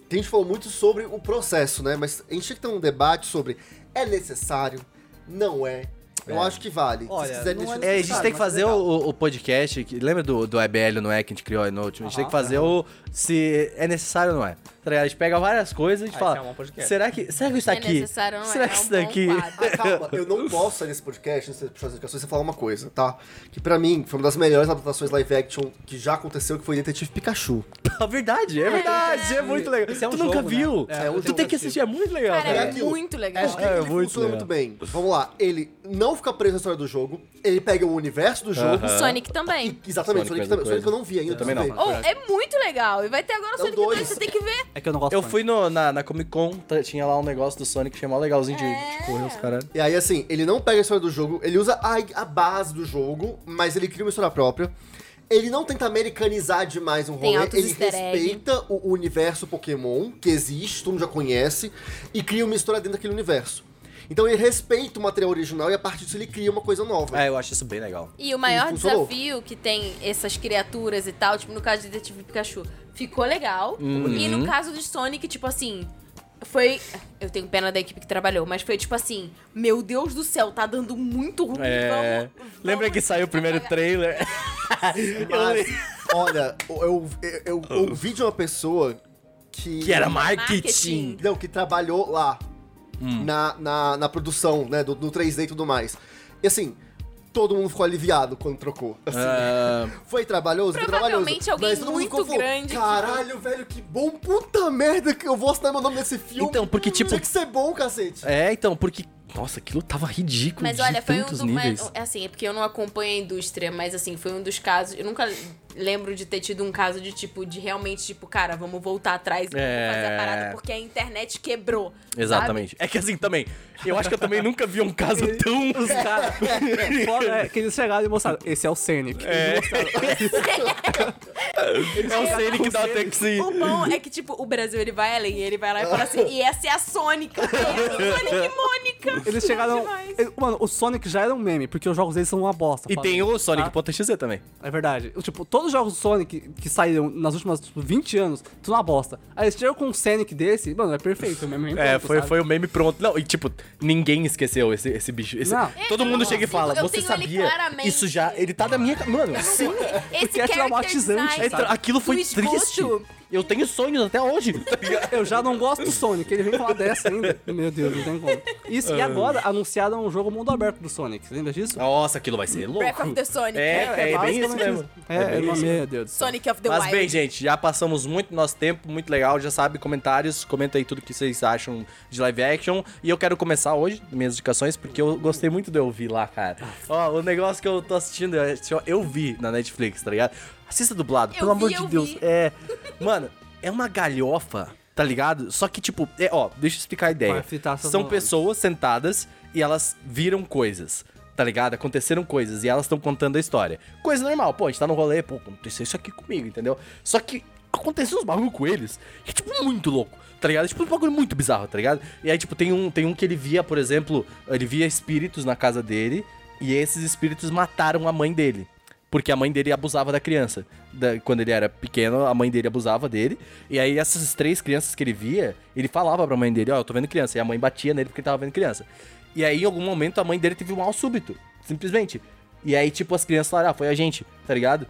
Speaker 4: que a gente falou muito sobre o processo, né? Mas a gente tinha que ter um debate sobre é necessário, não é. Eu acho que vale.
Speaker 3: Olha,
Speaker 4: Se quiser,
Speaker 3: não
Speaker 4: deixa
Speaker 3: é
Speaker 4: no
Speaker 1: É, a gente
Speaker 4: comentário,
Speaker 1: tem que
Speaker 4: mas
Speaker 1: fazer
Speaker 4: legal.
Speaker 1: o, o podcast. que- lembra do, do IBL no é que a gente criou aí no último? A gente tem que fazer o se é necessário ou não é. Tá ligado? A gente pega várias coisas e a gente
Speaker 3: Ah,
Speaker 1: fala.
Speaker 3: esse é um podcast.
Speaker 1: será que. Será que isso
Speaker 2: É
Speaker 1: aqui.
Speaker 2: necessário, não é?
Speaker 1: será que
Speaker 2: É um
Speaker 1: isso
Speaker 2: bom
Speaker 1: daqui.
Speaker 2: quadro.
Speaker 4: Ah, calma, eu não posso sair nesse podcast, nesse podcast de indicações, sem falar uma coisa, tá? Que pra mim foi uma das melhores adaptações live action que já aconteceu, que foi Detetive Pikachu.
Speaker 1: É [LAUGHS] verdade, é verdade. É muito legal.
Speaker 3: Esse é um
Speaker 1: tu nunca
Speaker 3: jogo, né?
Speaker 1: viu?
Speaker 3: É, é um
Speaker 1: tu
Speaker 3: jogo
Speaker 1: tem que
Speaker 3: assim.
Speaker 1: assistir, é muito legal.
Speaker 2: Cara, é
Speaker 1: cara.
Speaker 4: aquilo.
Speaker 2: muito legal.
Speaker 4: Acho que
Speaker 1: É,
Speaker 4: ele
Speaker 1: muito
Speaker 4: funciona
Speaker 1: legal.
Speaker 4: muito bem. Vamos lá, ele não fica preso na história do jogo, ele pega o universo do jogo.
Speaker 2: Sonic também.
Speaker 4: Exatamente,
Speaker 1: Sonic
Speaker 4: Sonic,
Speaker 1: mesma
Speaker 4: também.
Speaker 1: coisa.
Speaker 4: Sonic eu não vi ainda.
Speaker 1: Também
Speaker 4: preciso
Speaker 3: não.
Speaker 4: ver.
Speaker 2: Oh, é muito legal. E vai ter agora o
Speaker 1: Então,
Speaker 4: São
Speaker 2: Sonic 2,
Speaker 4: dois.
Speaker 2: você tem que ver.
Speaker 3: É que eu não gosto
Speaker 1: Eu
Speaker 3: tanto.
Speaker 1: fui no, na, na Comic Con, tá- tinha lá um negócio do Sonic que chamava legalzinho de,
Speaker 2: É.
Speaker 1: de correr os caras.
Speaker 4: E aí, assim, ele não pega a história do jogo, ele usa a, a base do jogo, mas ele cria uma história própria. Ele não tenta americanizar demais um
Speaker 2: Tem
Speaker 4: rolê,
Speaker 2: altos
Speaker 4: ele
Speaker 2: easter egg.
Speaker 4: respeita o o universo Pokémon, que existe, todo mundo já conhece, e cria uma história dentro daquele universo. Então ele respeita o material original e a partir disso ele cria uma coisa nova.
Speaker 1: É, eu acho isso bem legal.
Speaker 2: E o maior
Speaker 4: E funcionou.
Speaker 2: desafio que tem essas criaturas e tal, tipo no caso de Detetive Pikachu, ficou legal.
Speaker 1: Hum.
Speaker 2: E no caso de Sonic, tipo assim, foi. Eu tenho pena da equipe que trabalhou, mas foi tipo assim: Meu Deus do céu, tá dando muito ruim.
Speaker 1: É.
Speaker 2: vamos- vamos
Speaker 1: Lembra que saiu o primeiro
Speaker 2: apagar.
Speaker 1: trailer?
Speaker 2: [LAUGHS]
Speaker 4: Mas, olha, eu, eu, eu
Speaker 1: [LAUGHS]
Speaker 4: ouvi de uma pessoa que.
Speaker 1: que era
Speaker 2: Marketing.
Speaker 1: marketing.
Speaker 4: Não, que trabalhou lá
Speaker 1: Hum.
Speaker 4: na, na, na produção, né? Do, no 3D e tudo mais. E assim, todo mundo ficou aliviado quando trocou. Assim,
Speaker 1: Ah,
Speaker 4: Foi trabalhoso, foi trabalhoso.
Speaker 2: Provavelmente alguém
Speaker 4: mas todo mundo ficou
Speaker 2: muito
Speaker 4: falando,
Speaker 2: grande que-
Speaker 4: Caralho, velho, que bom, puta merda que eu vou assinar meu nome nesse filme.
Speaker 1: Então, porque, tipo-
Speaker 4: Tinha que ser bom, cacete.
Speaker 1: É, então, porque. Nossa, aquilo tava ridículo.
Speaker 2: Mas
Speaker 1: de
Speaker 2: olha, foi um
Speaker 1: tantos
Speaker 2: dos
Speaker 1: níveis.
Speaker 2: mais. Assim, é porque eu não acompanho a indústria, mas assim, foi um dos casos. Eu nunca lembro de ter tido um caso de tipo, de realmente, tipo, cara, vamos voltar atrás e
Speaker 1: É.
Speaker 2: vamos fazer a parada porque a internet quebrou.
Speaker 1: Exatamente. É que assim também. Eu acho que eu também nunca vi um caso tão.
Speaker 3: Os caras. Foda é que eles chegaram e mostraram. Esse é o Scenic. É.
Speaker 1: É o Sene que dá o
Speaker 2: sabe?
Speaker 1: taxi.
Speaker 2: O bom é que, tipo, o Brasil ele vai além, ele vai lá e fala assim, e essa é a Sônica, e essa é a Sonic Mônica.
Speaker 3: [LAUGHS] Eles chegaram.
Speaker 2: Demais.
Speaker 3: Ele- Mano, o Sonic já era um meme, porque os jogos deles são uma bosta.
Speaker 1: E
Speaker 3: fala.
Speaker 1: tem o Sonic.exe também.
Speaker 3: É verdade. Eu, Tipo, todos os jogos do Sonic que saíram nas últimas tipo, 20 anos, tudo uma bosta. Aí eles chegam com um Sonic desse, mano, é perfeito. o meme
Speaker 1: É,
Speaker 3: pronto,
Speaker 1: foi,
Speaker 3: sabe?
Speaker 1: foi o meme pronto. Não, e tipo, ninguém esqueceu esse, esse bicho. esse-
Speaker 3: Não.
Speaker 1: Todo
Speaker 2: Eu
Speaker 1: mundo
Speaker 2: não
Speaker 1: chega e
Speaker 2: consigo,
Speaker 1: fala,
Speaker 2: eu
Speaker 1: você
Speaker 2: tenho ele
Speaker 1: sabia?
Speaker 2: claramente."
Speaker 1: Isso já, ele tá da minha... ca- Mano, sim.
Speaker 2: Esse
Speaker 3: Porque é
Speaker 2: character
Speaker 3: traumatizante,
Speaker 2: design
Speaker 1: É tra-
Speaker 3: sabe?
Speaker 1: Aquilo foi
Speaker 2: do esgoto.
Speaker 1: triste. Eu tenho sonhos até hoje.
Speaker 3: Eu já não gosto do Sonic, ele vem falar dessa ainda. Meu Deus, não tem como. Isso,
Speaker 1: É.
Speaker 3: e agora anunciaram um jogo mundo aberto do Sonic, você lembra disso?
Speaker 1: Nossa, aquilo vai ser louco.
Speaker 2: Breath of the Sonic.
Speaker 1: É, é, bem isso
Speaker 3: basicamente
Speaker 1: mesmo.
Speaker 3: É, é,
Speaker 1: bem isso.
Speaker 3: meu Deus. do céu.
Speaker 2: Sonic of the
Speaker 1: Mas
Speaker 2: Wild.
Speaker 1: bem, gente, já passamos muito nosso tempo, muito legal. Já sabe, comentários, comenta aí tudo que vocês acham de live action. E eu quero começar hoje minhas indicações, porque eu gostei muito de eu ouvir lá, cara.
Speaker 2: Ah.
Speaker 1: Ó, o negócio que eu tô assistindo, eu, assim, eu vi na Netflix, tá ligado? Assista dublado,
Speaker 2: Eu
Speaker 1: pelo
Speaker 2: vi,
Speaker 1: amor de
Speaker 2: eu
Speaker 1: Deus.
Speaker 2: vi.
Speaker 1: É. Mano, é uma galhofa. Tá ligado? Só que, tipo, é, ó, deixa eu explicar a ideia.
Speaker 3: Vai fritar essas
Speaker 1: São
Speaker 3: palavras.
Speaker 1: pessoas pessoas sentadas e elas viram coisas. Tá ligado? Aconteceram coisas e elas estão contando a história. Coisa normal, pô, a gente tá no rolê, pô, aconteceu isso aqui comigo, entendeu? Só que aconteceu uns bagulho com eles, que é, tipo muito louco, tá ligado? É, Tipo um bagulho muito bizarro, tá ligado? E aí, tipo, tem um, tem um que ele via, por exemplo, ele via espíritos na casa dele e esses espíritos mataram a mãe dele. Porque a mãe dele abusava da criança. Da- quando ele era pequeno, a mãe dele abusava dele. E aí, essas três crianças que ele via, ele falava pra mãe dele: Ó, eu tô vendo criança. E a mãe batia nele porque ele tava vendo criança. E aí, em algum momento, a mãe dele teve um mal súbito. Simplesmente. E aí, tipo, as crianças falaram: Ah, foi a gente, tá ligado?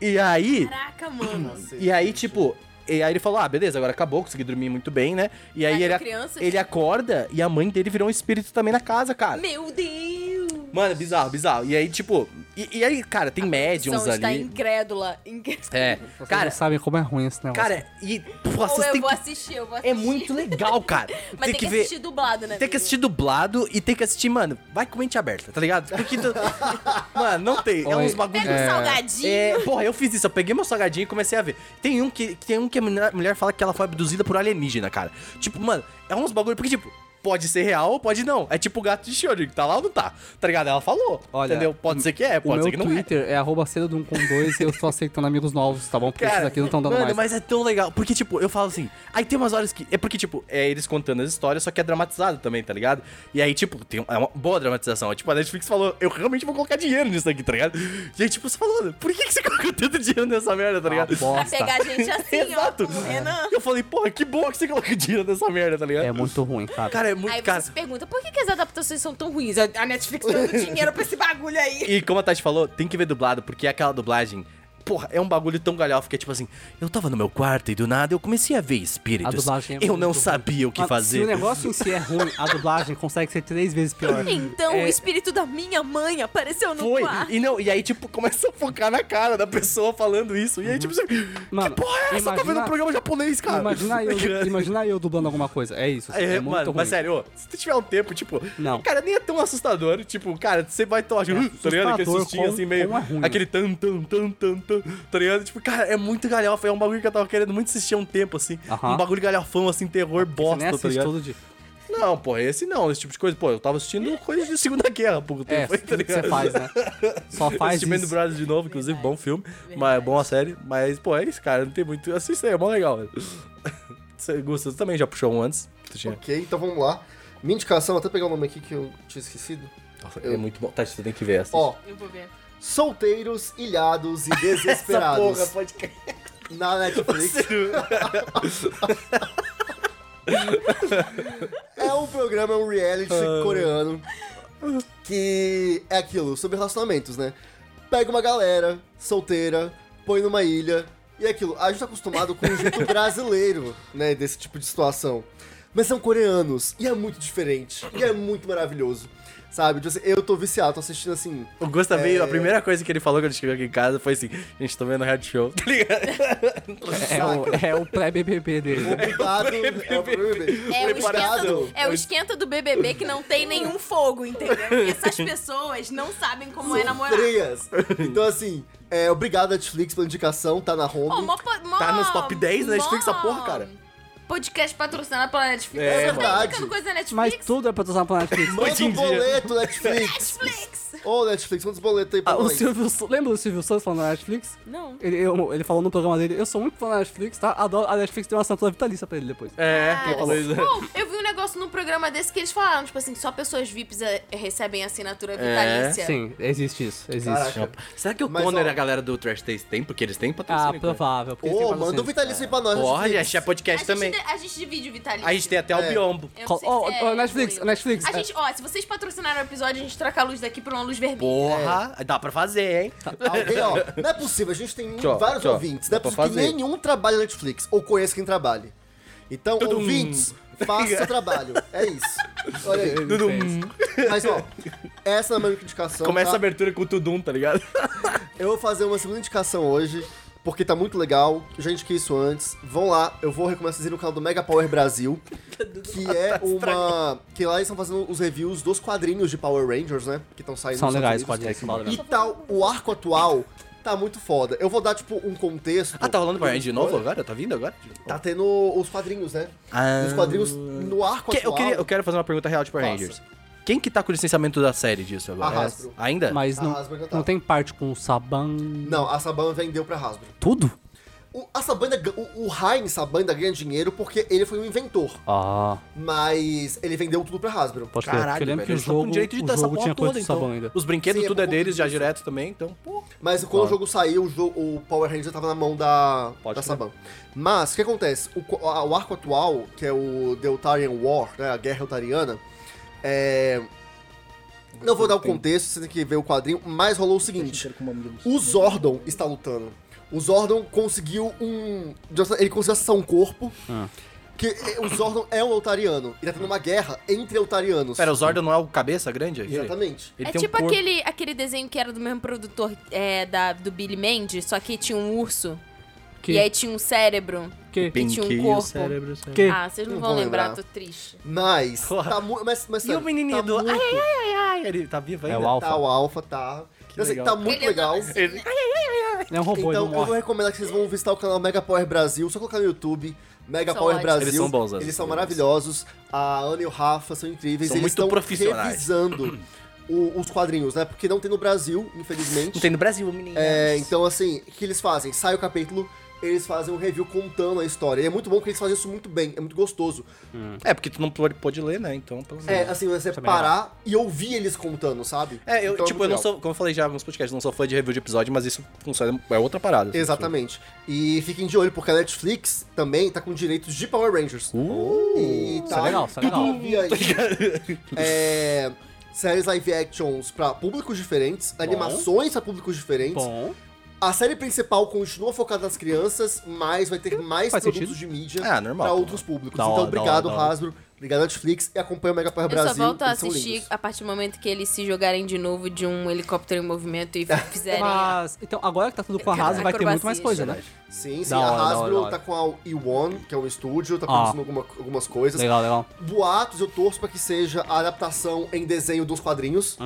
Speaker 1: E aí.
Speaker 2: Caraca, mano.
Speaker 1: E aí, tipo, e aí ele falou: Ah, beleza, agora acabou, consegui dormir muito bem, né? E aí
Speaker 2: Mas tipo-
Speaker 1: ele,
Speaker 2: são
Speaker 1: ac-
Speaker 2: crianças?
Speaker 1: ele acorda e a mãe dele virou um espírito também na casa, cara.
Speaker 2: Meu Deus.
Speaker 1: Mano, é bizarro, bizarro. E aí, tipo, e, e aí, cara, tem médiums
Speaker 2: São
Speaker 1: ali.
Speaker 2: está incrédula. Incr-
Speaker 1: É,
Speaker 3: Vocês
Speaker 1: cara,
Speaker 3: não sabem como é ruim esse negócio.
Speaker 1: cara, e pô,
Speaker 2: Ou eu
Speaker 1: assistem
Speaker 2: vou
Speaker 1: que-
Speaker 2: assistir, eu vou assistir.
Speaker 1: é muito legal, cara.
Speaker 2: [LAUGHS] Mas tem que, assistir dublado, né?
Speaker 1: Tem que assistir dublado e tem que assistir, mano, vai com mente aberta, tá ligado? Porque
Speaker 2: [LAUGHS]
Speaker 1: tu- mano, não tem, é
Speaker 3: Oi.
Speaker 1: uns bagulho
Speaker 2: Pega um salgadinho.
Speaker 1: é, porra, eu fiz isso, eu peguei meu salgadinho e comecei a ver. Tem um que, tem um que a mulher, mulher fala que ela foi abduzida por alienígena, cara. Tipo, mano, é uns bagulho, porque tipo, pode ser real ou pode não. É tipo o gato de Schrödinger, tá lá ou não tá, tá ligado? Ela falou,
Speaker 3: Olha,
Speaker 1: entendeu? Pode ser que é,
Speaker 3: O
Speaker 1: pode ser
Speaker 3: meu
Speaker 1: que não é.
Speaker 3: Twitter é, arroba cedo de um com dois e eu estou aceitando amigos novos, tá bom? Porque esses aqui não estão dando
Speaker 1: mano,
Speaker 3: mais.
Speaker 1: mas é tão legal. Porque, tipo, eu falo assim. Aí tem umas horas que. É porque, tipo, é eles contando as histórias, só que é dramatizado também, tá ligado? E aí, tipo, tem é uma boa dramatização. É, Tipo, a Netflix falou, eu realmente vou colocar dinheiro nisso aqui, tá ligado? E aí, tipo, você falou, por que, que você [LAUGHS] colocou tanto dinheiro nessa merda, tá ligado?
Speaker 3: Ah, bosta.
Speaker 2: Pra pegar a gente assim, ó.
Speaker 1: Exato. É.
Speaker 2: com o Renan.
Speaker 1: E eu falei, porra, que bom que você colocou dinheiro nessa merda, tá ligado?
Speaker 3: É muito ruim, cara.
Speaker 1: Cara, é muito
Speaker 2: Aí
Speaker 1: cara.
Speaker 2: você se pergunta, por que, que as adaptações são tão ruins? A a Netflix
Speaker 1: [LAUGHS]
Speaker 2: tá dando dinheiro pra esse bagulho aí.
Speaker 1: E como a Tati falou, tem que ver dublado, porque aquela dublagem. Porra, é um bagulho tão galhofa que é tipo assim, eu tava no meu quarto e do nada eu comecei a ver espíritos.
Speaker 3: A dublagem é
Speaker 1: eu não
Speaker 3: muito
Speaker 1: sabia o que
Speaker 3: Mas
Speaker 1: fazer.
Speaker 3: Se o negócio em si é ruim, a dublagem consegue ser três vezes pior. É,
Speaker 2: Então o espírito da minha mãe apareceu no
Speaker 1: é. Foi.
Speaker 2: quarto.
Speaker 1: E não, e aí, tipo, começa a focar na cara da pessoa falando isso. E aí, tipo, você.
Speaker 3: Mano,
Speaker 1: que porra é essa? Eu Tô
Speaker 3: imagina-
Speaker 1: vendo um programa japonês, cara.
Speaker 3: Imagina
Speaker 1: [LAUGHS]
Speaker 3: eu, imagina eu dublando alguma coisa. É isso.
Speaker 1: É,
Speaker 3: É, muito
Speaker 1: mano,
Speaker 3: ruim.
Speaker 1: mas sério, ô, se tu tiver um tempo, tipo,
Speaker 3: Não. É
Speaker 1: cara, nem é tão assustador, tipo, cara, você vai tomar, tá ligado? Aquele
Speaker 3: assustador,
Speaker 1: sustinho
Speaker 3: quão-
Speaker 1: assim, meio,
Speaker 3: quão é ruim.
Speaker 1: aquele tan, tan, tan, tan, tan, tá ligado? Tipo, cara, é muito galhofa, é um bagulho que eu tava querendo muito assistir há um tempo, assim,
Speaker 3: Aham. É
Speaker 1: um bagulho galhofão, assim, terror,
Speaker 3: Você nem
Speaker 1: bosta, tá
Speaker 3: assiste
Speaker 1: ligado? [LAUGHS]
Speaker 3: todo dia.
Speaker 1: Não, pô, esse não, esse tipo de coisa, pô, eu tava assistindo coisa de Segunda Guerra há pouco [LAUGHS]
Speaker 3: É,
Speaker 1: tempo,
Speaker 3: tudo que você faz, né?
Speaker 1: [LAUGHS]
Speaker 3: Só faz
Speaker 1: Assistimento
Speaker 3: isso.
Speaker 1: Brothers de novo, inclusive, bom filme, mas é bom a série, mas, pô, é isso, cara, não tem muito, assiste aí, é mó legal, velho. [LAUGHS] Você gosta, você também já puxou um antes? Tu tinha-
Speaker 4: Ok, então vamos lá. Minha indicação, vou até pegar o nome aqui que eu tinha esquecido.
Speaker 1: Nossa,
Speaker 4: Eu-
Speaker 1: é muito bom. Tati, você tem que ver essa.
Speaker 4: Ó,
Speaker 2: Eu vou ver.
Speaker 4: solteiros, ilhados e
Speaker 1: [LAUGHS] essa
Speaker 4: desesperados.
Speaker 1: porra pode cair.
Speaker 4: na Netflix. é um programa, é um reality coreano que é aquilo, sobre relacionamentos, né? Pega uma galera solteira, põe numa ilha e é aquilo. A gente tá acostumado com o jeito brasileiro, né, desse tipo de situação. Mas são coreanos e é muito diferente e é muito maravilhoso. Sabe, Tipo assim, eu tô viciado, tô assistindo assim.
Speaker 1: [LAUGHS] O Gusta veio,
Speaker 4: É.
Speaker 1: a primeira coisa que ele falou quando chegou aqui em casa foi assim: a gente tá vendo head show, tá ligado?
Speaker 3: É o, é o pré-BBB dele.
Speaker 4: Obrigado, é o BBB.
Speaker 2: É o, esquenta do,
Speaker 4: Preparado.
Speaker 2: é o esquenta do BBB que não tem nenhum fogo, entendeu? Porque
Speaker 1: [LAUGHS]
Speaker 2: essas pessoas não sabem como é namorar.
Speaker 4: Freias. Então, assim, é, obrigado, Netflix, pela indicação, tá na home.
Speaker 2: Pô, mó, po- mó,
Speaker 1: Tá nos top 10 da Netflix,
Speaker 2: mó
Speaker 1: essa porra, cara.
Speaker 2: Podcast patrocinado pela Netflix.
Speaker 1: É,
Speaker 2: Você tá
Speaker 4: verdade.
Speaker 2: indicando coisa da Netflix?
Speaker 3: Mas tudo é pra usar pra Netflix.
Speaker 1: hoje
Speaker 4: Manda
Speaker 1: em
Speaker 4: um
Speaker 1: dia. [LAUGHS]
Speaker 4: boleto, Netflix.
Speaker 2: Netflix!
Speaker 4: Ô, Netflix, manda os boletos aí pra
Speaker 3: Ah, o
Speaker 4: nós.
Speaker 3: Silvio, Sa- lembra do Silvio Santos falando na Netflix?
Speaker 2: Não.
Speaker 3: Ele, eu- ele falou no programa dele, eu sou muito fã da Netflix, tá? Adoro, a Netflix deu uma assinatura vitalícia pra ele depois.
Speaker 1: É,
Speaker 2: Ah,
Speaker 1: ele falou isso.
Speaker 2: pô, eu vi um negócio negócio no programa desse que eles falaram, tipo assim, só pessoas VIPs eh, recebem assinatura vitalícia.
Speaker 3: Sim, existe isso, existe.
Speaker 4: Caraca.
Speaker 1: Opa. Será que o
Speaker 4: Mas,
Speaker 1: Conor
Speaker 4: ó-
Speaker 1: e a galera do Trash Taste tem? Porque eles têm
Speaker 3: Ah,
Speaker 1: patrocínio. né?
Speaker 3: provável. porque
Speaker 4: Ô,
Speaker 3: eles têm
Speaker 4: manda o
Speaker 3: patrocínio.
Speaker 4: Vitalício aí pra nós.
Speaker 1: Olha, a
Speaker 4: Netflix.
Speaker 1: gente é podcast
Speaker 2: A
Speaker 1: também.
Speaker 2: gente, a gente divide o vitalício.
Speaker 1: A gente tem até o
Speaker 4: É.
Speaker 1: biombo.
Speaker 2: Eu não sei
Speaker 3: Ó,
Speaker 2: se é
Speaker 3: ó, Netflix,
Speaker 2: ruim.
Speaker 3: Netflix,
Speaker 2: A
Speaker 3: é.
Speaker 2: gente, ó, se vocês patrocinaram o episódio, a gente troca a luz daqui por uma luz vermelha.
Speaker 1: Porra, dá pra fazer, hein?
Speaker 3: Tá
Speaker 4: Alguém, ó, não é possível, a gente tem
Speaker 1: Tchau,
Speaker 4: vários
Speaker 1: tchau.
Speaker 4: ouvintes, não
Speaker 1: Dá
Speaker 4: é
Speaker 1: pra
Speaker 4: possível que
Speaker 1: fazer.
Speaker 4: nenhum trabalhe na Netflix, ou conheça quem trabalhe. Então, ouvintes, faça seu trabalho, é isso.
Speaker 1: [LAUGHS]
Speaker 4: Olha aí.
Speaker 3: Eles têm isso.
Speaker 4: Mas, ó, essa é a minha única indicação,
Speaker 1: hum, Começa a
Speaker 4: tá?
Speaker 1: abertura com o Tudum, tá ligado?
Speaker 4: Eu vou fazer uma segunda indicação hoje, porque tá muito legal, eu já indiquei isso antes. Vão lá, eu vou recomendar vocês irem no canal do Mega Power Brasil, que é uma... que lá eles estão fazendo os reviews dos quadrinhos de Power Rangers, né? Que estão saindo
Speaker 3: São
Speaker 4: nos
Speaker 3: legais os
Speaker 4: Estados
Speaker 3: quadrinhos.
Speaker 4: Unidos.
Speaker 3: são legais.
Speaker 4: E tal, o arco atual tá muito foda. Eu vou dar, tipo, um contexto.
Speaker 1: [LAUGHS] Ah, tá rolando Power Ranger de novo agora? Tá vindo agora?
Speaker 4: Tá tendo os quadrinhos, né?
Speaker 1: Ah.
Speaker 4: Os quadrinhos no arco
Speaker 1: Que- eu,
Speaker 4: atual.
Speaker 1: queria, eu quero fazer uma pergunta real de Power
Speaker 4: Faça.
Speaker 1: Rangers. Quem que tá com o licenciamento da série disso agora?
Speaker 4: A Hasbro.
Speaker 1: É- Ainda?
Speaker 3: Mas
Speaker 4: A
Speaker 3: não,
Speaker 4: Hasbro já tá.
Speaker 3: não tem parte com o Saban.
Speaker 4: Não, a Saban vendeu pra Hasbro.
Speaker 3: Tudo?
Speaker 4: O, a Saban, ainda gan- o, o Heinz Saban ainda ganha dinheiro porque ele foi um inventor.
Speaker 3: Ah,
Speaker 4: Mas ele vendeu tudo pra Hasbro.
Speaker 3: pode crer. Porque
Speaker 1: Caralho,
Speaker 3: eu lembro
Speaker 1: velho,
Speaker 3: que o
Speaker 1: eles tão
Speaker 3: jogo,
Speaker 1: com direito de
Speaker 3: o
Speaker 1: dar essa
Speaker 3: jogo
Speaker 1: porra
Speaker 3: tinha coisa
Speaker 1: toda,
Speaker 3: do
Speaker 1: então.
Speaker 3: Saban ainda.
Speaker 1: Os brinquedos,
Speaker 4: Sim, é
Speaker 1: tudo é
Speaker 4: por conta
Speaker 1: deles, já
Speaker 4: disso.
Speaker 1: direto também, então, pô.
Speaker 4: Mas quando o jogo saiu, o, jo- o Power Ranger tava na mão da, da Saban. Mas, o que acontece? O, co- a- o arco atual, que é o Deltarian War, né, a Guerra Eltariana, é... Não vou dar o contexto, você tem que ver o quadrinho, mas rolou o seguinte. O Zordon está lutando. O Zordon conseguiu um... Ele conseguiu acessar um corpo... Que o Zordon é um Eltariano. Ele tá tendo uma guerra entre Eltarianos.
Speaker 1: Pera, o Zordon não é o cabeça grande? aquele?
Speaker 4: Exatamente.
Speaker 1: Ele
Speaker 2: é
Speaker 1: tem um
Speaker 2: tipo
Speaker 1: corpo-
Speaker 2: aquele, aquele desenho que era do mesmo produtor é, da, do Billy Mandy, só que tinha um urso.
Speaker 3: Que,
Speaker 2: E aí tinha um cérebro.
Speaker 3: que,
Speaker 2: Pink tinha um
Speaker 1: Pinquinho,
Speaker 2: corpo.
Speaker 1: cérebro, cérebro.
Speaker 3: que,
Speaker 2: Ah, vocês não,
Speaker 4: Não
Speaker 2: vão
Speaker 4: vou
Speaker 2: lembrar,
Speaker 4: lembrar.
Speaker 2: tô triste.
Speaker 4: Mas,
Speaker 1: Porra.
Speaker 4: tá mu- mas, mas
Speaker 1: E o
Speaker 4: sério,
Speaker 1: menininho
Speaker 4: tá
Speaker 1: do...
Speaker 4: muito-
Speaker 1: Ai, ai, ai, ai, ai. Ele tá vivo
Speaker 3: É
Speaker 1: ainda?
Speaker 3: o Alpha.
Speaker 4: Tá, o Alpha tá. Então, assim,
Speaker 1: legal.
Speaker 4: tá muito
Speaker 2: Ele andava
Speaker 4: legal.
Speaker 2: assim, né?
Speaker 3: É um robô,
Speaker 4: Então,
Speaker 3: ele não
Speaker 4: eu vou
Speaker 3: morre.
Speaker 4: recomendar que vocês vão visitar o canal Mega Power Brasil. Só colocar no YouTube. Mega
Speaker 2: São
Speaker 4: Power
Speaker 2: ótimos.
Speaker 4: Brasil.
Speaker 1: Eles são bons, né?
Speaker 4: Eles são
Speaker 1: São bons.
Speaker 4: maravilhosos. A Ana e o Rafa são incríveis.
Speaker 1: São
Speaker 4: eles
Speaker 1: muito
Speaker 4: estão
Speaker 1: profissionais.
Speaker 4: revisando o- os quadrinhos, né? Porque não tem no Brasil, infelizmente.
Speaker 1: Não tem no Brasil, menino.
Speaker 4: É, então, assim, o que eles fazem? Sai o capítulo, eles fazem um review contando a história. E é muito bom que eles fazem isso muito bem, é muito gostoso.
Speaker 1: É, porque tu não pôde pôde ler, né? Então, pelo menos.
Speaker 4: É, assim, você parar e ouvir eles contando, sabe?
Speaker 1: É, eu,
Speaker 4: Então
Speaker 1: tipo,
Speaker 4: muito
Speaker 1: eu não
Speaker 4: legal.
Speaker 1: sou, como eu falei já em alguns podcasts, não sou fã de review de episódio, mas isso funciona, é outra parada. assim,
Speaker 4: Exatamente. E fiquem de olho, porque a Netflix também tá com direitos de Power Rangers. e tá
Speaker 3: isso é legal, isso é legal.
Speaker 4: tudo via aí. É, séries live actions pra públicos diferentes, animações pra públicos diferentes.
Speaker 3: Bom,
Speaker 4: A série principal continua focada nas crianças, mas vai ter mais
Speaker 3: Hum, faz
Speaker 4: produtos
Speaker 3: sentido. É,
Speaker 4: de mídia
Speaker 1: Ah, normal,
Speaker 4: pra
Speaker 1: normal.
Speaker 4: outros públicos.
Speaker 3: Da
Speaker 4: então,
Speaker 3: hora, da
Speaker 4: obrigado,
Speaker 3: hora, da hora.
Speaker 4: Hasbro. Obrigado, Netflix. E acompanha o Mega Power
Speaker 2: Eu
Speaker 4: Brasil.
Speaker 2: só volto a
Speaker 4: eles são
Speaker 2: assistir
Speaker 4: lindos.
Speaker 2: a partir do momento que eles se jogarem de novo de um helicóptero em movimento e fizerem. a-
Speaker 3: mas... Então, agora que tá tudo com a
Speaker 2: Cara,
Speaker 3: Haas, vai ter muito mais
Speaker 2: acrobacias,
Speaker 3: coisa, né?
Speaker 2: né?
Speaker 4: Sim, sim.
Speaker 3: Da hora, da
Speaker 4: a
Speaker 3: hora,
Speaker 4: Hasbro
Speaker 3: da hora.
Speaker 4: tá com a E1, que é um estúdio, tá
Speaker 3: Ah.
Speaker 4: produzindo alguma- algumas coisas.
Speaker 3: Legal, legal.
Speaker 4: Boatos, eu torço pra que seja a adaptação em desenho dos quadrinhos,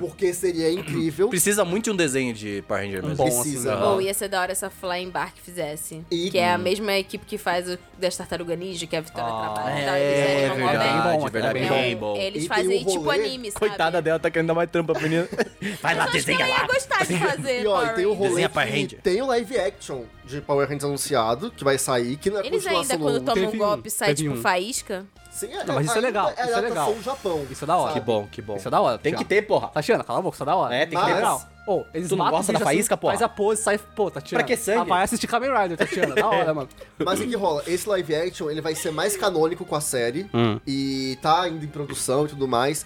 Speaker 4: porque seria incrível.
Speaker 1: Hum. Precisa muito de um desenho de Power Ranger mesmo.
Speaker 3: bom,
Speaker 4: Precisa.
Speaker 3: assim,
Speaker 2: Ou
Speaker 1: Ah.
Speaker 2: ia ser da hora se a Flying Bark fizesse.
Speaker 4: E-
Speaker 2: Que
Speaker 1: Hum.
Speaker 2: é a mesma equipe que faz o das Tartaruga Ninja, que é a Vitória Trabalho e tal. Eles
Speaker 1: É,
Speaker 2: animam mó
Speaker 3: verdade,
Speaker 2: bem.
Speaker 3: bom,
Speaker 1: verdade.
Speaker 3: é
Speaker 1: bem
Speaker 2: Então,
Speaker 1: bom.
Speaker 2: Eles
Speaker 4: E tem
Speaker 2: fazem
Speaker 4: um
Speaker 2: tipo
Speaker 4: rolê-
Speaker 2: anime, sabe?
Speaker 1: Coitada dela, tá querendo dar mais trampa pra menina. Vai lá,
Speaker 2: Eu acho que
Speaker 1: desenha
Speaker 2: eu ia
Speaker 1: lá.
Speaker 2: gostar de fazer.
Speaker 4: E ó, e tem o
Speaker 2: Power Rangers.
Speaker 4: rolê
Speaker 1: Desenha Power
Speaker 4: que
Speaker 1: Ranger.
Speaker 4: tem o live action de Power Rangers anunciado, que vai sair, que na
Speaker 2: Eles ainda,
Speaker 4: continuação do
Speaker 2: quando
Speaker 4: um.
Speaker 2: tomam um
Speaker 3: Teve um,
Speaker 2: golpe, sai
Speaker 3: teve
Speaker 2: tipo
Speaker 3: um.
Speaker 2: faísca.
Speaker 4: Sim, é,
Speaker 3: Não, mas isso é legal,
Speaker 4: ainda
Speaker 3: isso é
Speaker 4: adaptação
Speaker 3: legal.
Speaker 4: do Japão.
Speaker 3: Isso é da hora.
Speaker 1: Que bom, que bom.
Speaker 3: Isso é da hora,
Speaker 1: Tem
Speaker 3: Thiago.
Speaker 1: que ter, porra.
Speaker 3: Tatiana, cala a boca, isso é da hora.
Speaker 1: É, tem que
Speaker 4: ter.
Speaker 3: legal. Ô, eles
Speaker 1: Tu não
Speaker 3: matam
Speaker 1: gosta
Speaker 3: o bicho
Speaker 1: da faísca,
Speaker 3: assim,
Speaker 1: porra?
Speaker 3: Faz a pose, sai, pô, Tatiana.
Speaker 1: Pra que sangue?
Speaker 3: Ah, vai assistir Kamen Rider, Tatiana. da hora, mano.
Speaker 4: Mas o que rola? Esse live action ele vai ser mais canônico com a série
Speaker 1: Hum.
Speaker 4: e tá ainda em produção e tudo mais.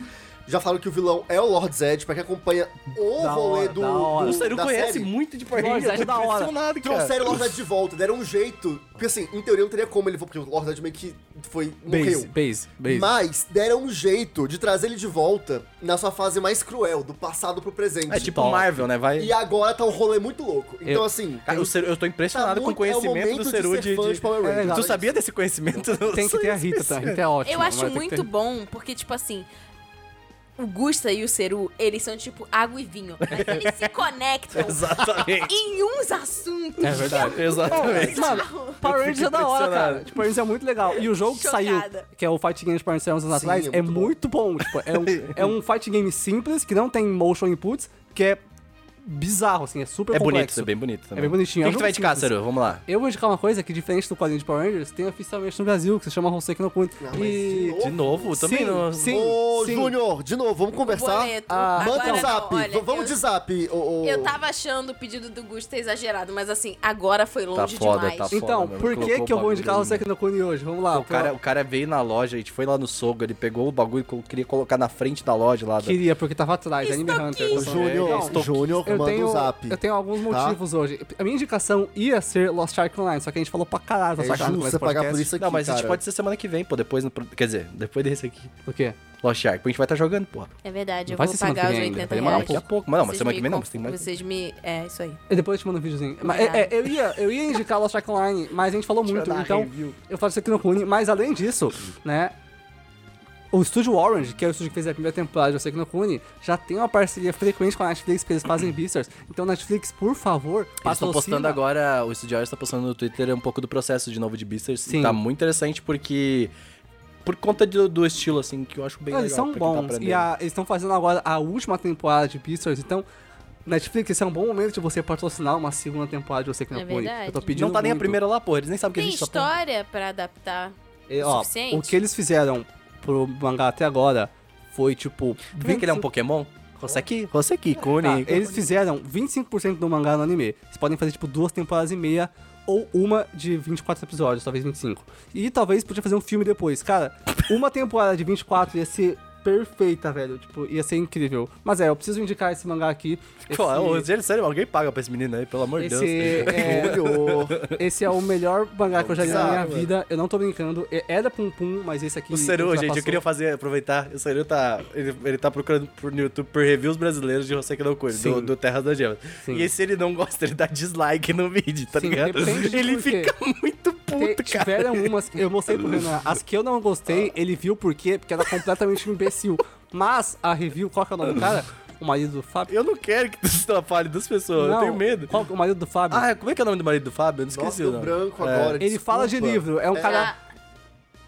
Speaker 4: Já falaram que o vilão é o Lord Zed, pra quem acompanha o
Speaker 3: Da
Speaker 4: rolê
Speaker 3: hora,
Speaker 4: do.
Speaker 3: da hora.
Speaker 4: do
Speaker 1: O Seru
Speaker 4: da
Speaker 1: conhece
Speaker 4: série.
Speaker 1: muito de Power
Speaker 3: Nossa,
Speaker 1: Ranger, eu
Speaker 3: acho
Speaker 1: tô
Speaker 3: da hora.
Speaker 1: impressionado, cara.
Speaker 4: Trouxeram o Lord Zed de volta, deram um jeito. Porque assim, em teoria não teria como ele, porque o Lord Zed meio que foi.
Speaker 3: Base,
Speaker 4: morreu.
Speaker 3: base, base.
Speaker 4: Mas deram um jeito de trazer ele de volta na sua fase mais cruel, do passado pro presente.
Speaker 1: É tipo
Speaker 3: Top.
Speaker 1: Marvel, né? Vai...
Speaker 4: E agora tá um rolê muito louco. Então, assim.
Speaker 1: Cara, o Seru- eu tô
Speaker 4: tá
Speaker 1: impressionado com é o
Speaker 4: muito-
Speaker 1: conhecimento
Speaker 4: momento
Speaker 1: do Seru
Speaker 4: ser
Speaker 1: de...
Speaker 4: fã
Speaker 1: de-
Speaker 4: de Power
Speaker 3: É,
Speaker 4: Rangers.
Speaker 3: legal.
Speaker 1: Tu sabia desse conhecimento?
Speaker 3: Tem que ter a Rita, tá? A Rita é ótima.
Speaker 2: Eu acho
Speaker 3: mas tem que
Speaker 2: muito
Speaker 3: ter-
Speaker 2: bom, porque, tipo assim, o Gusta e o Seru, eles são tipo água e vinho. Mas eles se
Speaker 1: [LAUGHS] [LAUGHS]
Speaker 2: conectam
Speaker 1: Exatamente.
Speaker 2: em uns assuntos.
Speaker 3: É verdade.
Speaker 1: [LAUGHS] Exatamente.
Speaker 3: Mano, Power Rangers é da hora, cara.
Speaker 1: impressionado.
Speaker 3: Tipo, Power Rangers é muito legal. E o jogo que saiu,
Speaker 2: Chocada.
Speaker 3: que é o Fight Game de Power Rangers há uns anos
Speaker 4: Sim,
Speaker 3: atrás,
Speaker 4: é
Speaker 3: é
Speaker 4: muito
Speaker 1: [LAUGHS]
Speaker 3: muito bom. Tipo, é um, é um fight game simples, que não tem motion inputs, que é bizarro, assim, é super
Speaker 1: É bonito,
Speaker 3: complexo.
Speaker 1: é bem bonito também.
Speaker 3: É bem bonitinho.
Speaker 1: O
Speaker 3: É
Speaker 1: que,
Speaker 3: um
Speaker 1: que tu vai
Speaker 3: jogo
Speaker 1: indicar,
Speaker 3: simples.
Speaker 1: Saru? Vamos lá.
Speaker 3: Eu vou indicar uma coisa que, diferente do quadrinho de Power Rangers, tem oficialmente no Brasil, que se chama Hoseki no Kun.
Speaker 4: Não, Ah, mas de
Speaker 3: E...
Speaker 4: novo?
Speaker 1: De novo, eu também
Speaker 3: Sim,
Speaker 1: não...
Speaker 3: sim.
Speaker 4: Ô,
Speaker 3: sim.
Speaker 4: Júnior, de novo, vamos conversar?
Speaker 2: Boleto.
Speaker 3: Ah,
Speaker 4: Manda um
Speaker 2: Agora
Speaker 4: zap.
Speaker 2: não, olha,
Speaker 4: v- vamos
Speaker 2: eu-
Speaker 4: de zap. ô, ô.
Speaker 2: Eu tava achando o pedido do Gusta exagerado, mas assim, agora foi longe
Speaker 1: foda,
Speaker 2: demais.
Speaker 1: tá foda.
Speaker 3: Então,
Speaker 1: mano,
Speaker 3: por que
Speaker 1: colocou
Speaker 3: que eu
Speaker 1: o
Speaker 3: vou
Speaker 1: bagulho
Speaker 3: indicar
Speaker 1: aí.
Speaker 3: Hoseki no Kun hoje? Vamos lá.
Speaker 1: O cara, é o cara veio na loja, a gente foi lá no Sogo, ele pegou o bagulho que queria colocar na frente da loja lá. Da...
Speaker 3: Queria, porque tava atrás, Anime Hunter.
Speaker 4: Ô, Júnior,
Speaker 1: Estou-
Speaker 4: Júnior,
Speaker 3: Eu
Speaker 4: manda
Speaker 3: tenho,
Speaker 4: um zap.
Speaker 3: eu tenho alguns
Speaker 4: tá?
Speaker 3: motivos hoje. A minha indicação ia ser Lost Ark Online, só que a gente falou pra caralho Lost
Speaker 4: É
Speaker 3: Ark Online.
Speaker 4: justo
Speaker 3: no
Speaker 4: você
Speaker 3: começo do
Speaker 4: pagar por
Speaker 3: podcast.
Speaker 4: isso aqui,
Speaker 1: não, mas a gente
Speaker 4: cara.
Speaker 1: pode ser semana que vem, pô, depois no... pro- Quer dizer, depois desse aqui.
Speaker 3: Por quê?
Speaker 1: Lost Shark, porque a gente vai estar jogando, porra.
Speaker 2: É verdade, eu
Speaker 3: Vai
Speaker 2: vou
Speaker 3: ser semana que
Speaker 2: pagar os
Speaker 3: vem ainda,
Speaker 2: 80
Speaker 3: vai demorar um
Speaker 2: reais.
Speaker 1: Daqui a pouco. Mas não, mas
Speaker 2: Vocês
Speaker 1: semana
Speaker 2: me
Speaker 1: que vem não,
Speaker 2: conf-
Speaker 1: você tem mais...
Speaker 2: Vocês me... É, isso aí.
Speaker 3: E depois eu te mando um videozinho. Mas, é, é, eu, ia, eu ia indicar Lost Ark Online, mas a gente falou muito,
Speaker 1: dar
Speaker 3: então
Speaker 1: review.
Speaker 3: eu faço isso aqui no Cune. Mas além disso, né, o Estúdio Orange, que é o estúdio que fez a primeira temporada de Oseki no Cune, já tem uma parceria frequente com a Netflix, porque eles fazem Beastars. Então Netflix, por favor,
Speaker 1: Eles estão
Speaker 3: patrocina.
Speaker 1: postando agora, o Studio está postando no Twitter um pouco do processo de novo de Beasters.
Speaker 3: Sim.
Speaker 1: Tá muito interessante porque. Por conta do, do estilo, assim, que eu acho bem
Speaker 3: Não, eles
Speaker 1: legal.
Speaker 3: são
Speaker 1: pra quem tá
Speaker 3: bons.
Speaker 1: aprendendo.
Speaker 3: e a- eles estão fazendo agora a última temporada de Beastars, então... Netflix, esse é um bom momento de você patrocinar uma segunda temporada de Oseki no
Speaker 2: É
Speaker 3: Cune.
Speaker 2: verdade.
Speaker 3: Eu tô pedindo
Speaker 1: Não tá nem a
Speaker 3: muito.
Speaker 1: primeira lá, porra. Eles nem sabem que
Speaker 2: Tem
Speaker 1: a gente só tá.
Speaker 2: história pra adaptar
Speaker 3: E,
Speaker 2: o
Speaker 3: ó,
Speaker 2: suficiente?
Speaker 3: o que eles fizeram pro mangá até agora foi tipo.
Speaker 1: Tu Vê que ele é um Pokémon? Roseki, Roseki, Kuni.
Speaker 3: Ah, eles fizeram 25% do mangá no anime. Vocês podem fazer tipo duas temporadas e meia ou uma de 24 episódios, talvez 25. E talvez podia fazer um filme depois. Cara, uma temporada de 24 ia ser perfeita, velho. Tipo, ia ser incrível. Mas é, eu preciso indicar esse mangá aqui. Esse,
Speaker 1: Pô, ô, sério, sério, alguém paga pra esse menino aí, pelo amor de Deus.
Speaker 3: esse, é,
Speaker 4: Júnior.
Speaker 3: esse é o melhor mangá que eu já li na minha
Speaker 1: Bizarro, mano.
Speaker 3: vida. Eu não tô brincando. É Era Pum Pum, mas esse aqui.
Speaker 1: O Seru, gente,
Speaker 3: ultrapassou.
Speaker 1: eu queria fazer, aproveitar. O Seru tá. Ele, ele tá procurando por, no YouTube por reviews brasileiros de Roseki no Kuni,
Speaker 3: Sim.
Speaker 1: do, do Terras da Gema.
Speaker 3: Sim.
Speaker 1: E se ele não gosta, ele dá dislike no vídeo, tá
Speaker 3: Sim,
Speaker 1: ligado?
Speaker 3: depende de
Speaker 1: Ele
Speaker 3: por quê.
Speaker 1: fica muito
Speaker 3: Te-
Speaker 1: puto, cara.
Speaker 3: tiveram um- umas que eu mostrei pro Renan. né? As que eu não gostei, ele viu por quê, porque era completamente um imbecil. Mas a review, qual que é o nome do cara? O marido do
Speaker 1: [LAUGHS]
Speaker 3: Fábio.
Speaker 1: Eu não quero que tu se atrapalhe das pessoas, eu
Speaker 3: Não,
Speaker 1: tenho medo.
Speaker 3: Qual, que é o marido do Fábio?
Speaker 1: Ah, como é que é o nome do marido do Fábio? Eu não esqueci
Speaker 4: Nossa,
Speaker 1: o
Speaker 4: deu
Speaker 1: nome. É,
Speaker 4: branco agora.
Speaker 3: ele fala de
Speaker 4: desculpa.
Speaker 3: livro, é um cara.
Speaker 2: Ah,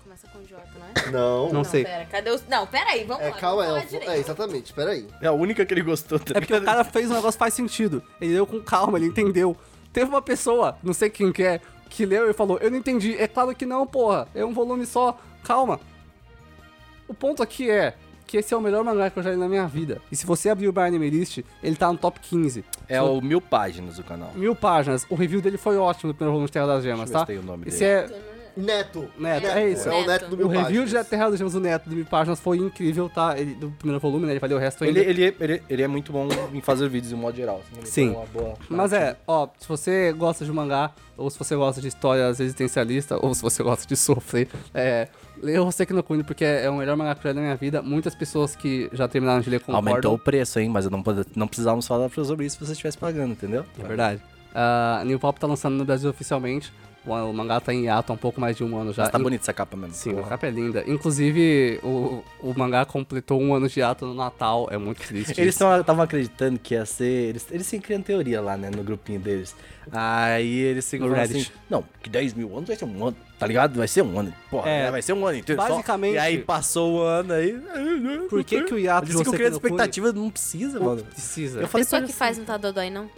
Speaker 2: Começa com J, não é?
Speaker 4: Não.
Speaker 3: Não sei.
Speaker 2: Pera, cadê os... Não, pera aí, vamos
Speaker 4: É,
Speaker 2: lá.
Speaker 4: calma,
Speaker 2: vamos falar
Speaker 4: é,
Speaker 2: direito.
Speaker 4: é, exatamente, peraí.
Speaker 1: É a única que ele gostou, tá [LAUGHS]
Speaker 3: É porque o cara fez um negócio que faz sentido. Ele leu com calma, ele entendeu. Teve uma pessoa, não sei quem que é, que leu e falou: Eu não entendi. É claro que não, porra. É um volume só. Calma. O ponto aqui é que esse é o melhor mangá que eu já li na minha vida. E se você abrir o My Anime List, ele tá no top 15.
Speaker 1: É o Mil Páginas do canal.
Speaker 3: mil páginas. O review dele foi ótimo do primeiro volume de Terra das Gemas,
Speaker 1: Deixa eu ver
Speaker 3: tá?
Speaker 1: se tem o nome
Speaker 3: Esse
Speaker 1: dele.
Speaker 3: é.
Speaker 4: Neto.
Speaker 3: Neto, é isso.
Speaker 4: É o neto do
Speaker 3: O
Speaker 4: meu pai.
Speaker 3: review de Terra das Gemas do Neto de mil páginas foi incrível, tá? Ele, do primeiro volume, né? Ele valeu o resto ainda.
Speaker 1: Ele, ele, ele, ele é muito bom em fazer vídeos, de um modo geral. assim, ele
Speaker 3: Sim.
Speaker 1: tem uma boa-
Speaker 3: Mas é, ó, se você gosta de mangá, ou se você gosta de histórias existencialistas, ou se você gosta de sofrer, é. Leia o Seki no Kuni, porque é o melhor mangá que eu li na minha vida. Muitas pessoas que já terminaram de ler concordam.
Speaker 1: Aumentou o preço, hein? Mas eu não, pod- não precisávamos falar sobre isso se você estivesse pagando, entendeu?
Speaker 3: É verdade. Ah, New Pop tá lançando no Brasil oficialmente. O, o mangá tá em hiato há um pouco mais de um ano já.
Speaker 1: Mas tá
Speaker 3: Em-
Speaker 1: bonita essa capa mesmo. Tá
Speaker 3: Sim, a
Speaker 1: Porra.
Speaker 3: capa é linda. Inclusive, o, o mangá completou um ano de ato no Natal. É muito triste.
Speaker 1: Eles
Speaker 3: isso.
Speaker 1: estavam acreditando que ia ser. Eles, eles sempre criam teoria lá, né? No grupinho deles. Aí eles se
Speaker 3: No
Speaker 1: falam
Speaker 3: Reddit.
Speaker 1: assim: Não, que 10 mil anos vai ser um ano, tá ligado? Vai ser um ano. Porra,
Speaker 3: É,
Speaker 1: né? vai ser um ano inteiro. só.
Speaker 3: basicamente-
Speaker 1: E aí passou o ano aí. [LAUGHS]
Speaker 3: Por que que o hiato
Speaker 1: Eles
Speaker 3: de
Speaker 1: ficam
Speaker 3: Hoseki
Speaker 1: criando
Speaker 3: no Kuni-
Speaker 1: expectativa, não precisa,
Speaker 3: Não
Speaker 1: mano.
Speaker 3: precisa.
Speaker 1: Eu falei pra
Speaker 2: Pessoa
Speaker 1: eles,
Speaker 2: que faz não tá dodói, não?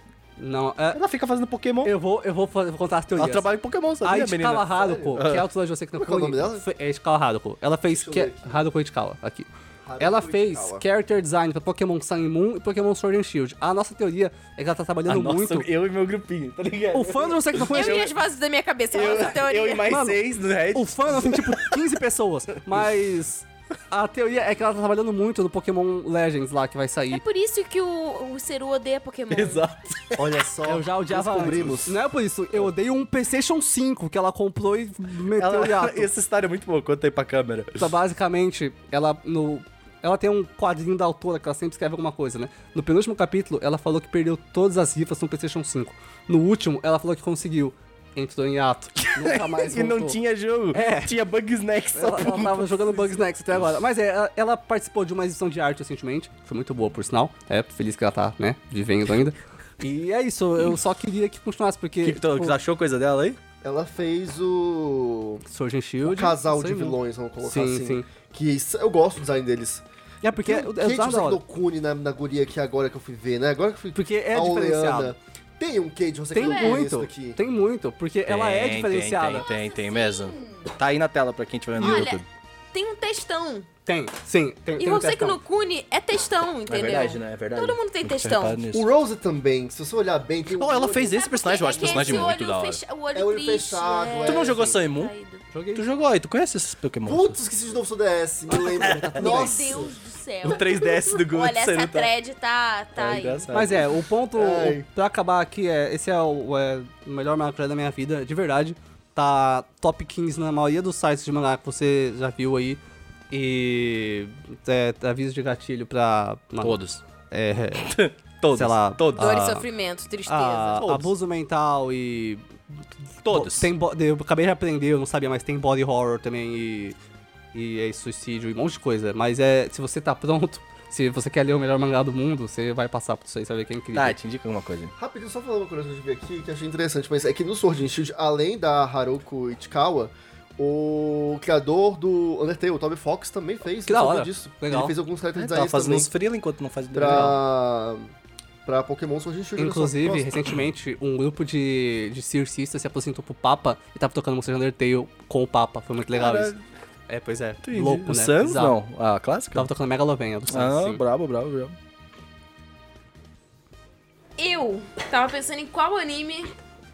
Speaker 3: Não, é,
Speaker 1: Ela fica fazendo Pokémon.
Speaker 3: eu vou, eu vou, fa- vou contar as
Speaker 1: Ela
Speaker 3: teorias.
Speaker 1: trabalha em Pokémon,
Speaker 3: A
Speaker 1: sabia, menina?
Speaker 3: Ichikawa Haruko, que é a autora de Josei
Speaker 4: Como é que é o
Speaker 3: Kinokuni,
Speaker 4: nome dela?
Speaker 3: fe- é Ichikawa Haruko. Ela fez...
Speaker 4: Deixa eu ver
Speaker 3: que- Haruko Ichikawa, aqui. Ela fez
Speaker 4: Ichikawa.
Speaker 3: character design pra Pokémon Sun and Moon e Pokémon Sword and Shield. A nossa teoria é que ela tá
Speaker 1: Ah,
Speaker 3: trabalhando
Speaker 1: nossa,
Speaker 3: muito...
Speaker 1: eu e meu grupinho, tá ligado?
Speaker 3: O fã do Josei Kinokuni...
Speaker 2: Eu e as vozes da minha cabeça, eu, essa é teoria.
Speaker 1: Eu e mais
Speaker 3: Mano,
Speaker 1: seis do Reddit.
Speaker 3: O fã não tem tipo 15 pessoas, mas a teoria é que ela tá trabalhando muito no Pokémon Legends lá que vai
Speaker 2: É
Speaker 3: sair.
Speaker 2: por isso que o, o Seru odeia Pokémon.
Speaker 1: Exato.
Speaker 4: Olha só.
Speaker 3: Eu já odiava
Speaker 4: Descobrimos.
Speaker 3: antes. Não é por isso, eu odeio um PlayStation 5 que ela comprou e meteu o
Speaker 1: Ela, [LAUGHS]
Speaker 3: hiato.
Speaker 1: essa história é muito boa, conta aí pra câmera.
Speaker 3: Então, basicamente, ela no ela tem um quadrinho da autora que ela sempre escreve alguma coisa, né? No penúltimo capítulo, ela falou que perdeu todas as rifas no PlayStation 5. No último, ela falou que conseguiu. Entrou em ato. Nunca mais
Speaker 1: e não
Speaker 3: Tá, voltou.
Speaker 1: tinha jogo,
Speaker 3: É.
Speaker 1: tinha Bug Snacks só
Speaker 3: Ela, ela tava jogando Bugs Next até agora. Mas é, ela, ela participou de uma edição de arte recentemente. Foi muito boa, por sinal. É, feliz que ela tá, né, vivendo ainda. [LAUGHS] E é isso, eu só queria que continuasse, porque.
Speaker 1: O que, que tu
Speaker 3: tipo,
Speaker 1: tu achou coisa dela aí?
Speaker 4: Ela fez o.
Speaker 3: Surgeon Shield.
Speaker 4: Um casal
Speaker 3: Sun
Speaker 4: de
Speaker 3: and Moon.
Speaker 4: vilões, vamos colocar
Speaker 3: Sim,
Speaker 4: assim.
Speaker 3: sim.
Speaker 4: Que isso- eu gosto do design deles.
Speaker 3: É, porque é,
Speaker 4: Tem um
Speaker 3: é
Speaker 4: Kate
Speaker 3: usado da hora.
Speaker 4: Oseknokuni na, na guria aqui agora que eu fui ver, né? Agora que eu fui
Speaker 3: Porque é
Speaker 4: a Oleana.
Speaker 3: diferenciado.
Speaker 4: Tem um Kate Oseknokuni
Speaker 3: Tem muito,
Speaker 4: aqui.
Speaker 3: tem muito, porque ela é
Speaker 1: Tem, tem,
Speaker 3: diferenciada.
Speaker 1: Tem, tem, tem mesmo. Tá aí na tela pra quem estiver vendo no
Speaker 2: Olha,
Speaker 1: YouTube.
Speaker 2: tem um textão.
Speaker 3: Tem, sim. Tem,
Speaker 2: E
Speaker 3: tem um
Speaker 2: Hoseki
Speaker 3: testão.
Speaker 2: no Kuni é textão, entendeu?
Speaker 1: verdade, né? É verdade.
Speaker 2: Todo mundo tem
Speaker 1: Nunca tinha
Speaker 2: textão.
Speaker 1: reparado nisso.
Speaker 4: O Rose também, se você olhar bem,
Speaker 3: Oh,
Speaker 4: tem um
Speaker 1: Não, ela fez esse personagem, eu acho
Speaker 2: É
Speaker 1: o
Speaker 2: que
Speaker 1: personagem
Speaker 2: esse
Speaker 1: muito
Speaker 2: olho
Speaker 1: da hora.
Speaker 2: fecha- O olho,
Speaker 4: É olho
Speaker 2: triste,
Speaker 4: fechado,
Speaker 2: é.
Speaker 4: é.
Speaker 1: Tu não jogou Sun and Moon?
Speaker 2: Caído.
Speaker 3: Joguei.
Speaker 1: Tu jogou aí, tu conhece esses Pokémon?
Speaker 4: Putz, esqueci de novo seu DS, me
Speaker 1: É
Speaker 4: lembro.
Speaker 2: [LAUGHS] Meu
Speaker 4: Nossa!
Speaker 2: Deus do céu.
Speaker 3: Um
Speaker 1: O 3DS do Guto,
Speaker 2: Olha,
Speaker 1: você
Speaker 2: essa
Speaker 1: não tá-
Speaker 2: thread tá, tá
Speaker 1: Tá
Speaker 2: aí.
Speaker 1: engraçado.
Speaker 3: Mas é, o ponto
Speaker 4: Ai.
Speaker 3: o- pra acabar aqui é. Esse é o, é, o melhor mangá da minha vida, de verdade. Tá top 15 na maioria dos sites de mangá que você já viu aí. E. É, aviso de gatilho pra. mano,
Speaker 1: Todos.
Speaker 3: É,
Speaker 1: Todos.
Speaker 3: Sei lá,
Speaker 1: todos.
Speaker 2: Dor e
Speaker 3: Ah.
Speaker 2: sofrimento, tristeza.
Speaker 3: a-
Speaker 1: Todos.
Speaker 3: abuso mental e.
Speaker 1: Todos.
Speaker 3: Tem bo- eu acabei de aprender, eu não sabia, mas tem body horror também e. E é suicídio e um monte de coisa. Mas é. Se você tá pronto, [LAUGHS] se você quer ler o melhor mangá do mundo, você vai passar por isso aí, você vai ver que é incrível.
Speaker 1: Tá, te indica alguma coisa.
Speaker 4: Rapidinho, só falando uma coisa que eu vi aqui, que eu achei interessante, mas é que no Sword and Shield, além da Haruko Ichikawa, o criador do Undertale, o Toby Fox, também fez.
Speaker 3: Que
Speaker 4: não
Speaker 3: da
Speaker 4: sabia
Speaker 3: hora.
Speaker 4: Disso.
Speaker 3: Legal.
Speaker 4: Ele fez alguns character
Speaker 1: É, tava
Speaker 4: designs
Speaker 1: fazendo
Speaker 4: também
Speaker 1: uns frila enquanto não faz
Speaker 4: pra... pra Pokémon Sword and Shield. olha só.
Speaker 3: Inclusive,
Speaker 4: Nossa.
Speaker 3: recentemente, um grupo de, de circistas se aposentou pro Papa e tava tocando música de Undertale com o Papa. Foi muito legal
Speaker 1: Caralho.
Speaker 3: isso. É, pois é.
Speaker 1: Entendi.
Speaker 3: Louco, né?
Speaker 1: o Sans
Speaker 3: Bizarro.
Speaker 1: não? Ah, clássico?
Speaker 3: Tava tocando Megalovania do
Speaker 1: Ah,
Speaker 3: Sans. sim.
Speaker 1: brabo, brabo, brabo.
Speaker 2: Eu tava pensando em qual anime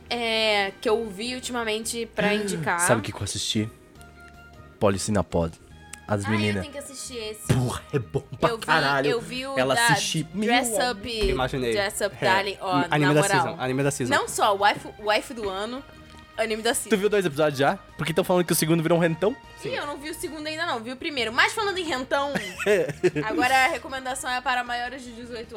Speaker 2: é, que eu vi ultimamente pra indicar.
Speaker 1: Sabe o que é que eu assisti? Policina Pod. As
Speaker 2: Ah, eu
Speaker 1: meninas.
Speaker 2: tenho que assistir esse.
Speaker 1: Porra, é bom pra
Speaker 2: eu vi,
Speaker 1: caralho.
Speaker 2: eu vi o
Speaker 1: Ela
Speaker 2: da
Speaker 1: assisti
Speaker 2: Dress Up,
Speaker 3: Imaginei.
Speaker 2: Dress Up
Speaker 3: É.
Speaker 2: Darling, ó,
Speaker 3: Anime
Speaker 2: na
Speaker 3: da
Speaker 2: moral.
Speaker 3: season. Anime da season.
Speaker 2: Não só wife, wife do ano, anime da
Speaker 1: Tu
Speaker 2: season.
Speaker 1: viu dois episódios já? Porque estão falando que o segundo virou um rentão?
Speaker 2: Ih, eu não vi o segundo ainda não, vi o primeiro. Mas falando
Speaker 1: [LAUGHS]
Speaker 2: em rentão, agora a recomendação é para maiores de 18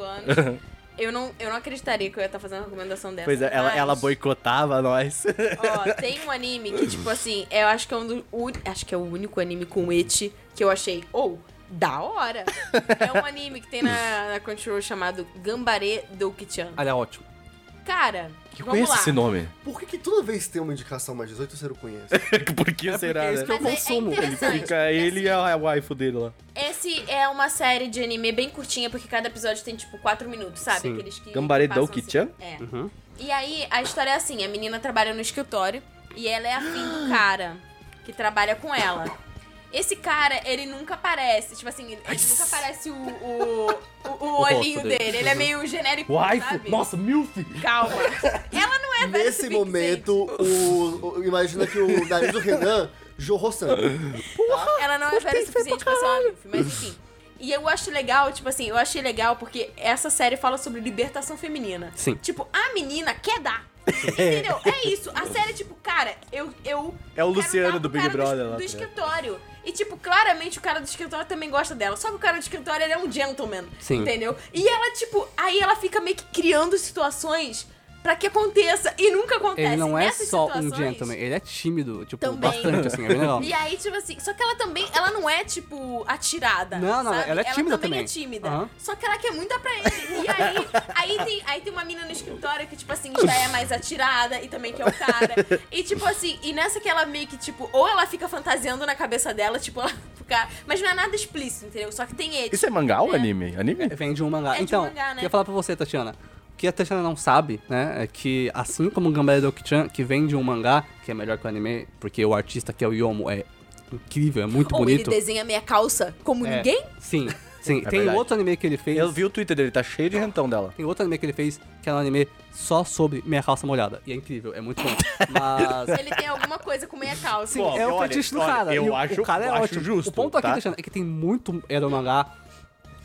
Speaker 1: [LAUGHS]
Speaker 2: anos. Eu não, eu não acreditaria que eu ia estar fazendo a recomendação dessa.
Speaker 1: Pois é, ela,
Speaker 2: mas-
Speaker 1: ela boicotava [LAUGHS] nós.
Speaker 2: Ó, tem um anime que, tipo assim, eu acho que é um do, o, acho que é o único anime com eti que eu achei, ou, da hora. É um anime que tem na, na Crunchyroll chamado Gambare Doukichan.
Speaker 3: Olha, ótimo.
Speaker 2: Cara,
Speaker 1: Eu
Speaker 2: vamos
Speaker 1: conheço
Speaker 2: lá.
Speaker 1: esse nome.
Speaker 4: Por que, que toda vez que tem uma indicação mais 18, você não
Speaker 2: [LAUGHS]
Speaker 4: conhece?
Speaker 1: [LAUGHS] Por que será,
Speaker 3: é
Speaker 1: né?
Speaker 3: isso que eu
Speaker 2: Mas é- é
Speaker 3: consumo.
Speaker 2: interessante.
Speaker 1: Fica ele e a waifu dele lá.
Speaker 2: Esse é uma série de anime bem curtinha, porque cada episódio tem, tipo, 4 minutos, sabe?
Speaker 3: Sim.
Speaker 2: Aqueles que
Speaker 1: Gambare
Speaker 2: passam
Speaker 1: Doukichan?
Speaker 2: assim. É.
Speaker 3: Uhum.
Speaker 2: E aí, a história é assim, a menina trabalha no escritório e ela é afim do cara que trabalha com ela. Esse cara, ele nunca aparece, tipo assim, ele nunca aparece o, o, o, o
Speaker 1: rosto
Speaker 2: olhinho
Speaker 1: dele.
Speaker 2: dele. ele é meio genérico,
Speaker 1: Waifu?
Speaker 2: sabe?
Speaker 1: Nossa, milf!
Speaker 2: Calma. Ela não é velha
Speaker 4: Nesse
Speaker 2: Civic, gente.
Speaker 4: momento, o, o- imagina que o nariz do Renan [LAUGHS] jorrou sangue.
Speaker 2: Ela não é velha o suficiente pra ser uma MILF, mas enfim. E eu acho legal, tipo assim, eu achei legal porque essa série fala sobre libertação feminina.
Speaker 3: Sim.
Speaker 2: Tipo, a menina quer dar. Entendeu? É isso. A série, tipo, cara, eu. eu
Speaker 1: É o
Speaker 2: quero
Speaker 1: Luciano
Speaker 2: dar
Speaker 1: do
Speaker 2: pro
Speaker 1: Big
Speaker 2: cara
Speaker 1: Brother lá
Speaker 2: do,
Speaker 1: tá
Speaker 2: do
Speaker 1: atrás.
Speaker 2: escritório. E, tipo, claramente o cara do escritório também gosta dela. Só que o cara do escritório ele é um gentleman.
Speaker 3: Sim.
Speaker 2: Entendeu? E ela, tipo, aí ela fica meio que criando situações pra que aconteça. E nunca acontece.
Speaker 3: Ele não é
Speaker 2: Nessas
Speaker 3: só um
Speaker 2: situações-
Speaker 3: gentleman, ele é tímido, tipo,
Speaker 2: Também.
Speaker 3: bastante, assim, é bem
Speaker 2: [LAUGHS]
Speaker 3: legal.
Speaker 2: E aí, tipo assim, só que ela também, ela não é, tipo, atirada.
Speaker 3: Não, não,
Speaker 2: sabe?
Speaker 3: ela é tímida
Speaker 2: também.
Speaker 3: também.
Speaker 2: é tímida.
Speaker 3: Aham.
Speaker 2: Só que ela quer muito pra ele. E
Speaker 3: [LAUGHS]
Speaker 2: aí, aí tem, aí tem uma menina no escritório que, tipo assim, já é mais atirada e também que é o cara. E tipo assim, e nessa que ela meio que, tipo, ou ela fica fantasiando na cabeça dela, tipo, ela [LAUGHS] fica. Mas não é nada explícito, entendeu? Só que tem ele.
Speaker 1: Isso é mangá ou anime? Anime?
Speaker 3: Vem de um mangá.
Speaker 2: É de um
Speaker 3: então,
Speaker 2: mangá, né?
Speaker 3: queria falar pra você, Tatiana. O que a Tatiana não sabe, né, é que assim como o Gambare Doki-chan, que vem de um mangá, que é melhor que o anime, porque o artista que é o Yomo é incrível, é muito
Speaker 2: Ou Oh, ele
Speaker 3: bonito.
Speaker 2: desenha minha calça como
Speaker 3: É,
Speaker 2: ninguém?
Speaker 3: Sim, sim.
Speaker 1: É
Speaker 3: tem um
Speaker 1: verdade.
Speaker 3: outro anime que ele fez.
Speaker 1: Eu vi o Twitter dele, tá cheio de rentão dela.
Speaker 3: Tem outro anime que ele fez, que é um anime só sobre minha calça molhada. E é incrível,
Speaker 1: [LAUGHS]
Speaker 3: é muito bom. Mas.
Speaker 2: Ele tem alguma coisa com meia calça.
Speaker 3: Sim,
Speaker 1: Pô,
Speaker 3: é o
Speaker 1: olha,
Speaker 3: fetiche do
Speaker 1: olha,
Speaker 3: cara.
Speaker 1: eu
Speaker 3: E o,
Speaker 1: acho-
Speaker 3: o cara é
Speaker 1: eu acho
Speaker 3: ótimo.
Speaker 1: justo,
Speaker 3: O ponto aqui,
Speaker 1: tá?
Speaker 3: Alexandre, é que tem muito Ero mangá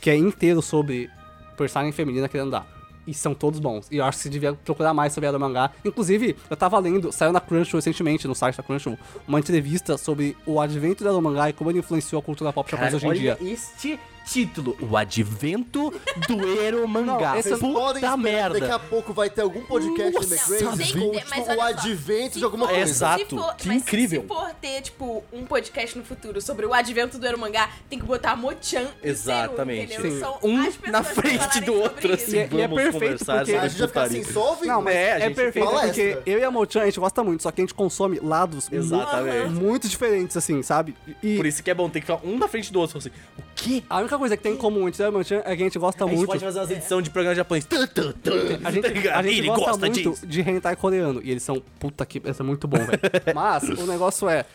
Speaker 3: que é inteiro sobre personagem feminina querendo dar. E são todos bons. E eu acho que você devia procurar mais sobre Ero mangá. Inclusive, eu tava lendo, saiu na Crunchyroll recentemente, no site da Crunchyroll, uma entrevista sobre o advento do Ero mangá e como ele influenciou a cultura pop japonesa hoje em dia.
Speaker 1: este título. O advento do [LAUGHS] Ero Mangá.
Speaker 3: Não, esse
Speaker 4: Vocês
Speaker 1: Puta
Speaker 4: podem esperar que daqui
Speaker 1: merda.
Speaker 4: a pouco vai ter algum podcast
Speaker 1: Nossa,
Speaker 4: do McRae
Speaker 2: tem que ter, mas
Speaker 4: com tipo, o
Speaker 2: olha só,
Speaker 4: advento
Speaker 2: se
Speaker 4: de alguma
Speaker 1: for-
Speaker 4: coisa.
Speaker 1: Exato.
Speaker 2: Se for,
Speaker 1: que
Speaker 2: mas
Speaker 1: incrível.
Speaker 2: Se for ter, tipo, um podcast no futuro sobre o advento do Eromangá, tem que botar Mochan e
Speaker 1: Exatamente.
Speaker 2: Seru, entendeu?
Speaker 3: Sim.
Speaker 2: São
Speaker 1: Um
Speaker 2: as pessoas
Speaker 1: na
Speaker 2: que
Speaker 1: frente
Speaker 2: falarem
Speaker 1: do
Speaker 2: sobre
Speaker 1: outro,
Speaker 2: isso.
Speaker 1: assim.
Speaker 3: E é- e é
Speaker 1: Vamos
Speaker 3: perfeito
Speaker 1: conversar
Speaker 3: porque-
Speaker 1: sobre
Speaker 4: A gente vai ficar
Speaker 1: putaria.
Speaker 4: sem assim,
Speaker 3: assim,
Speaker 4: só ouvindo.
Speaker 3: Não, mas
Speaker 1: É, a
Speaker 3: é,
Speaker 1: gente
Speaker 3: perfeito
Speaker 4: fala
Speaker 3: porque
Speaker 4: extra.
Speaker 3: eu e a Mochan, a gente gosta muito, só que a gente consome lados mu-
Speaker 1: Exatamente.
Speaker 3: muito diferentes, assim, sabe? E
Speaker 1: Por isso que é bom ter que falar um na frente do outro. Assim, o quê?
Speaker 3: A única coisa que tem em comum entre eu e o Manchan é que a gente gosta
Speaker 1: A gente
Speaker 3: muito.
Speaker 1: pode fazer umas edições de programa japonês. Tum, tum, tum.
Speaker 3: A gente,
Speaker 1: Tá ligado?
Speaker 3: a gente
Speaker 1: Ele
Speaker 3: gosta,
Speaker 1: gosta
Speaker 3: muito
Speaker 1: disso.
Speaker 3: de hentai coreano. E eles são, puta que... Isso é muito bom,
Speaker 1: [LAUGHS]
Speaker 3: velho. Mas o negócio é...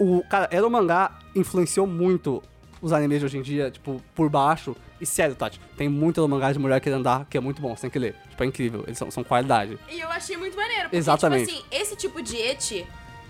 Speaker 3: O, cara, era um mangá influenciou muito os animes de hoje em dia, tipo, por baixo. E sério, Tati, tem muito Elo mangá de mulher querendo andar, que é muito bom, você tem que ler. Tipo, é incrível. Eles são, são qualidade.
Speaker 2: E eu achei muito maneiro. Porque,
Speaker 3: Exatamente.
Speaker 2: Tipo assim, esse tipo de et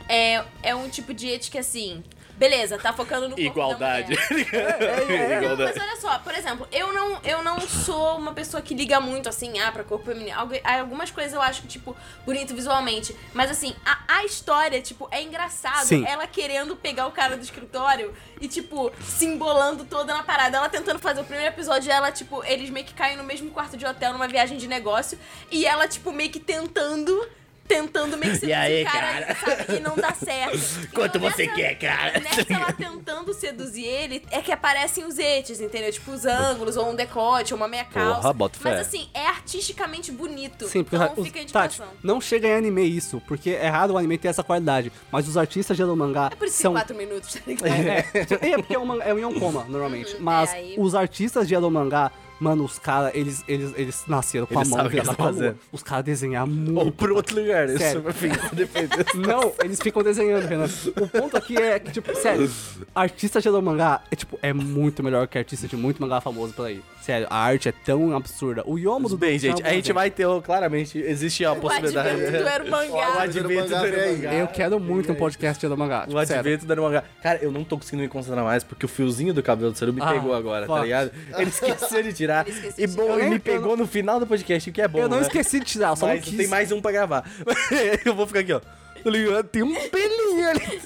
Speaker 2: é, é um tipo de et que assim. Beleza, tá focando no corpo
Speaker 1: Igualdade.
Speaker 2: Da
Speaker 1: [LAUGHS]
Speaker 2: mulher.
Speaker 1: É.
Speaker 2: Não, é, mas é olha só, por exemplo, eu não, eu não sou uma pessoa que liga muito, assim, ah, pra corpo feminino. Algu- ah, Algumas coisas eu acho que, tipo, bonito visualmente. Mas, assim, a, a história, tipo, é engraçado.
Speaker 3: Sim.
Speaker 2: Ela querendo pegar o cara do escritório e, tipo, se embolando toda na parada. Ela tentando fazer o primeiro episódio, ela, tipo, eles meio que caem no mesmo quarto de hotel numa viagem de negócio. E ela, tipo, meio que tentando... Tentando meio que
Speaker 1: [LAUGHS]
Speaker 2: seduzir
Speaker 1: aí,
Speaker 2: o cara,
Speaker 1: cara?
Speaker 2: sabe? E não dá certo.
Speaker 1: [LAUGHS] Quanto
Speaker 2: Então,
Speaker 1: você
Speaker 2: nessa-
Speaker 1: quer, cara?
Speaker 3: [LAUGHS]
Speaker 2: Nessa ela tá tentando seduzir ele, é que aparecem os etes, entendeu? Tipo, os ângulos, ou um decote, ou uma meia calça.
Speaker 1: Porra, bota fé.
Speaker 2: Mas assim, é artisticamente bonito.
Speaker 3: Sim, porque
Speaker 2: então
Speaker 3: os-
Speaker 2: fica a
Speaker 3: Tati,
Speaker 2: indicação.
Speaker 3: não chega em anime isso, porque é raro o anime ter essa qualidade. Mas os artistas de Elo mangá
Speaker 2: É por isso que
Speaker 3: são
Speaker 2: quatro minutos, tá ligado?
Speaker 1: [LAUGHS]
Speaker 3: É, é porque é, uma, é um yonkoma, normalmente.
Speaker 2: Uhum,
Speaker 3: Mas
Speaker 2: é, aí-
Speaker 3: os artistas de Mangá, mano, os caras, eles, eles, eles nasceram com
Speaker 1: Eles
Speaker 3: a mão
Speaker 1: sabem o que
Speaker 3: virada
Speaker 1: eles
Speaker 3: pra
Speaker 1: estão
Speaker 3: lua.
Speaker 1: fazendo.
Speaker 3: Os caras desenham
Speaker 1: Ou
Speaker 3: muito.
Speaker 1: pro outro lugar. Isso,
Speaker 3: Sério.
Speaker 1: enfim,
Speaker 3: [LAUGHS]
Speaker 1: depende.
Speaker 3: Não, eles ficam desenhando, Renan. O ponto aqui é que, tipo, sério, artista de mangá é, tipo, é muito melhor que artista de muito mangá famoso por aí. Sério, a arte é tão absurda. O Yomo do
Speaker 1: Bem, gente, a
Speaker 3: então.
Speaker 1: gente vai ter, oh, claramente, existe a
Speaker 2: O
Speaker 1: possibilidade.
Speaker 2: advento do era o
Speaker 1: O
Speaker 2: mangá.
Speaker 1: advento do
Speaker 4: Mangá,
Speaker 1: era
Speaker 4: véi.
Speaker 1: mangá.
Speaker 3: Eu quero muito um podcast de mangá.
Speaker 1: O
Speaker 3: Tipo, sério.
Speaker 1: advento é do Era mangá. Cara, eu não tô conseguindo me concentrar mais porque o fiozinho do cabelo do Seru me
Speaker 3: Ah,
Speaker 1: pegou agora,
Speaker 3: fuck.
Speaker 1: tá ligado? Ele esqueceu de
Speaker 3: [LAUGHS]
Speaker 1: tirar.
Speaker 2: Ele esqueceu
Speaker 1: E
Speaker 2: de
Speaker 1: bom,
Speaker 3: tirar.
Speaker 1: ele me
Speaker 3: Eu
Speaker 1: pegou no final do podcast, o que é bom.
Speaker 3: Eu não
Speaker 1: né?
Speaker 3: esqueci de tirar, só não
Speaker 1: Mas
Speaker 3: quis.
Speaker 1: tem mais um pra gravar. [LAUGHS] eu vou ficar aqui, ó. Tá ligado? Tem um pelinho ali.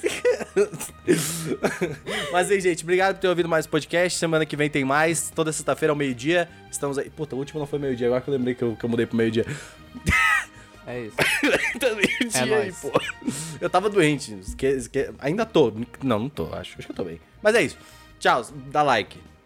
Speaker 1: [LAUGHS] Mas aí, gente, obrigado por ter ouvido mais o podcast. Semana que vem tem mais. Toda sexta-feira ao meio-dia. Estamos aí. Puta, o último não foi meio-dia. Agora que eu lembrei que eu, que eu mudei pro meio-dia.
Speaker 3: É isso.
Speaker 1: tá meio-dia
Speaker 3: É
Speaker 1: aí,
Speaker 3: nóis.
Speaker 1: pô. Eu tava doente. esque- esque- Ainda tô. Não, não tô, acho. Acho que eu tô bem. Mas é isso. Tchau. Dá like.